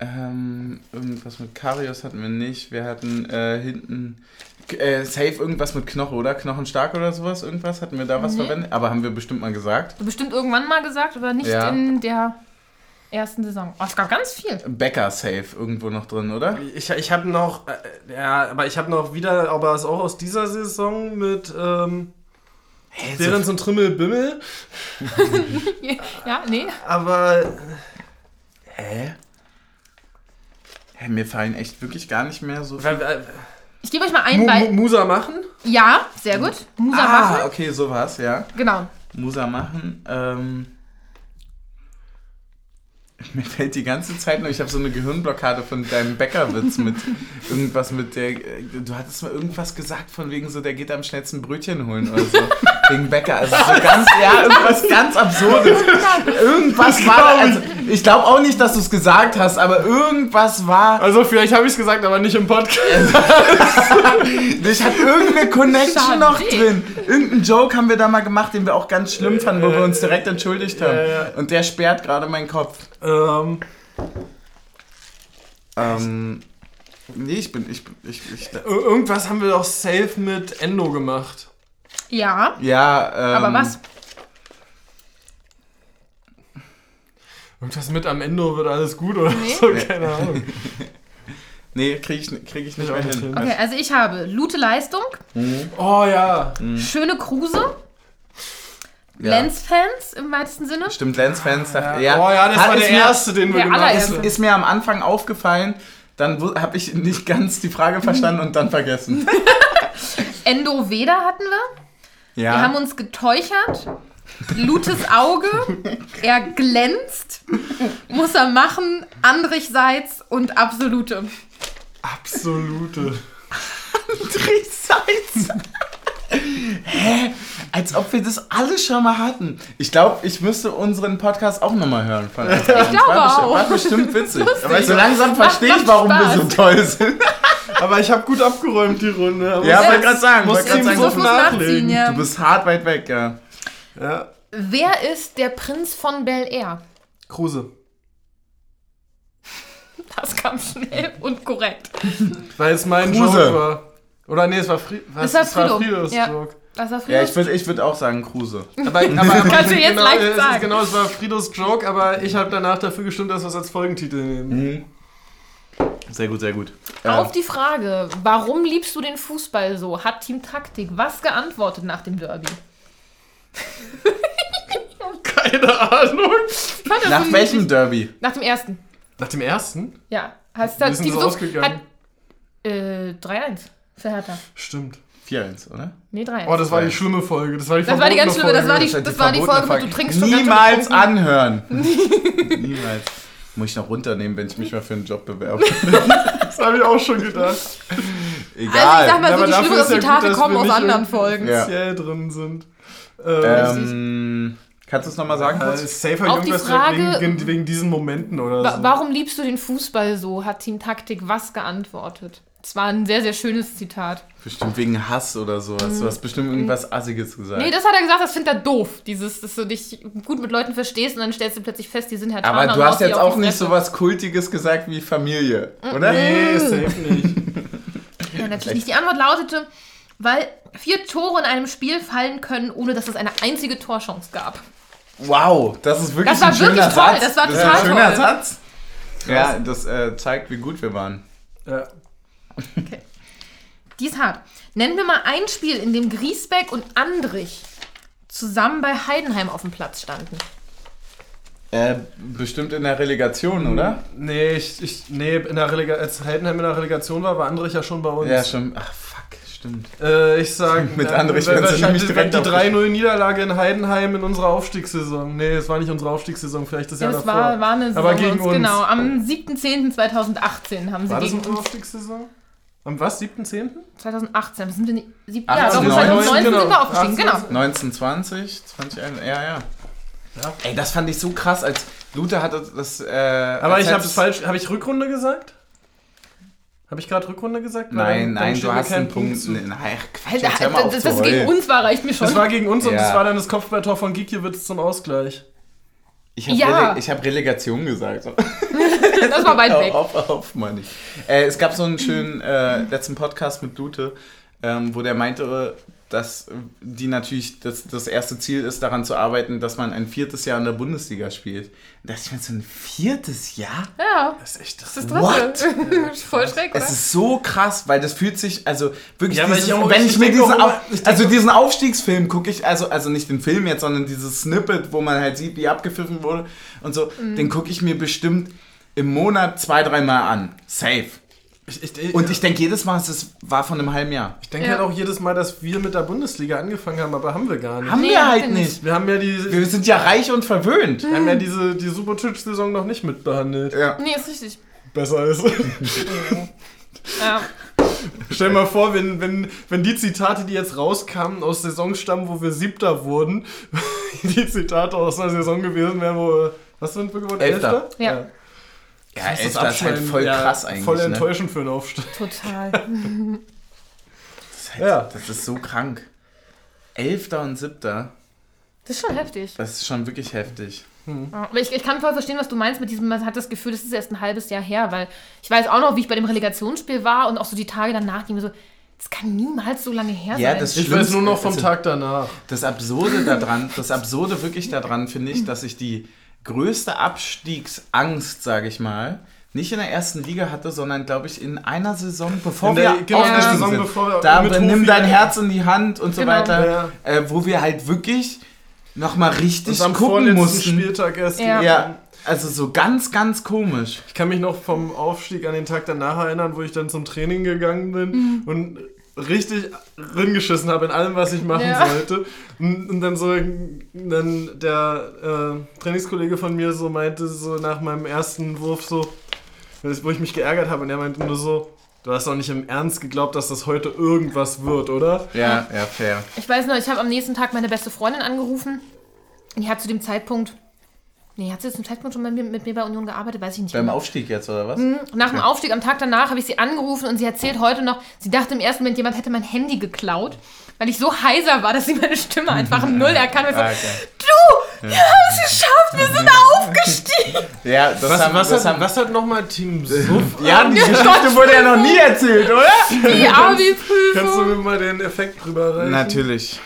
S1: Ähm, irgendwas mit Karius hatten wir nicht. Wir hatten äh, hinten K- äh, safe irgendwas mit Knochen, oder? Knochenstark oder sowas? Irgendwas hatten wir da was
S2: Nee.
S1: verwendet? Aber haben wir bestimmt mal gesagt.
S2: Bestimmt irgendwann mal gesagt, aber nicht
S1: Ja.
S2: in der ersten Saison. Oh, es gab ganz viel.
S1: Bäcker safe irgendwo noch drin, oder?
S3: Ich, ich habe noch, äh, ja, aber ich habe noch wieder, aber es auch aus dieser Saison mit ähm,
S1: Hey, so-
S3: Behrens und Trimmel Bimmel,
S2: Ja, nee.
S3: aber
S1: Hä? Hä, mir fallen echt wirklich gar nicht mehr so.
S3: weil, äh,
S2: Ich gebe euch mal einen
S3: Mu Mu
S2: Ball.
S3: Musa machen?
S2: Ja, sehr gut. Musa
S1: Ah,
S2: machen.
S1: okay, sowas, ja.
S2: Genau.
S1: Musa machen. Ähm, mir fällt die ganze Zeit nur, ich habe so eine Gehirnblockade von deinem Bäckerwitz mit irgendwas mit der. äh, Du hattest mal irgendwas gesagt von wegen so, der geht am schnellsten Brötchen holen oder so. Wegen Bäcker. Also so ganz, ja, irgendwas ganz Absurdes. Irgendwas war. da- Also, ich glaube auch nicht, dass du es gesagt hast, aber irgendwas war.
S3: Also vielleicht habe ich es gesagt, aber nicht im Podcast.
S1: Ich hatte irgendeine Connection
S2: Schade.
S1: noch drin. Irgendeinen Joke haben wir da mal gemacht, den wir auch ganz schlimm fanden, wo wir uns direkt entschuldigt haben. Und der sperrt gerade meinen Kopf.
S3: ähm,
S1: Ähm, nee, ich bin, ich bin, ich, ich
S3: ir- irgendwas haben wir doch safe mit Endo gemacht.
S2: Ja.
S1: ja, ähm,
S2: Aber was?
S3: Irgendwas mit am Endo wird alles gut oder
S2: Nee.
S3: so, keine Ahnung.
S1: Nee, krieg ich, krieg ich nicht
S3: Ich
S1: mehr
S3: auch nicht
S1: hin.
S3: hin.
S2: Okay, also ich habe Lute Leistung,
S3: Oh ja.
S2: schöne Kruse,
S1: Ja.
S2: Lens-Fans im weitesten Sinne.
S1: Stimmt, Lens-Fans dachte, ja.
S3: Oh ja, das
S1: Hat-
S3: war
S1: ist
S3: der
S1: mir-
S3: erste, den wir
S2: Der
S3: gemacht
S2: allererste.
S3: haben.
S1: Ist, ist mir am Anfang aufgefallen, dann habe ich nicht ganz die Frage verstanden und dann vergessen.
S2: Endo Veda hatten wir. Wir haben
S1: Ja.
S2: uns getäuschert. Lutes Auge, er glänzt, muss er machen, Andrichseits und Absolute.
S3: Absolute.
S1: Andrichseits. Hä? Als ob wir das alle schon mal hatten. Ich glaube, ich müsste unseren Podcast auch nochmal hören. Von ich
S2: glaube
S1: war, besti-
S2: auch.
S1: War bestimmt witzig. Aber so
S2: Macht-
S1: langsam verstehe ich,
S2: macht
S1: warum
S2: Spaß.
S1: wir so toll sind.
S3: Aber ich habe gut abgeräumt die Runde. Aber
S1: Ja,
S3: es-
S1: wollte gerade sagen,
S3: muss
S1: wollte gerade
S3: ihm
S1: sagen,
S3: so
S1: du-
S3: viel- nachlegen.
S2: ja.
S1: Du bist hart weit weg, ja.
S3: ja.
S2: Wer ist der Prinz von Bel Air?
S3: Kruse.
S2: Das kam schnell und korrekt.
S3: Weil es mein
S1: Kruse.
S3: Joke war. Oder nee, es war, Fri was?
S2: Es war Frido.
S3: Fridos
S2: Ja.
S3: Joke.
S2: Das war
S1: Ja,
S2: früher.
S1: ich würde ich würd auch sagen Kruse.
S3: Aber, aber, aber
S2: Kannst du jetzt
S3: genau,
S2: leicht
S3: es ist
S2: sagen.
S3: Genau, es war Fridos Joke, aber ich habe danach dafür gestimmt, dass wir es als Folgentitel nehmen.
S1: Mhm. Sehr gut, sehr gut. Ähm,
S2: Auf die Frage, warum liebst du den Fußball so, hat Team Taktik was geantwortet nach dem Derby?
S3: Keine Ahnung.
S2: Ich fand das
S1: Nach
S2: so
S1: welchem
S2: niedlich.
S1: Derby?
S2: Nach dem ersten.
S3: Nach dem ersten?
S2: Ja. Hast
S3: Wir sind so ausgegangen.
S2: Hat, äh, 3-1 für Hertha.
S3: Stimmt.
S1: 4-1, oder?
S2: Nee, 3-1.
S3: Oh, das war die schlimme Folge. Das war die,
S2: Das war die ganz schlimme, das
S3: verbotene
S2: war die,
S1: Das ist
S2: das war die
S1: verbotene
S2: Folge, wo du trinkst schon
S1: Niemals
S2: ganz schön betrunken.
S1: anhören. Niemals. Muss ich noch runternehmen, wenn ich mich mal für einen Job bewerbe.
S3: Das habe ich auch schon gedacht.
S1: Egal.
S2: Also Also ich sag
S3: Ja,
S2: mal so,
S3: aber
S2: die
S3: dafür
S2: schlimmeren
S3: ist ja gut,
S2: Zitate
S3: dass wir
S2: kommen aus
S3: nicht
S2: anderen
S3: irgendwie-
S2: Folgen.
S1: Ja.
S3: Speziell drin sind.
S1: ähm, kannst du es nochmal sagen?
S3: Äh,
S1: kurz?
S3: safe halt
S2: Auch Oh die
S3: irgendwas
S2: Frage-
S3: wegen, wegen diesen Momenten oder
S2: Wa
S3: so.
S2: warum liebst du den Fußball so? Hat Team Taktik was geantwortet? Es war ein sehr, sehr schönes Zitat.
S1: Bestimmt wegen Hass oder sowas. Du hast bestimmt irgendwas Assiges gesagt.
S2: Hm. Nee, das hat er gesagt, das findet er doof. Dieses, dass du dich gut mit Leuten verstehst und dann stellst du plötzlich fest, die sind Herr
S1: Aber
S2: Thaner
S1: du
S2: und
S1: hast
S2: haust die
S1: jetzt
S2: auf
S1: auch
S2: die
S1: nicht
S2: Fresse. Hm,
S1: so was Kultiges gesagt wie Familie, oder?
S3: Nee, safe nicht.
S2: Ja, natürlich nicht. Die Antwort lautete, weil vier Tore in einem Spiel fallen können, ohne dass es eine einzige Torchance gab.
S1: Wow, das ist wirklich
S2: Das war
S1: ein schöner
S2: wirklich toll,
S1: Satz.
S2: das war
S1: ist ein
S2: total
S1: schöner
S2: toll.
S1: Satz. Ja, das äh, zeigt, wie gut wir waren.
S3: Ja.
S2: Die ist hart. Nennen wir mal ein Spiel, in dem Griesbeck und Andrich zusammen bei Heidenheim auf dem Platz standen.
S1: Äh, bestimmt in der Relegation,
S2: Hm.
S1: oder?
S3: Nee, ich, ich, nee in der Relega als Heidenheim in der Relegation war, war Andrich ja schon bei uns.
S1: Ja, schon. Ach, fuck, stimmt.
S3: Äh, ich sag,
S1: Mit
S3: ja,
S1: Andrich
S3: weil-
S1: wären sie
S3: wahrscheinlich
S1: nämlich direkt
S3: die
S1: auf-
S3: 3-0-Niederlage in Heidenheim in unserer Aufstiegssaison. Nee, es war nicht unsere Aufstiegssaison, vielleicht das
S2: Ja,
S3: Jahr
S2: das
S3: davor.
S2: war, war eine Saison
S3: Aber gegen uns.
S2: genau. Am 7.10.2018 haben sie
S3: War das
S2: gegen
S3: unsere
S2: uns.
S3: Aufstiegssaison? Am was, 7.10.?
S2: 2018, das sind wir nicht. Sieb, ja,
S1: 18,
S2: doch, 2019
S3: 19,
S2: sind wir aufgestiegen,
S3: also genau.
S2: genau.
S1: 1920, 2021, ja, ja.
S3: Ja.
S1: Ey, das fand ich so krass, als Luther hatte das. Äh,
S3: Aber
S1: als
S3: ich habe
S1: hättest-
S3: falsch. Habe ich Rückrunde gesagt? Habe ich gerade Rückrunde gesagt? Weil dann-
S1: Nein,
S3: dann
S1: nein,
S3: steht
S1: du
S3: mir
S1: hast
S3: kein
S1: einen Punkt.
S3: zu.
S1: Nein, ach, Quatsch, jetzt hör mal
S2: Alter,
S1: auf
S2: dass
S1: zu
S2: das gegen
S1: heulen.
S2: uns war, reicht mir schon.
S3: Das war gegen uns und
S1: Ja.
S3: das war dann das Kopfballtor von Gikiewicz zum Ausgleich.
S1: Ich habe
S2: Ja.
S1: Rele ich hab Relegation gesagt.
S2: das war weit weg.
S1: Auf, auf, auf, meine ich. Äh, es gab so einen schönen äh, letzten Podcast mit Dute, ähm, wo der meinte, dass äh, die natürlich das, das erste Ziel ist, daran zu arbeiten, dass man ein viertes Jahr in der Bundesliga spielt. Und Da dachte ich mir so, ein viertes Jahr?
S2: Ja,
S3: Das ist echt
S2: das ist
S1: What?
S2: dritte. Voll schräg, oder?
S1: Es ist so krass, weil das fühlt sich, also wirklich,
S3: Ja, aber
S1: dieses,
S3: ich auch-
S1: wenn
S3: ich
S1: ich, mir
S3: denke
S1: diesen,
S3: auch
S1: Auf,
S3: immer- ich
S1: also diesen Aufstiegsfilm gucke ich, also, also nicht den Film jetzt, sondern dieses Snippet, wo man halt sieht, wie abgepfiffen wurde und so,
S2: Mhm.
S1: den gucke ich mir bestimmt im Monat zwei, dreimal an. Safe.
S3: Ich, ich,
S1: Und ich denke jedes Mal, es ist, war von einem halben Jahr.
S3: ich denke
S2: Ja.
S3: halt auch jedes Mal, dass wir mit der Bundesliga angefangen haben, aber haben wir gar nicht.
S1: Haben
S2: Nee,
S1: wir
S2: habt
S1: halt
S2: ihr nicht. Mhm.
S1: nicht.
S3: wir haben ja die,
S1: Wir
S3: wir
S1: sind ja reich und verwöhnt.
S3: haben ja diese die Supertitsch-Saison noch nicht mitbehandelt.
S1: Ja.
S2: Nee, ist richtig.
S3: Besser ist.
S2: Ja.
S3: Stell dir mal vor, wenn, wenn, wenn die Zitate, die jetzt rauskamen, aus Saisons stammen, wo wir Siebter wurden, die Zitate aus einer Saison gewesen wären, wo wir, was sind wir geworden?
S1: Elfter.
S2: Ja.
S1: Ja,
S3: Das
S1: ey,
S3: ist
S1: das ist halt
S3: Abschneiden,
S1: voll
S3: ja,
S1: krass eigentlich.
S3: Voll
S1: ne?
S3: enttäuschend für einen Aufstieg.
S2: Total.
S1: das, ist
S3: Ja.
S1: halt, das ist so krank. Elfter und Siebter,
S2: Das ist schon heftig.
S1: das ist schon wirklich heftig.
S2: Ja, Aber ich, ich kann voll verstehen, was du meinst mit diesem, man hat das Gefühl, das ist erst ein halbes Jahr her, weil ich weiß auch noch, wie ich bei dem Relegationsspiel war und auch so die Tage danach, die mir so, das kann niemals so lange her
S1: Ja,
S2: sein.
S1: das
S3: Ich weiß
S1: Schlimmste-
S3: nur noch vom
S1: also-
S3: Tag danach.
S1: Das Absurde daran, das Absurde wirklich daran finde ich, dass ich die größte Abstiegsangst, sage ich mal, nicht in der ersten Liga hatte, sondern glaube ich in einer Saison, bevor
S3: In der-
S1: wir
S3: genau, in der
S1: aufgestiegen
S3: Saison,
S1: sind.
S3: bevor wir
S1: da
S3: mit
S1: nimm
S3: Hofi-
S1: dein Herz in die Hand und so
S2: Genau.
S1: weiter,
S3: Ja.
S1: Äh, wo wir halt wirklich noch mal richtig
S3: Und am
S1: gucken
S3: vorletzten
S1: mussten.
S3: Spieltag erst.
S2: Ja.
S1: Ja, also so ganz, ganz komisch.
S3: Ich kann mich noch vom Aufstieg an den Tag danach erinnern, wo ich dann zum Training gegangen bin
S2: Mhm.
S3: und richtig ringeschissen habe in allem, was ich machen
S2: Ja.
S3: sollte. Und, und dann so, dann der äh, Trainingskollege von mir so meinte, so nach meinem ersten Wurf so, wo ich mich geärgert habe, und er meinte nur so, du hast doch nicht im Ernst geglaubt, dass das heute irgendwas wird, oder?
S1: Ja, ja, fair.
S2: Ich weiß noch, ich habe am nächsten Tag meine beste Freundin angerufen. Die hat zu dem Zeitpunkt, nee, hat sie zu dem Zeitpunkt schon bei mir, mit mir bei Union gearbeitet, weiß ich nicht.
S1: Beim
S2: mehr.
S1: Aufstieg jetzt, oder was?
S2: Nach dem Aufstieg am Tag danach habe ich sie angerufen und sie erzählt heute noch, sie dachte im ersten Moment, jemand hätte mein Handy geklaut, weil ich so heiser war, dass sie meine Stimme einfach null erkannt hat.
S1: Ah,
S2: Okay.
S1: okay.
S2: Du, wir haben es geschafft, wir sind aufgestiegen.
S1: Ja, das haben, das haben,
S3: was hat nochmal Team Suff?
S1: ja, die Geschichte wurde ja noch nie erzählt, oder?
S2: Die
S3: Kannst du
S2: Abi-Prüfung.
S3: mir mal den Effekt drüber reichen?
S1: Natürlich.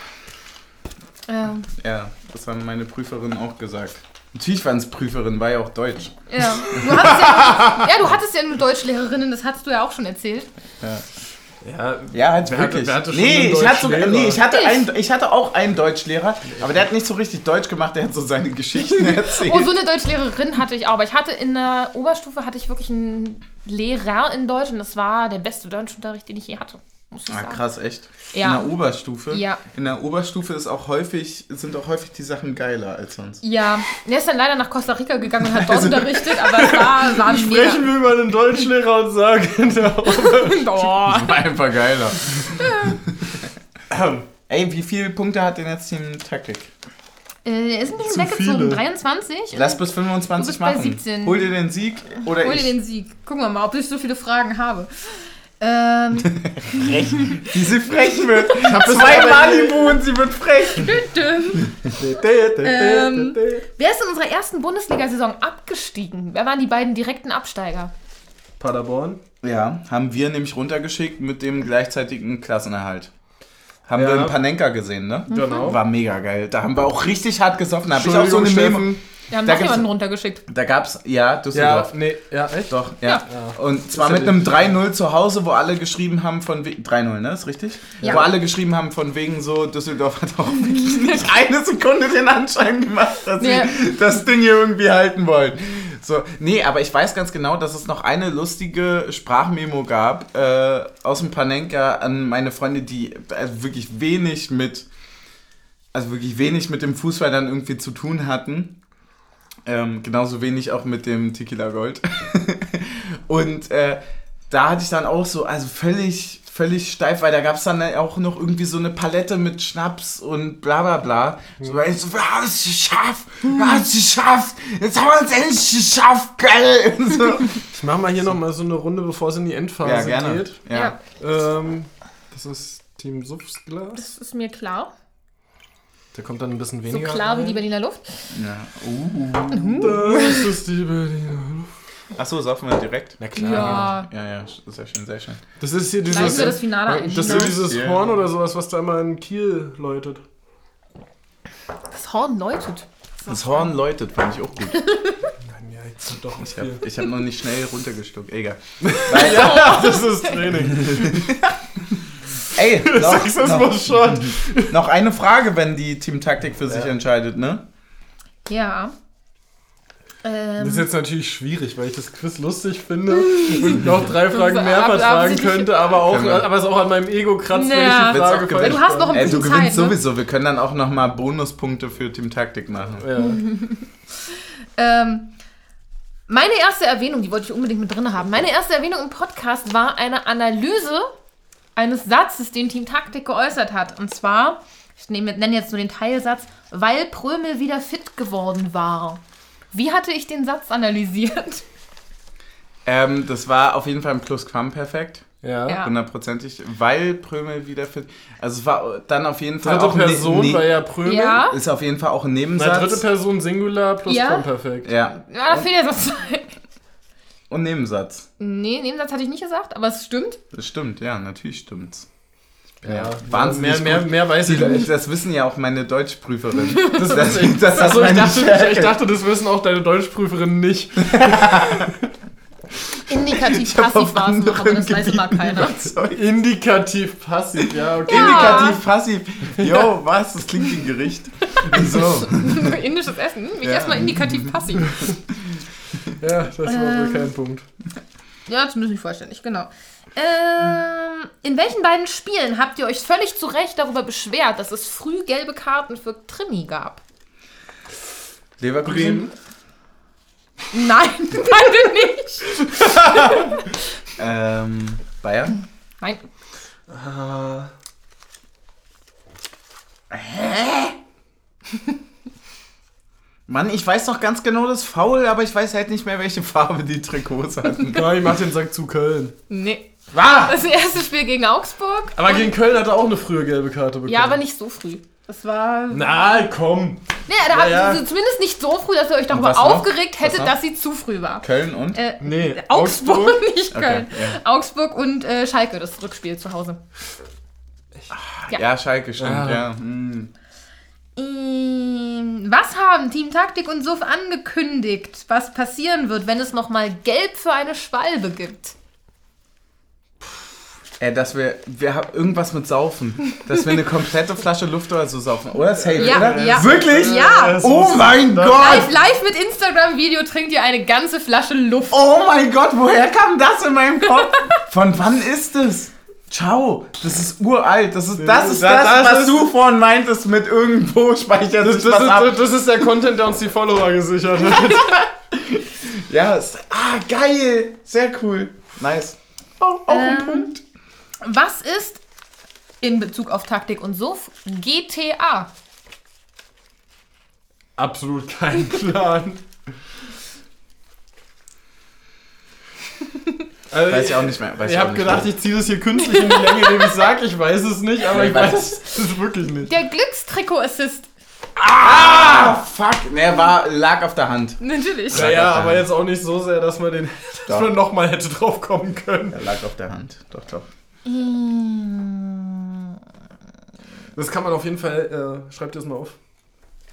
S2: Ja,
S1: Ja, das haben meine Prüferinnen auch gesagt. Natürlich waren es Prüferinnen, war ja auch Deutsch.
S2: ja. Du hattest ja, ja, du hattest ja eine Deutschlehrerin, das hattest du ja auch schon erzählt.
S3: Ja,
S1: Ja, halt
S3: Wer hatte-
S1: wirklich.
S3: wer hatte schon
S1: nee,
S3: einen
S1: ich hatte sogar,
S3: Deutschlehrer?
S1: nee, ich hatte,
S2: Ich.
S1: einen, ich hatte auch einen Deutschlehrer, aber der hat nicht so richtig Deutsch gemacht, der hat so seine Geschichten erzählt.
S2: Oh, so eine Deutschlehrerin hatte ich auch. Aber ich hatte in der Oberstufe hatte ich wirklich einen Lehrer in Deutsch und das war der beste Deutschunterricht, den ich je hatte. Muss ich
S1: Ah,
S2: sagen.
S1: krass, echt.
S2: Ja.
S1: In der Oberstufe.
S2: Ja.
S1: In der Oberstufe ist auch häufig, sind auch häufig die Sachen geiler als sonst.
S2: Ja, er ist dann leider nach Costa Rica gegangen und hat
S1: Also,
S2: dort unterrichtet, aber es war, war ein mega.
S3: sprechen wir über einen Deutschlehrer und sagen, der
S2: Boah.
S1: War einfach geiler. Ey, wie viele Punkte hat denn jetzt Team Taktik?
S2: Äh, er ist ein bisschen
S3: Zu
S2: weggezogen.
S3: viele.
S2: 23?
S1: Lass bis 25
S2: Du bist bei
S1: machen.
S2: 17.
S1: Hol dir den Sieg oder
S2: Hol
S1: ich.
S2: dir den Sieg. Gucken wir mal, ob ich so viele Fragen habe. Ähm,
S1: Wie sie frech wird. Zwei Malibu und sie wird frech.
S2: dün, dün. Wer ist in unserer ersten Bundesliga-Saison abgestiegen? Wer waren die beiden direkten Absteiger?
S3: Paderborn.
S1: Ja, haben wir nämlich runtergeschickt mit dem gleichzeitigen Klassenerhalt. Haben
S3: Ja.
S1: wir in Panenka gesehen, ne?
S3: Genau.
S1: War mega geil. Da haben wir auch richtig hart gesoffen. Da hab ich auch so eine Memo.
S2: Wir haben
S1: Da
S2: noch
S1: gibt's-
S2: jemanden runtergeschickt.
S1: Da gab's, ja,
S3: Ja,
S1: Düsseldorf.
S3: nee, ja, echt?
S1: Doch, ja. Und zwar
S3: Ist ja
S1: mit einem 3-0 zu Hause, wo alle geschrieben haben von wegen. 3-0, ne? Ist richtig?
S2: Ja.
S1: Wo alle geschrieben haben von wegen so, Düsseldorf hat auch wirklich nicht eine Sekunde den Anschein gemacht, dass sie
S2: Nee.
S1: das Ding hier irgendwie halten wollen. So, nee, aber ich weiß ganz genau, dass es noch eine lustige Sprachmemo gab äh, aus dem Panenka an meine Freunde, die also wirklich wenig mit, also wirklich wenig mit dem Fußball dann irgendwie zu tun hatten. Ähm, genauso wenig auch mit dem Tequila Gold. Und äh, da hatte ich dann auch so, also völlig, völlig steif, weil da gab es dann auch noch irgendwie so eine Palette mit Schnaps und bla bla bla. So, weil ich so, wir haben es geschafft, wir haben es geschafft, jetzt haben wir es endlich geschafft, geil. Und so.
S3: Ich mach mal hier nochmal so eine Runde, bevor es in die Endphase
S1: Ja, gerne.
S3: geht.
S1: Ja.
S2: Ja.
S3: Ähm, das ist Team Subsglas.
S2: Das ist mir klar.
S3: Da kommt dann ein bisschen
S2: So
S3: weniger.
S2: klar wie die
S3: rein.
S2: Berliner Luft.
S1: ja. Uh.
S3: Das ist die Berliner.
S1: Achso, saufen wir direkt.
S3: Na klar.
S2: Ja.
S1: Ja, genau. ja, sehr schön, sehr schön.
S3: Das ist hier dieses.
S2: Leiten wir das Finale ein.
S3: Das
S2: ne?
S3: ist dieses
S1: Ja.
S3: Horn oder sowas, was da immer in Kiel läutet.
S2: das Horn läutet.
S1: Das Horn läutet, fand ich auch gut.
S3: Nein, ja, jetzt sind doch nicht
S1: Ich habe hab noch nicht schnell runtergeschluckt, egal.
S3: Ja, das ist Training.
S1: Ey, noch, noch,
S3: Sexismus schon.
S1: noch eine Frage, wenn die Teamtaktik für sich
S3: Ja.
S1: entscheidet, ne?
S2: Ja.
S3: Das ist
S2: Ähm,
S3: jetzt natürlich schwierig, weil ich das Quiz lustig finde und noch drei Fragen mehr
S2: Ab-
S3: vertragen
S2: absichtlich-
S3: könnte, aber auch,
S1: Können wir-
S3: aber es auch an meinem Ego
S2: Naja.
S3: kratzt, wenn ich die
S1: Wenn's
S3: Frage
S1: auch gewinnt.
S3: falsch
S2: Äh, Du hast noch
S3: beantworte.
S1: Ey, du
S2: Zeit,
S1: gewinnst
S2: ne?
S1: sowieso. Wir können dann auch nochmal Bonuspunkte für Team Taktik machen.
S2: Mhm.
S3: Ja.
S2: ähm, meine erste Erwähnung, die wollte ich unbedingt mit drin haben. Meine erste Erwähnung im Podcast war eine Analyse eines Satzes, den Team Taktik geäußert hat. Und zwar, ich nehme, nenne jetzt nur den Teilsatz, weil Prömel wieder fit geworden war. Wie hatte ich den Satz analysiert?
S1: Ähm, das war auf jeden Fall ein Plusquamperfekt.
S3: Ja.
S2: Ja.
S1: Hundertprozentig. Weil Prömel wieder fit. Also es war dann auf jeden Fall
S3: Dritte
S1: auch ne-
S3: Person
S1: ne-
S3: war ja Prömel.
S2: Ja.
S1: ist auf jeden Fall auch ein
S3: Na, dritte
S1: Nebensatz.
S3: Person Singular plus
S2: Ja.
S3: Komperfekt.
S1: ja.
S2: Ja, da fehlt ja so zwei.
S1: Und Nebensatz.
S2: Nee, den Satz hatte ich nicht gesagt, aber es stimmt.
S1: Das stimmt, ja, natürlich stimmt's.
S3: Ja.
S1: Wahnsinnig
S3: Mehr, mehr,
S1: gut.
S3: mehr weiß ich nicht.
S1: Das wissen ja auch meine Deutschprüferin. Das, das, das, hat
S3: Also ich,
S1: meine
S3: dachte,
S1: Stärke.
S3: ich dachte, das wissen auch deine Deutschprüferinnen nicht.
S2: Indikativ,
S1: Ich hab
S2: passiv
S1: auf
S2: war es noch, aber das
S1: anderen
S2: weiß immer
S1: Gebieten
S2: keiner.
S1: überzeugt.
S3: Indikativ passiv, ja, okay.
S1: Indikativ, passiv. Jo, was? Das klingt wie ein Gericht. Wieso?
S2: Indisches Essen? Mich
S1: Oh. Ja.
S2: erstmal indikativ passiv.
S3: Ja, das war wohl
S2: Ähm.
S3: kein Punkt.
S2: Ja, zumindest nicht vollständig, genau. Ähm, in welchen beiden Spielen habt ihr euch völlig zu Recht darüber beschwert, dass es früh gelbe Karten für Trini gab?
S1: Leverkusen?
S2: Nein, beide nicht.
S1: Ähm, Bayern?
S2: Nein.
S3: Ah,
S1: Mann, ich weiß noch ganz genau das Foul, aber ich weiß halt nicht mehr, welche Farbe die Trikots hatten.
S3: ja, ich mach den Sack zu Köln.
S2: Nee.
S1: Ah!
S2: Das erste Spiel gegen Augsburg.
S3: Aber gegen Köln hat er auch eine frühe gelbe Karte bekommen.
S2: Ja, aber nicht so früh. Das war. Nee,
S3: Na, komm.
S2: da habt
S3: ja.
S2: ihr zumindest nicht so früh, dass ihr euch
S1: was
S2: darüber
S1: noch?
S2: aufgeregt
S1: Was
S2: hättet,
S1: noch?
S2: dass sie zu früh war.
S1: Köln und?
S2: Äh,
S3: Nee,
S2: Augsburg, nicht Köln.
S1: ja.
S2: Augsburg und äh, Schalke, das Rückspiel zu Hause.
S1: ja. Schalke, stimmt,
S3: Ah.
S1: ja. Hm.
S2: Ähm, Was haben Team Taktik und Suff angekündigt, was passieren wird, wenn es nochmal Gelb für eine Schwalbe gibt?
S1: Äh, dass wir, wir haben irgendwas mit Saufen. Dass wir eine komplette Flasche Luft oder so saufen. Oder? Safe,
S2: Ja,
S1: oder?
S2: ja.
S1: Äh, Wirklich?
S2: Ja.
S3: Das
S1: Oh
S3: muss-
S1: mein
S2: Live,
S1: Gott!
S2: live mit Instagram-Video trinkt ihr eine ganze Flasche Luft.
S1: Oh mein Gott, woher kam das in meinem Kopf? Von wann ist es? Ciao, das ist uralt. Das ist das, ist das,
S3: Das- das
S1: was
S3: ist-
S1: du vorhin meintest mit irgendwo speichert
S3: Das,
S1: sich
S3: das,
S1: was ab.
S3: ist, das ist der Content, der uns die Follower gesichert hat.
S1: Ja, ist, ah, geil. Sehr cool. Nice. Oh, auch ein Punkt.
S2: Ähm, Was ist in Bezug auf Taktik und Suff GTA?
S3: Absolut kein Plan. Also,
S1: Weiß ich auch nicht mehr. Weiß
S3: Ich
S1: auch
S3: habe
S1: nicht
S3: gedacht,
S1: mehr.
S3: ich ziehe das hier künstlich in die Länge, indem ich sage, ich weiß es nicht, aber
S1: Nee,
S3: ich
S1: weiß
S3: weiß es wirklich nicht.
S2: Der Glückstrikot-Assist.
S1: Ah, fuck. Ne, war, lag auf der Hand.
S2: Natürlich.
S1: Äh.
S3: Naja, aber jetzt auch nicht so sehr, dass man den
S1: Doch.
S3: dass man nochmal hätte drauf kommen können.
S1: Er lag auf der Hand. Doch, doch.
S2: Ähm,
S3: Das kann man auf jeden Fall, äh, schreibt ihr das mal auf.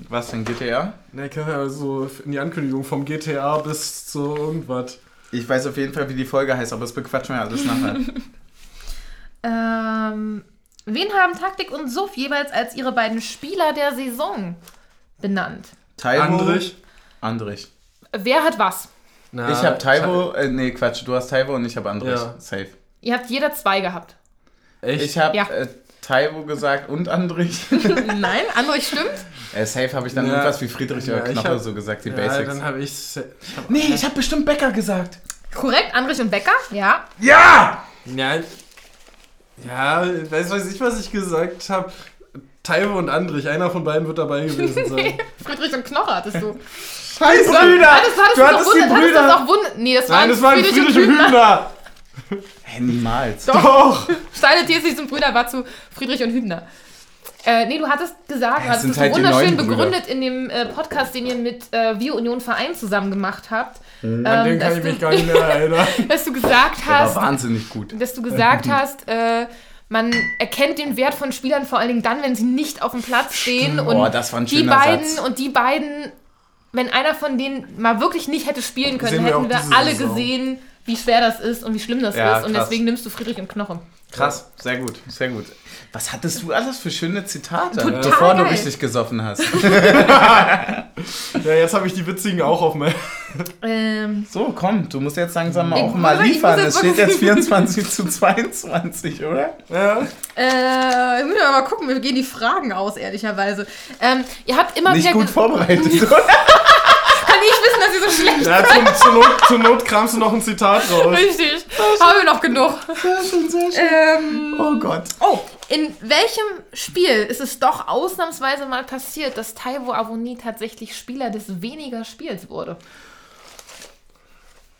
S1: Was denn, GTA?
S3: Na, ich kann ja so in die Ankündigung vom GTA bis zu irgendwas.
S1: Ich weiß auf jeden Fall, wie die Folge heißt, aber das bequatschen wir alles nachher.
S2: Ähm, wen haben Taktik und Suff jeweils als ihre beiden Spieler der Saison benannt?
S1: Taibo.
S3: Andrich.
S1: Andrich.
S2: Wer hat was?
S3: Na,
S1: ich habe Taibo. Äh, nee, Quatsch. Du hast Taibo und ich habe Andrich.
S3: Ja.
S1: Safe.
S2: Ihr habt jeder zwei gehabt.
S3: Echt?
S1: Ich habe
S2: Ja.
S1: äh, Taibo gesagt und Andrich.
S2: Nein, Andrich stimmt.
S1: äh, safe habe ich dann
S3: Ja.
S1: irgendwas wie Friedrich oder
S3: Ja, ich
S1: Knoche
S3: hab-
S1: so gesagt, die
S3: ja,
S1: Basics.
S3: dann habe ich. ich hab,
S1: Nee, ich habe bestimmt Becker gesagt.
S2: Korrekt, Andrich und Becker? Ja.
S1: Ja!
S3: ja, ja, weiß, weiß ich, was ich gesagt habe. Taibo und Andrich, einer von beiden wird dabei gewesen sein.
S2: Friedrich und Knoche hattest du.
S1: Scheiße! Brüder!
S2: Hattest, hattest
S1: Du hattest
S2: doch
S1: die
S2: Wund- hattest
S1: Brüder!
S2: das auch Wund nee, das
S3: Nein,
S2: waren
S3: das waren
S2: Friedrich,
S3: Friedrich und
S2: Hübner.
S3: Hübner.
S1: Hä, niemals.
S3: Doch!
S2: Steine Thesis und Brüder war zu Friedrich und Hübner. Äh, nee, du hattest gesagt,
S1: Das
S2: also du hattest
S1: sind
S2: es
S1: halt die
S2: wunderschön
S1: neuen Brüder.
S2: begründet in dem äh, Podcast, den ihr mit äh, Wir Union Verein zusammen gemacht habt.
S3: An den
S2: ähm,
S3: kann
S2: dass
S3: ich
S2: du-
S3: mich gar nicht mehr erinnern.
S2: dass du gesagt
S1: Der war
S2: hast,
S1: wahnsinnig gut.
S2: dass du gesagt hast, äh, man erkennt den Wert von Spielern vor allen Dingen dann, wenn sie nicht auf dem Platz stehen und
S1: Oh, das war ein
S2: die
S1: schöner
S2: beiden
S1: Satz.
S2: und die beiden, wenn einer von denen mal wirklich nicht hätte spielen können,
S3: Sehen wir
S2: hätten
S3: auch
S2: wir
S3: diese
S2: alle
S3: Saison.
S2: gesehen, wie schwer das ist und wie schlimm das
S1: Ja,
S2: ist und
S1: krass.
S2: deswegen nimmst du Friedrich im Knochen.
S1: Krass, sehr gut, sehr gut. Was hattest du alles für schöne Zitate,
S2: Total
S1: bevor du
S2: geil.
S1: richtig gesoffen hast?
S3: Ja, jetzt habe ich die witzigen auch auf meinem.
S2: Ähm,
S1: So, komm, du musst jetzt langsam mal
S2: Ich-
S1: auch mal
S2: ich muss
S1: liefern.
S2: jetzt
S1: Es steht
S2: wirklich-
S1: jetzt 24 zu 22, oder?
S3: Ja.
S2: äh, ich muss aber mal gucken, wir gehen die Fragen aus, ehrlicherweise. Ähm, ihr habt immer
S1: Nicht
S2: wieder...
S1: gut
S2: ge-
S1: vorbereitet, oder?
S2: kann ich wissen, dass ihr so schlecht
S3: Ja, zum, zur, Not, zur Not kramst du noch ein Zitat raus.
S2: Richtig. Haben wir noch genug.
S1: Ja, schon sehr schön.
S2: Ähm,
S1: Oh Gott.
S2: Oh, in welchem Spiel ist es doch ausnahmsweise mal passiert, dass Taiwo Avoni tatsächlich Spieler des weniger Spiels wurde?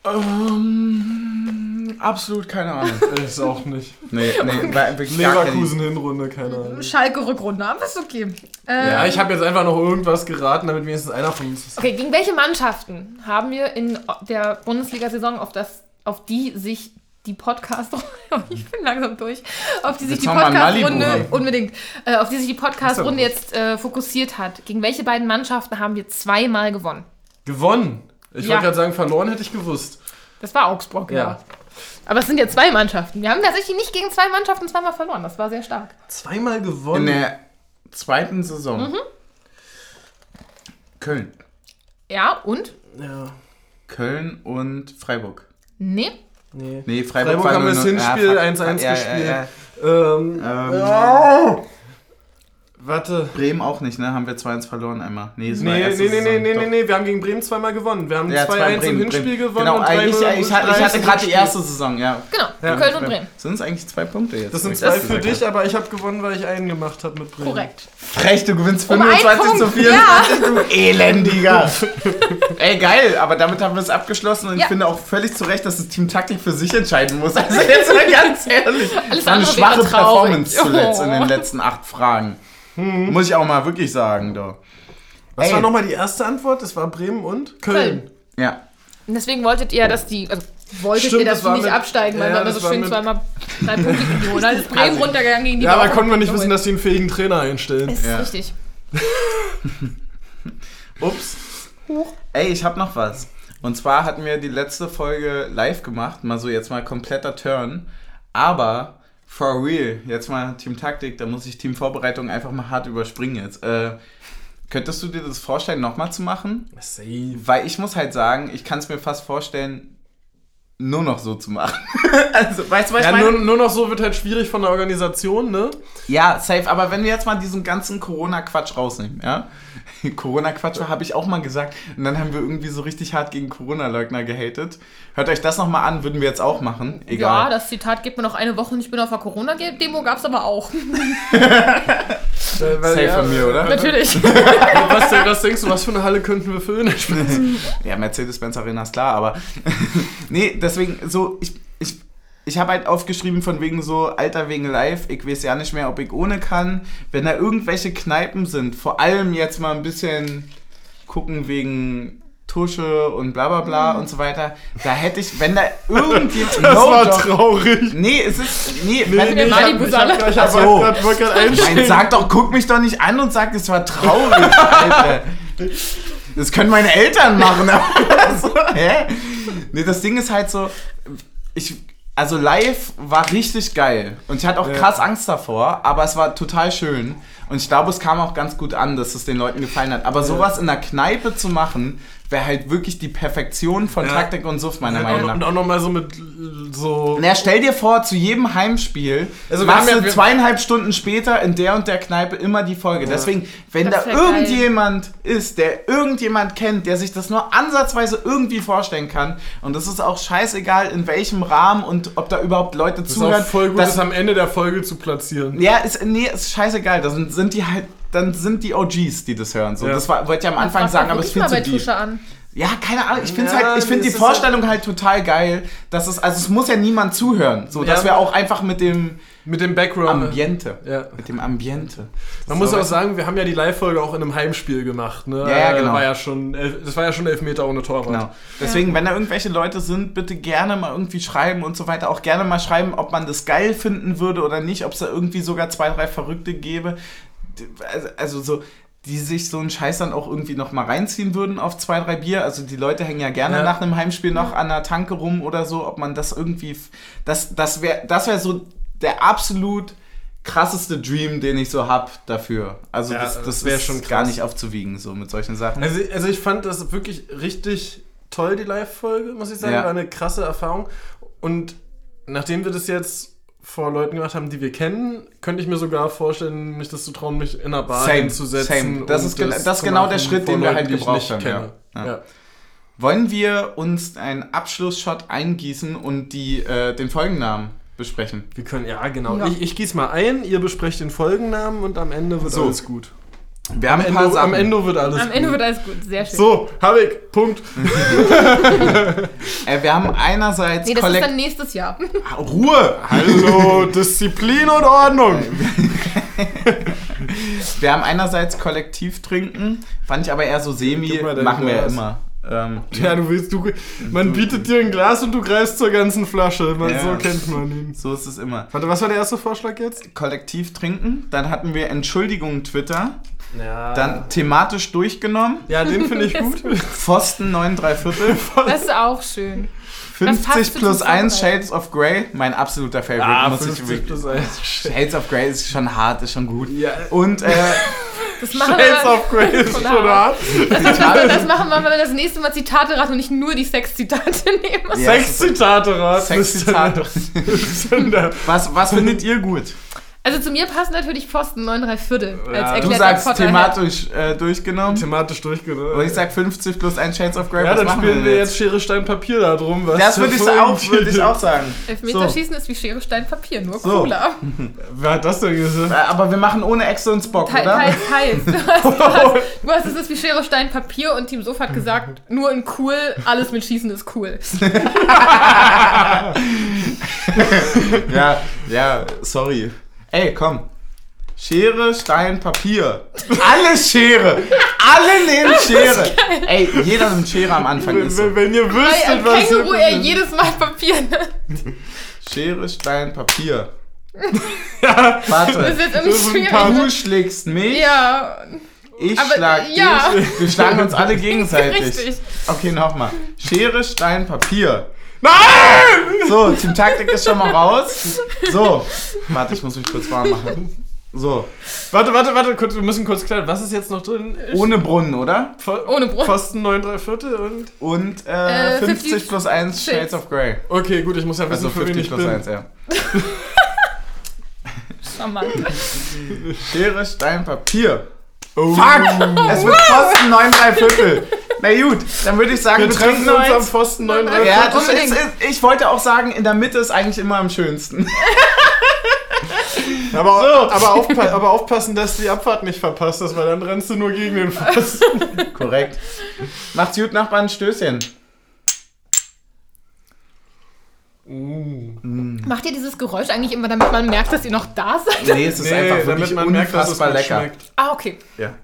S1: Ähm, absolut keine Ahnung.
S3: Ist auch nicht.
S1: Nee, nee, war wirklich gar keine.
S3: Leverkusen-Hinrunde, keine Ahnung.
S2: Schalke Rückrunde, aber ist okay. Äh,
S3: Ja, ich habe jetzt einfach noch irgendwas geraten, damit wenigstens einer von uns ist.
S2: okay, gegen welche Mannschaften haben wir in der Bundesliga-Saison, auf, das, auf die sich die Podcast ich bin langsam durch, auf die sich
S1: Willst
S2: die
S1: du noch mal Malibu ne?
S2: Podcast-Runde
S1: haben?
S2: unbedingt, äh, auf die sich die Podcast-Runde
S3: Ist
S2: jetzt äh, fokussiert hat. Gegen welche beiden Mannschaften haben wir zweimal gewonnen?
S3: Gewonnen. Ich
S2: Ja.
S3: wollte gerade sagen, verloren hätte ich gewusst.
S2: Das war Augsburg, genau.
S3: Ja.
S2: Aber es sind ja zwei Mannschaften. Wir haben tatsächlich nicht gegen zwei Mannschaften zweimal verloren. Das war sehr stark.
S3: Zweimal
S1: In
S3: gewonnen.
S1: der zweiten Saison.
S2: Mhm.
S1: Köln.
S2: Ja, und?
S3: Ja.
S1: Köln und Freiburg.
S2: Nee.
S3: Nee.
S1: Nee, Freiburg,
S3: Freiburg
S1: war
S3: haben ne?
S1: nur
S3: wir das
S1: nur-
S3: Hinspiel
S1: fuck.
S3: 1-1
S1: Ja, ja,
S3: gespielt.
S1: ja.
S3: Ähm,
S1: Ähm,
S3: Warte.
S1: Bremen auch nicht, ne? Haben wir 2-1 verloren einmal. Nee, es war
S3: Nee,
S1: erste
S3: nee, nee, nee,
S1: Saison,
S3: nee,
S1: doch.
S3: nee, nee, wir haben gegen Bremen zweimal gewonnen. Wir haben
S1: Ja,
S3: 2-1
S1: 2
S3: im
S1: Bremen,
S3: Hinspiel
S1: Bremen.
S3: gewonnen
S1: Genau,
S3: und 3
S1: ich, ich, ich, hatte- ich hatte gerade die erste Saison, ja.
S2: Genau.
S3: Ja,
S2: Köln und Bremen.
S1: Sind es eigentlich zwei Punkte jetzt?
S3: Das sind
S1: Wenn
S3: zwei
S1: ich
S3: für
S1: gesagt
S3: dich, aber ich habe gewonnen, weil ich einen gemacht habe mit Bremen.
S2: Korrekt.
S1: habe. Frech, du gewinnst
S2: Um einen
S1: 25 zu
S2: Punkt,
S1: 24, du Elendiger. Ey, geil, aber damit haben wir es abgeschlossen und
S2: Ja.
S1: ich finde auch völlig zu Recht, dass das Team Taktik für sich entscheiden muss. Also jetzt mal ganz ehrlich.
S2: Alles
S1: Das war eine
S2: andere wäre
S1: schwache
S2: traurig.
S1: Performance zuletzt in
S2: Oh.
S1: den letzten acht Fragen. Muss ich auch mal wirklich sagen, doch.
S3: Mhm. Was
S1: Ey.
S3: war nochmal die erste Antwort? Es war Bremen und Köln.
S2: Köln.
S1: Ja.
S2: Und deswegen wolltet ihr, dass die. Also, wolltet
S3: Stimmt,
S2: ihr, dass
S3: das
S2: die
S3: war
S2: nicht
S3: mit-
S2: absteigen, weil
S3: ja,
S2: wir haben ja
S3: das
S2: so
S3: war
S2: schön
S3: mit- Also,
S2: zweimal drei Punkte gegeben. Dann ist Bremen runtergegangen gegen die
S3: Ja, aber
S2: Dortmund.
S3: konnten wir nicht wissen, dass die einen fähigen Trainer einstellen.
S2: Ist
S1: Ja.
S2: richtig.
S1: Ups. Ey, ich hab noch was. Und zwar hatten wir die letzte Folge live gemacht, mal so jetzt mal kompletter Turn. Aber For real, jetzt mal Team Taktik, da muss ich Team Vorbereitung einfach mal hart überspringen jetzt. Äh, könntest du dir das vorstellen, nochmal zu machen?
S3: Safe.
S1: Weil ich muss halt sagen, ich kann es mir fast vorstellen, nur noch so zu machen. also, weißt du, was ich
S3: Ja,
S1: meine?
S3: nur, nur noch so wird halt schwierig von der Organisation, ne?
S1: Ja, safe, aber wenn wir jetzt mal diesen ganzen Corona-Quatsch rausnehmen, ja? Corona-Quatsch habe ich auch mal gesagt und dann haben wir irgendwie so richtig hart gegen Corona-Leugner gehatet. Hört euch das nochmal an, würden wir jetzt auch machen.
S2: Ja,
S1: Egal.
S2: das Zitat gibt mir noch eine Woche und ich bin auf der Corona-Demo, gab es aber auch.
S3: ne?
S1: Safe von mir, oder?
S2: Natürlich.
S3: Was, denn- was denkst du, was für eine Halle könnten wir füllen?
S1: Ja, Mercedes-Benz Arena ist klar, aber nee, deswegen so, ich, ich, ich habe halt aufgeschrieben von wegen so, Alter wegen live, ich weiß ja nicht mehr, ob ich ohne kann. Wenn da irgendwelche Kneipen sind, vor allem jetzt mal ein bisschen gucken wegen Tusche und bla bla bla und so weiter, da hätte ich, wenn da irgendjemand...
S3: Mhm. Das war
S1: doch.
S3: traurig.
S1: Nee, es ist... Nee,
S3: Nee,
S1: wenn,
S3: nee, ich hab,
S2: Malibu
S3: ich
S2: Salle.
S3: hab gleich,
S1: Ach
S3: aber
S1: so.
S3: ich grad- wollte gerade
S1: Nein,
S3: einstehen.
S1: sag doch, guck mich doch nicht an und sag, es war traurig, Alter. Das können meine Eltern machen. aber so, hä? Nee, das Ding ist halt so, ich, also live war richtig geil. Und ich hatte auch
S3: Ja.
S1: krass Angst davor, aber es war total schön. Und ich glaube, es kam auch ganz gut an, dass es den Leuten gefallen hat. Aber sowas in der Kneipe zu machen, wäre halt wirklich die Perfektion von
S3: Ja.
S1: Taktik und Suft, meiner Meinung nach.
S3: Und auch nochmal so mit äh, so.
S1: Na, stell dir vor, zu jedem Heimspiel
S3: Also wir
S1: machst
S3: haben ja-
S1: du
S3: wir-
S1: zweieinhalb Stunden später in der und der Kneipe immer die Folge. Deswegen, wenn da
S2: Das wär geil.
S1: irgendjemand ist, der irgendjemand kennt, der sich das nur ansatzweise irgendwie vorstellen kann, und es ist auch scheißegal, in welchem Rahmen und ob da überhaupt Leute
S3: Das ist
S1: zuhören,
S3: auch voll gut,
S1: das-
S3: das, am Ende der Folge zu platzieren.
S1: ja, ist, nee, ist scheißegal. Dann sind die halt, dann sind die OGs, die das hören. So,
S3: Ja.
S1: Das war, wollte ich am Anfang
S2: Frag
S1: sagen,
S2: doch
S1: aber es ist
S2: wirklich
S1: viel
S2: mal
S1: zu
S2: bei
S1: deep.
S2: Tusche an.
S1: Ja, keine Ahnung. Ich finde
S3: Ja,
S1: halt, ich
S3: nee,
S1: finde die
S3: es ist halt-
S1: Vorstellung halt total geil, dass es, also es muss ja niemand zuhören, so dass
S3: Ja.
S1: wir auch einfach mit dem
S3: Mit dem Background.
S1: Ambiente,
S3: Ja.
S1: mit dem Ambiente.
S3: Man muss
S1: So.
S3: auch sagen, wir haben ja die Live-Folge auch in einem Heimspiel gemacht. Ne?
S1: Ja, ja,
S3: Äh,
S1: genau.
S3: War ja schon, elf, das war ja schon Elfmeter ohne Torwart.
S1: Genau. Deswegen, wenn da irgendwelche Leute sind, bitte gerne mal irgendwie schreiben und so weiter. Auch gerne mal schreiben, ob man das geil finden würde oder nicht, ob es da irgendwie sogar zwei, drei Verrückte gäbe. Die- also- Also so, die sich so einen Scheiß dann auch irgendwie nochmal reinziehen würden auf zwei, drei Bier. Also die Leute hängen ja gerne
S3: Ja.
S1: nach einem Heimspiel noch an der Tanke rum oder so, ob man das irgendwie. f- Das, das wäre das wär so der absolut krasseste Dream, den ich so hab dafür. Also
S3: Ja,
S1: das, das,
S3: das wär
S1: wäre schon
S3: schon
S1: gar
S3: krass.
S1: nicht aufzuwiegen, so mit solchen Sachen.
S3: Also, also ich fand das wirklich richtig toll, die Live-Folge, muss ich sagen.
S1: Ja.
S3: War eine krasse Erfahrung. Und nachdem wir das jetzt vor Leuten gemacht haben, die wir kennen, könnte ich mir sogar vorstellen, mich das zu trauen, mich in einer Bar
S1: Same,
S3: hinzusetzen.
S1: same. Das
S3: und
S1: ist gena- das ist
S3: zu
S1: genau der
S3: machen
S1: Schritt,
S3: vor
S1: den wir
S3: Leuten,
S1: halt
S3: die ich
S1: gebraucht
S3: nicht
S1: haben,
S3: kenne.
S1: ja.
S3: Ja.
S1: Ja. Wollen wir uns einen Abschlussshot eingießen und die, äh, den Folgennamen besprechen?
S3: Wir können, ja genau.
S2: Ja.
S3: Ich, ich gieß mal ein, ihr besprecht den Folgennamen und am Ende wird
S1: So.
S3: alles gut.
S1: Wir haben
S3: Am
S1: ein paar
S3: Ende,
S1: Sachen.
S3: am Ende wird alles
S2: Am
S3: gut.
S2: Ende wird alles gut, sehr schön.
S3: so, hab ich, Punkt.
S1: Äh, wir haben einerseits
S2: Nee, das ist
S1: Kollekt-
S2: dann nächstes Jahr.
S1: Ah, Ruhe!
S3: Hallo, Disziplin und Ordnung.
S1: Wir haben einerseits Kollektiv trinken, fand ich aber eher so semi,
S3: Gib mal dein
S1: machen wir ja
S3: Glas.
S1: immer. Ähm,
S3: Ja, du willst, du, man bietet dir ein Glas und du greifst zur ganzen Flasche. Man,
S1: Ja.
S3: So kennt man ihn.
S1: so ist es immer.
S3: Warte, was war der erste Vorschlag jetzt?
S1: Kollektiv trinken, dann hatten wir Entschuldigung Twitter,
S3: Ja.
S1: dann thematisch durchgenommen,
S3: ja, den finde ich gut.
S1: Pfosten 9 3 Viertel,
S2: Das ist auch schön. passt
S1: 50
S2: zu
S1: plus
S2: diesem
S1: 1
S2: Vorbereiten.
S1: Shades of Grey, mein absoluter Favorite, Ah, muss ich wirklich.
S3: Ah, plus 1.
S1: Shades of Grey ist schon hart, ist schon gut.
S3: Ja.
S1: Und Genau. äh,
S2: Das machen
S3: Shades
S2: wir,
S3: of Grey ist schon hart.
S2: das machen wir, wenn wir das nächste Mal Zitate raten und nicht nur die Sexzitate nehmen.
S1: Ja,
S3: Sechs Zitate raten.
S1: Sexzitat.
S3: Ist dann der-
S1: was, was findet ihr gut?
S2: Also zu mir passen natürlich Pfosten 9 3 Viertel als
S3: Ja,
S1: Du
S2: erklärter
S1: sagst
S2: Potterhead.
S1: thematisch äh, durchgenommen.
S3: Thematisch durchgenommen.
S1: Und ich sag 50 plus 1 Shades of Grey.
S3: ja,
S1: was
S3: dann
S1: machen
S3: spielen
S1: denn
S3: wir jetzt Schere, Stein, Papier da drum. was
S1: Das
S3: der
S1: würde ich,
S3: Folgen-
S1: auch, würde ich auch sagen.
S2: Elfmeterschießen ist wie Schere, Stein, Papier, nur
S1: So.
S2: cooler.
S3: Wer hat das denn
S1: Äh,
S3: gesagt?
S1: Aber wir machen ohne Exe und Spock,
S2: Teil,
S1: oder?
S2: teils, teils. Du hast, du hast, du hast es ist wie Schere, Stein, Papier und Team Sofa hat gesagt, nur in cool, alles mit Schießen ist cool.
S1: Ja, ja, sorry. Ey, komm. Schere, Stein, Papier. Alle Schere. Alle nehmen Schere. Ey, jeder nimmt Schere am Anfang.
S3: Wenn,
S1: Ist so.
S3: wenn- wenn ihr
S2: Weil
S3: wüsstet,
S2: ein
S3: was ihr
S2: Känguru er jedes Mal Papier nimmt.
S1: Schere, Stein, Papier. Warte.
S2: Das ist jetzt
S3: Das ist ein
S2: irgendwie
S1: Du
S2: schwierig.
S1: schlägst mich,
S2: Ja,
S1: ich
S2: aber
S1: schlag
S2: ja.
S1: dich. Wir schlagen uns alle gegenseitig.
S2: Richtig.
S1: Okay, nochmal. Schere, Stein, Papier. Nein! So, Team Taktik ist schon mal raus. So, warte, ich muss mich kurz warm machen. So,
S3: Warte, warte, warte, kurz, wir müssen kurz klären, was ist jetzt noch drin?
S1: ohne Brunnen, oder?
S3: Pfo-
S2: Ohne Brunnen.
S3: Pfosten 9 3 Viertel und.
S1: Und äh,
S2: Äh,
S1: 50,
S2: 50
S1: plus 1 Shades of Grey.
S3: Okay, gut, ich muss ja wissen,
S1: Also
S3: für wen
S1: 50
S3: ich
S1: plus
S3: bin.
S1: 1, ja.
S2: Charmant.
S1: Schere, Stein, Papier.
S3: Oh.
S1: Fuck! Es wird kosten 9, 3 Viertel. Na gut, dann würde ich sagen,
S3: Wir treffen uns am
S1: eins.
S3: Pfosten 9 3
S1: Ja, das ist,
S2: Unbedingt.
S1: ist, ich wollte auch sagen, in der Mitte ist eigentlich immer am schönsten.
S3: Aber,
S1: So.
S3: aber, aufpa aber aufpassen, dass die Abfahrt nicht verpasst ist, weil dann rennst du nur gegen den Pfosten.
S1: Korrekt. Macht's gut, Nachbarn, Stößchen. Mm.
S2: Macht ihr dieses Geräusch eigentlich immer, damit man merkt, dass ihr noch da seid?
S1: Nee, es ist einfach
S3: damit
S1: wirklich
S3: man merkt, dass es
S1: unfassbar
S3: gut
S1: lecker.
S3: schmeckt.
S2: Ah, okay.
S1: Ja.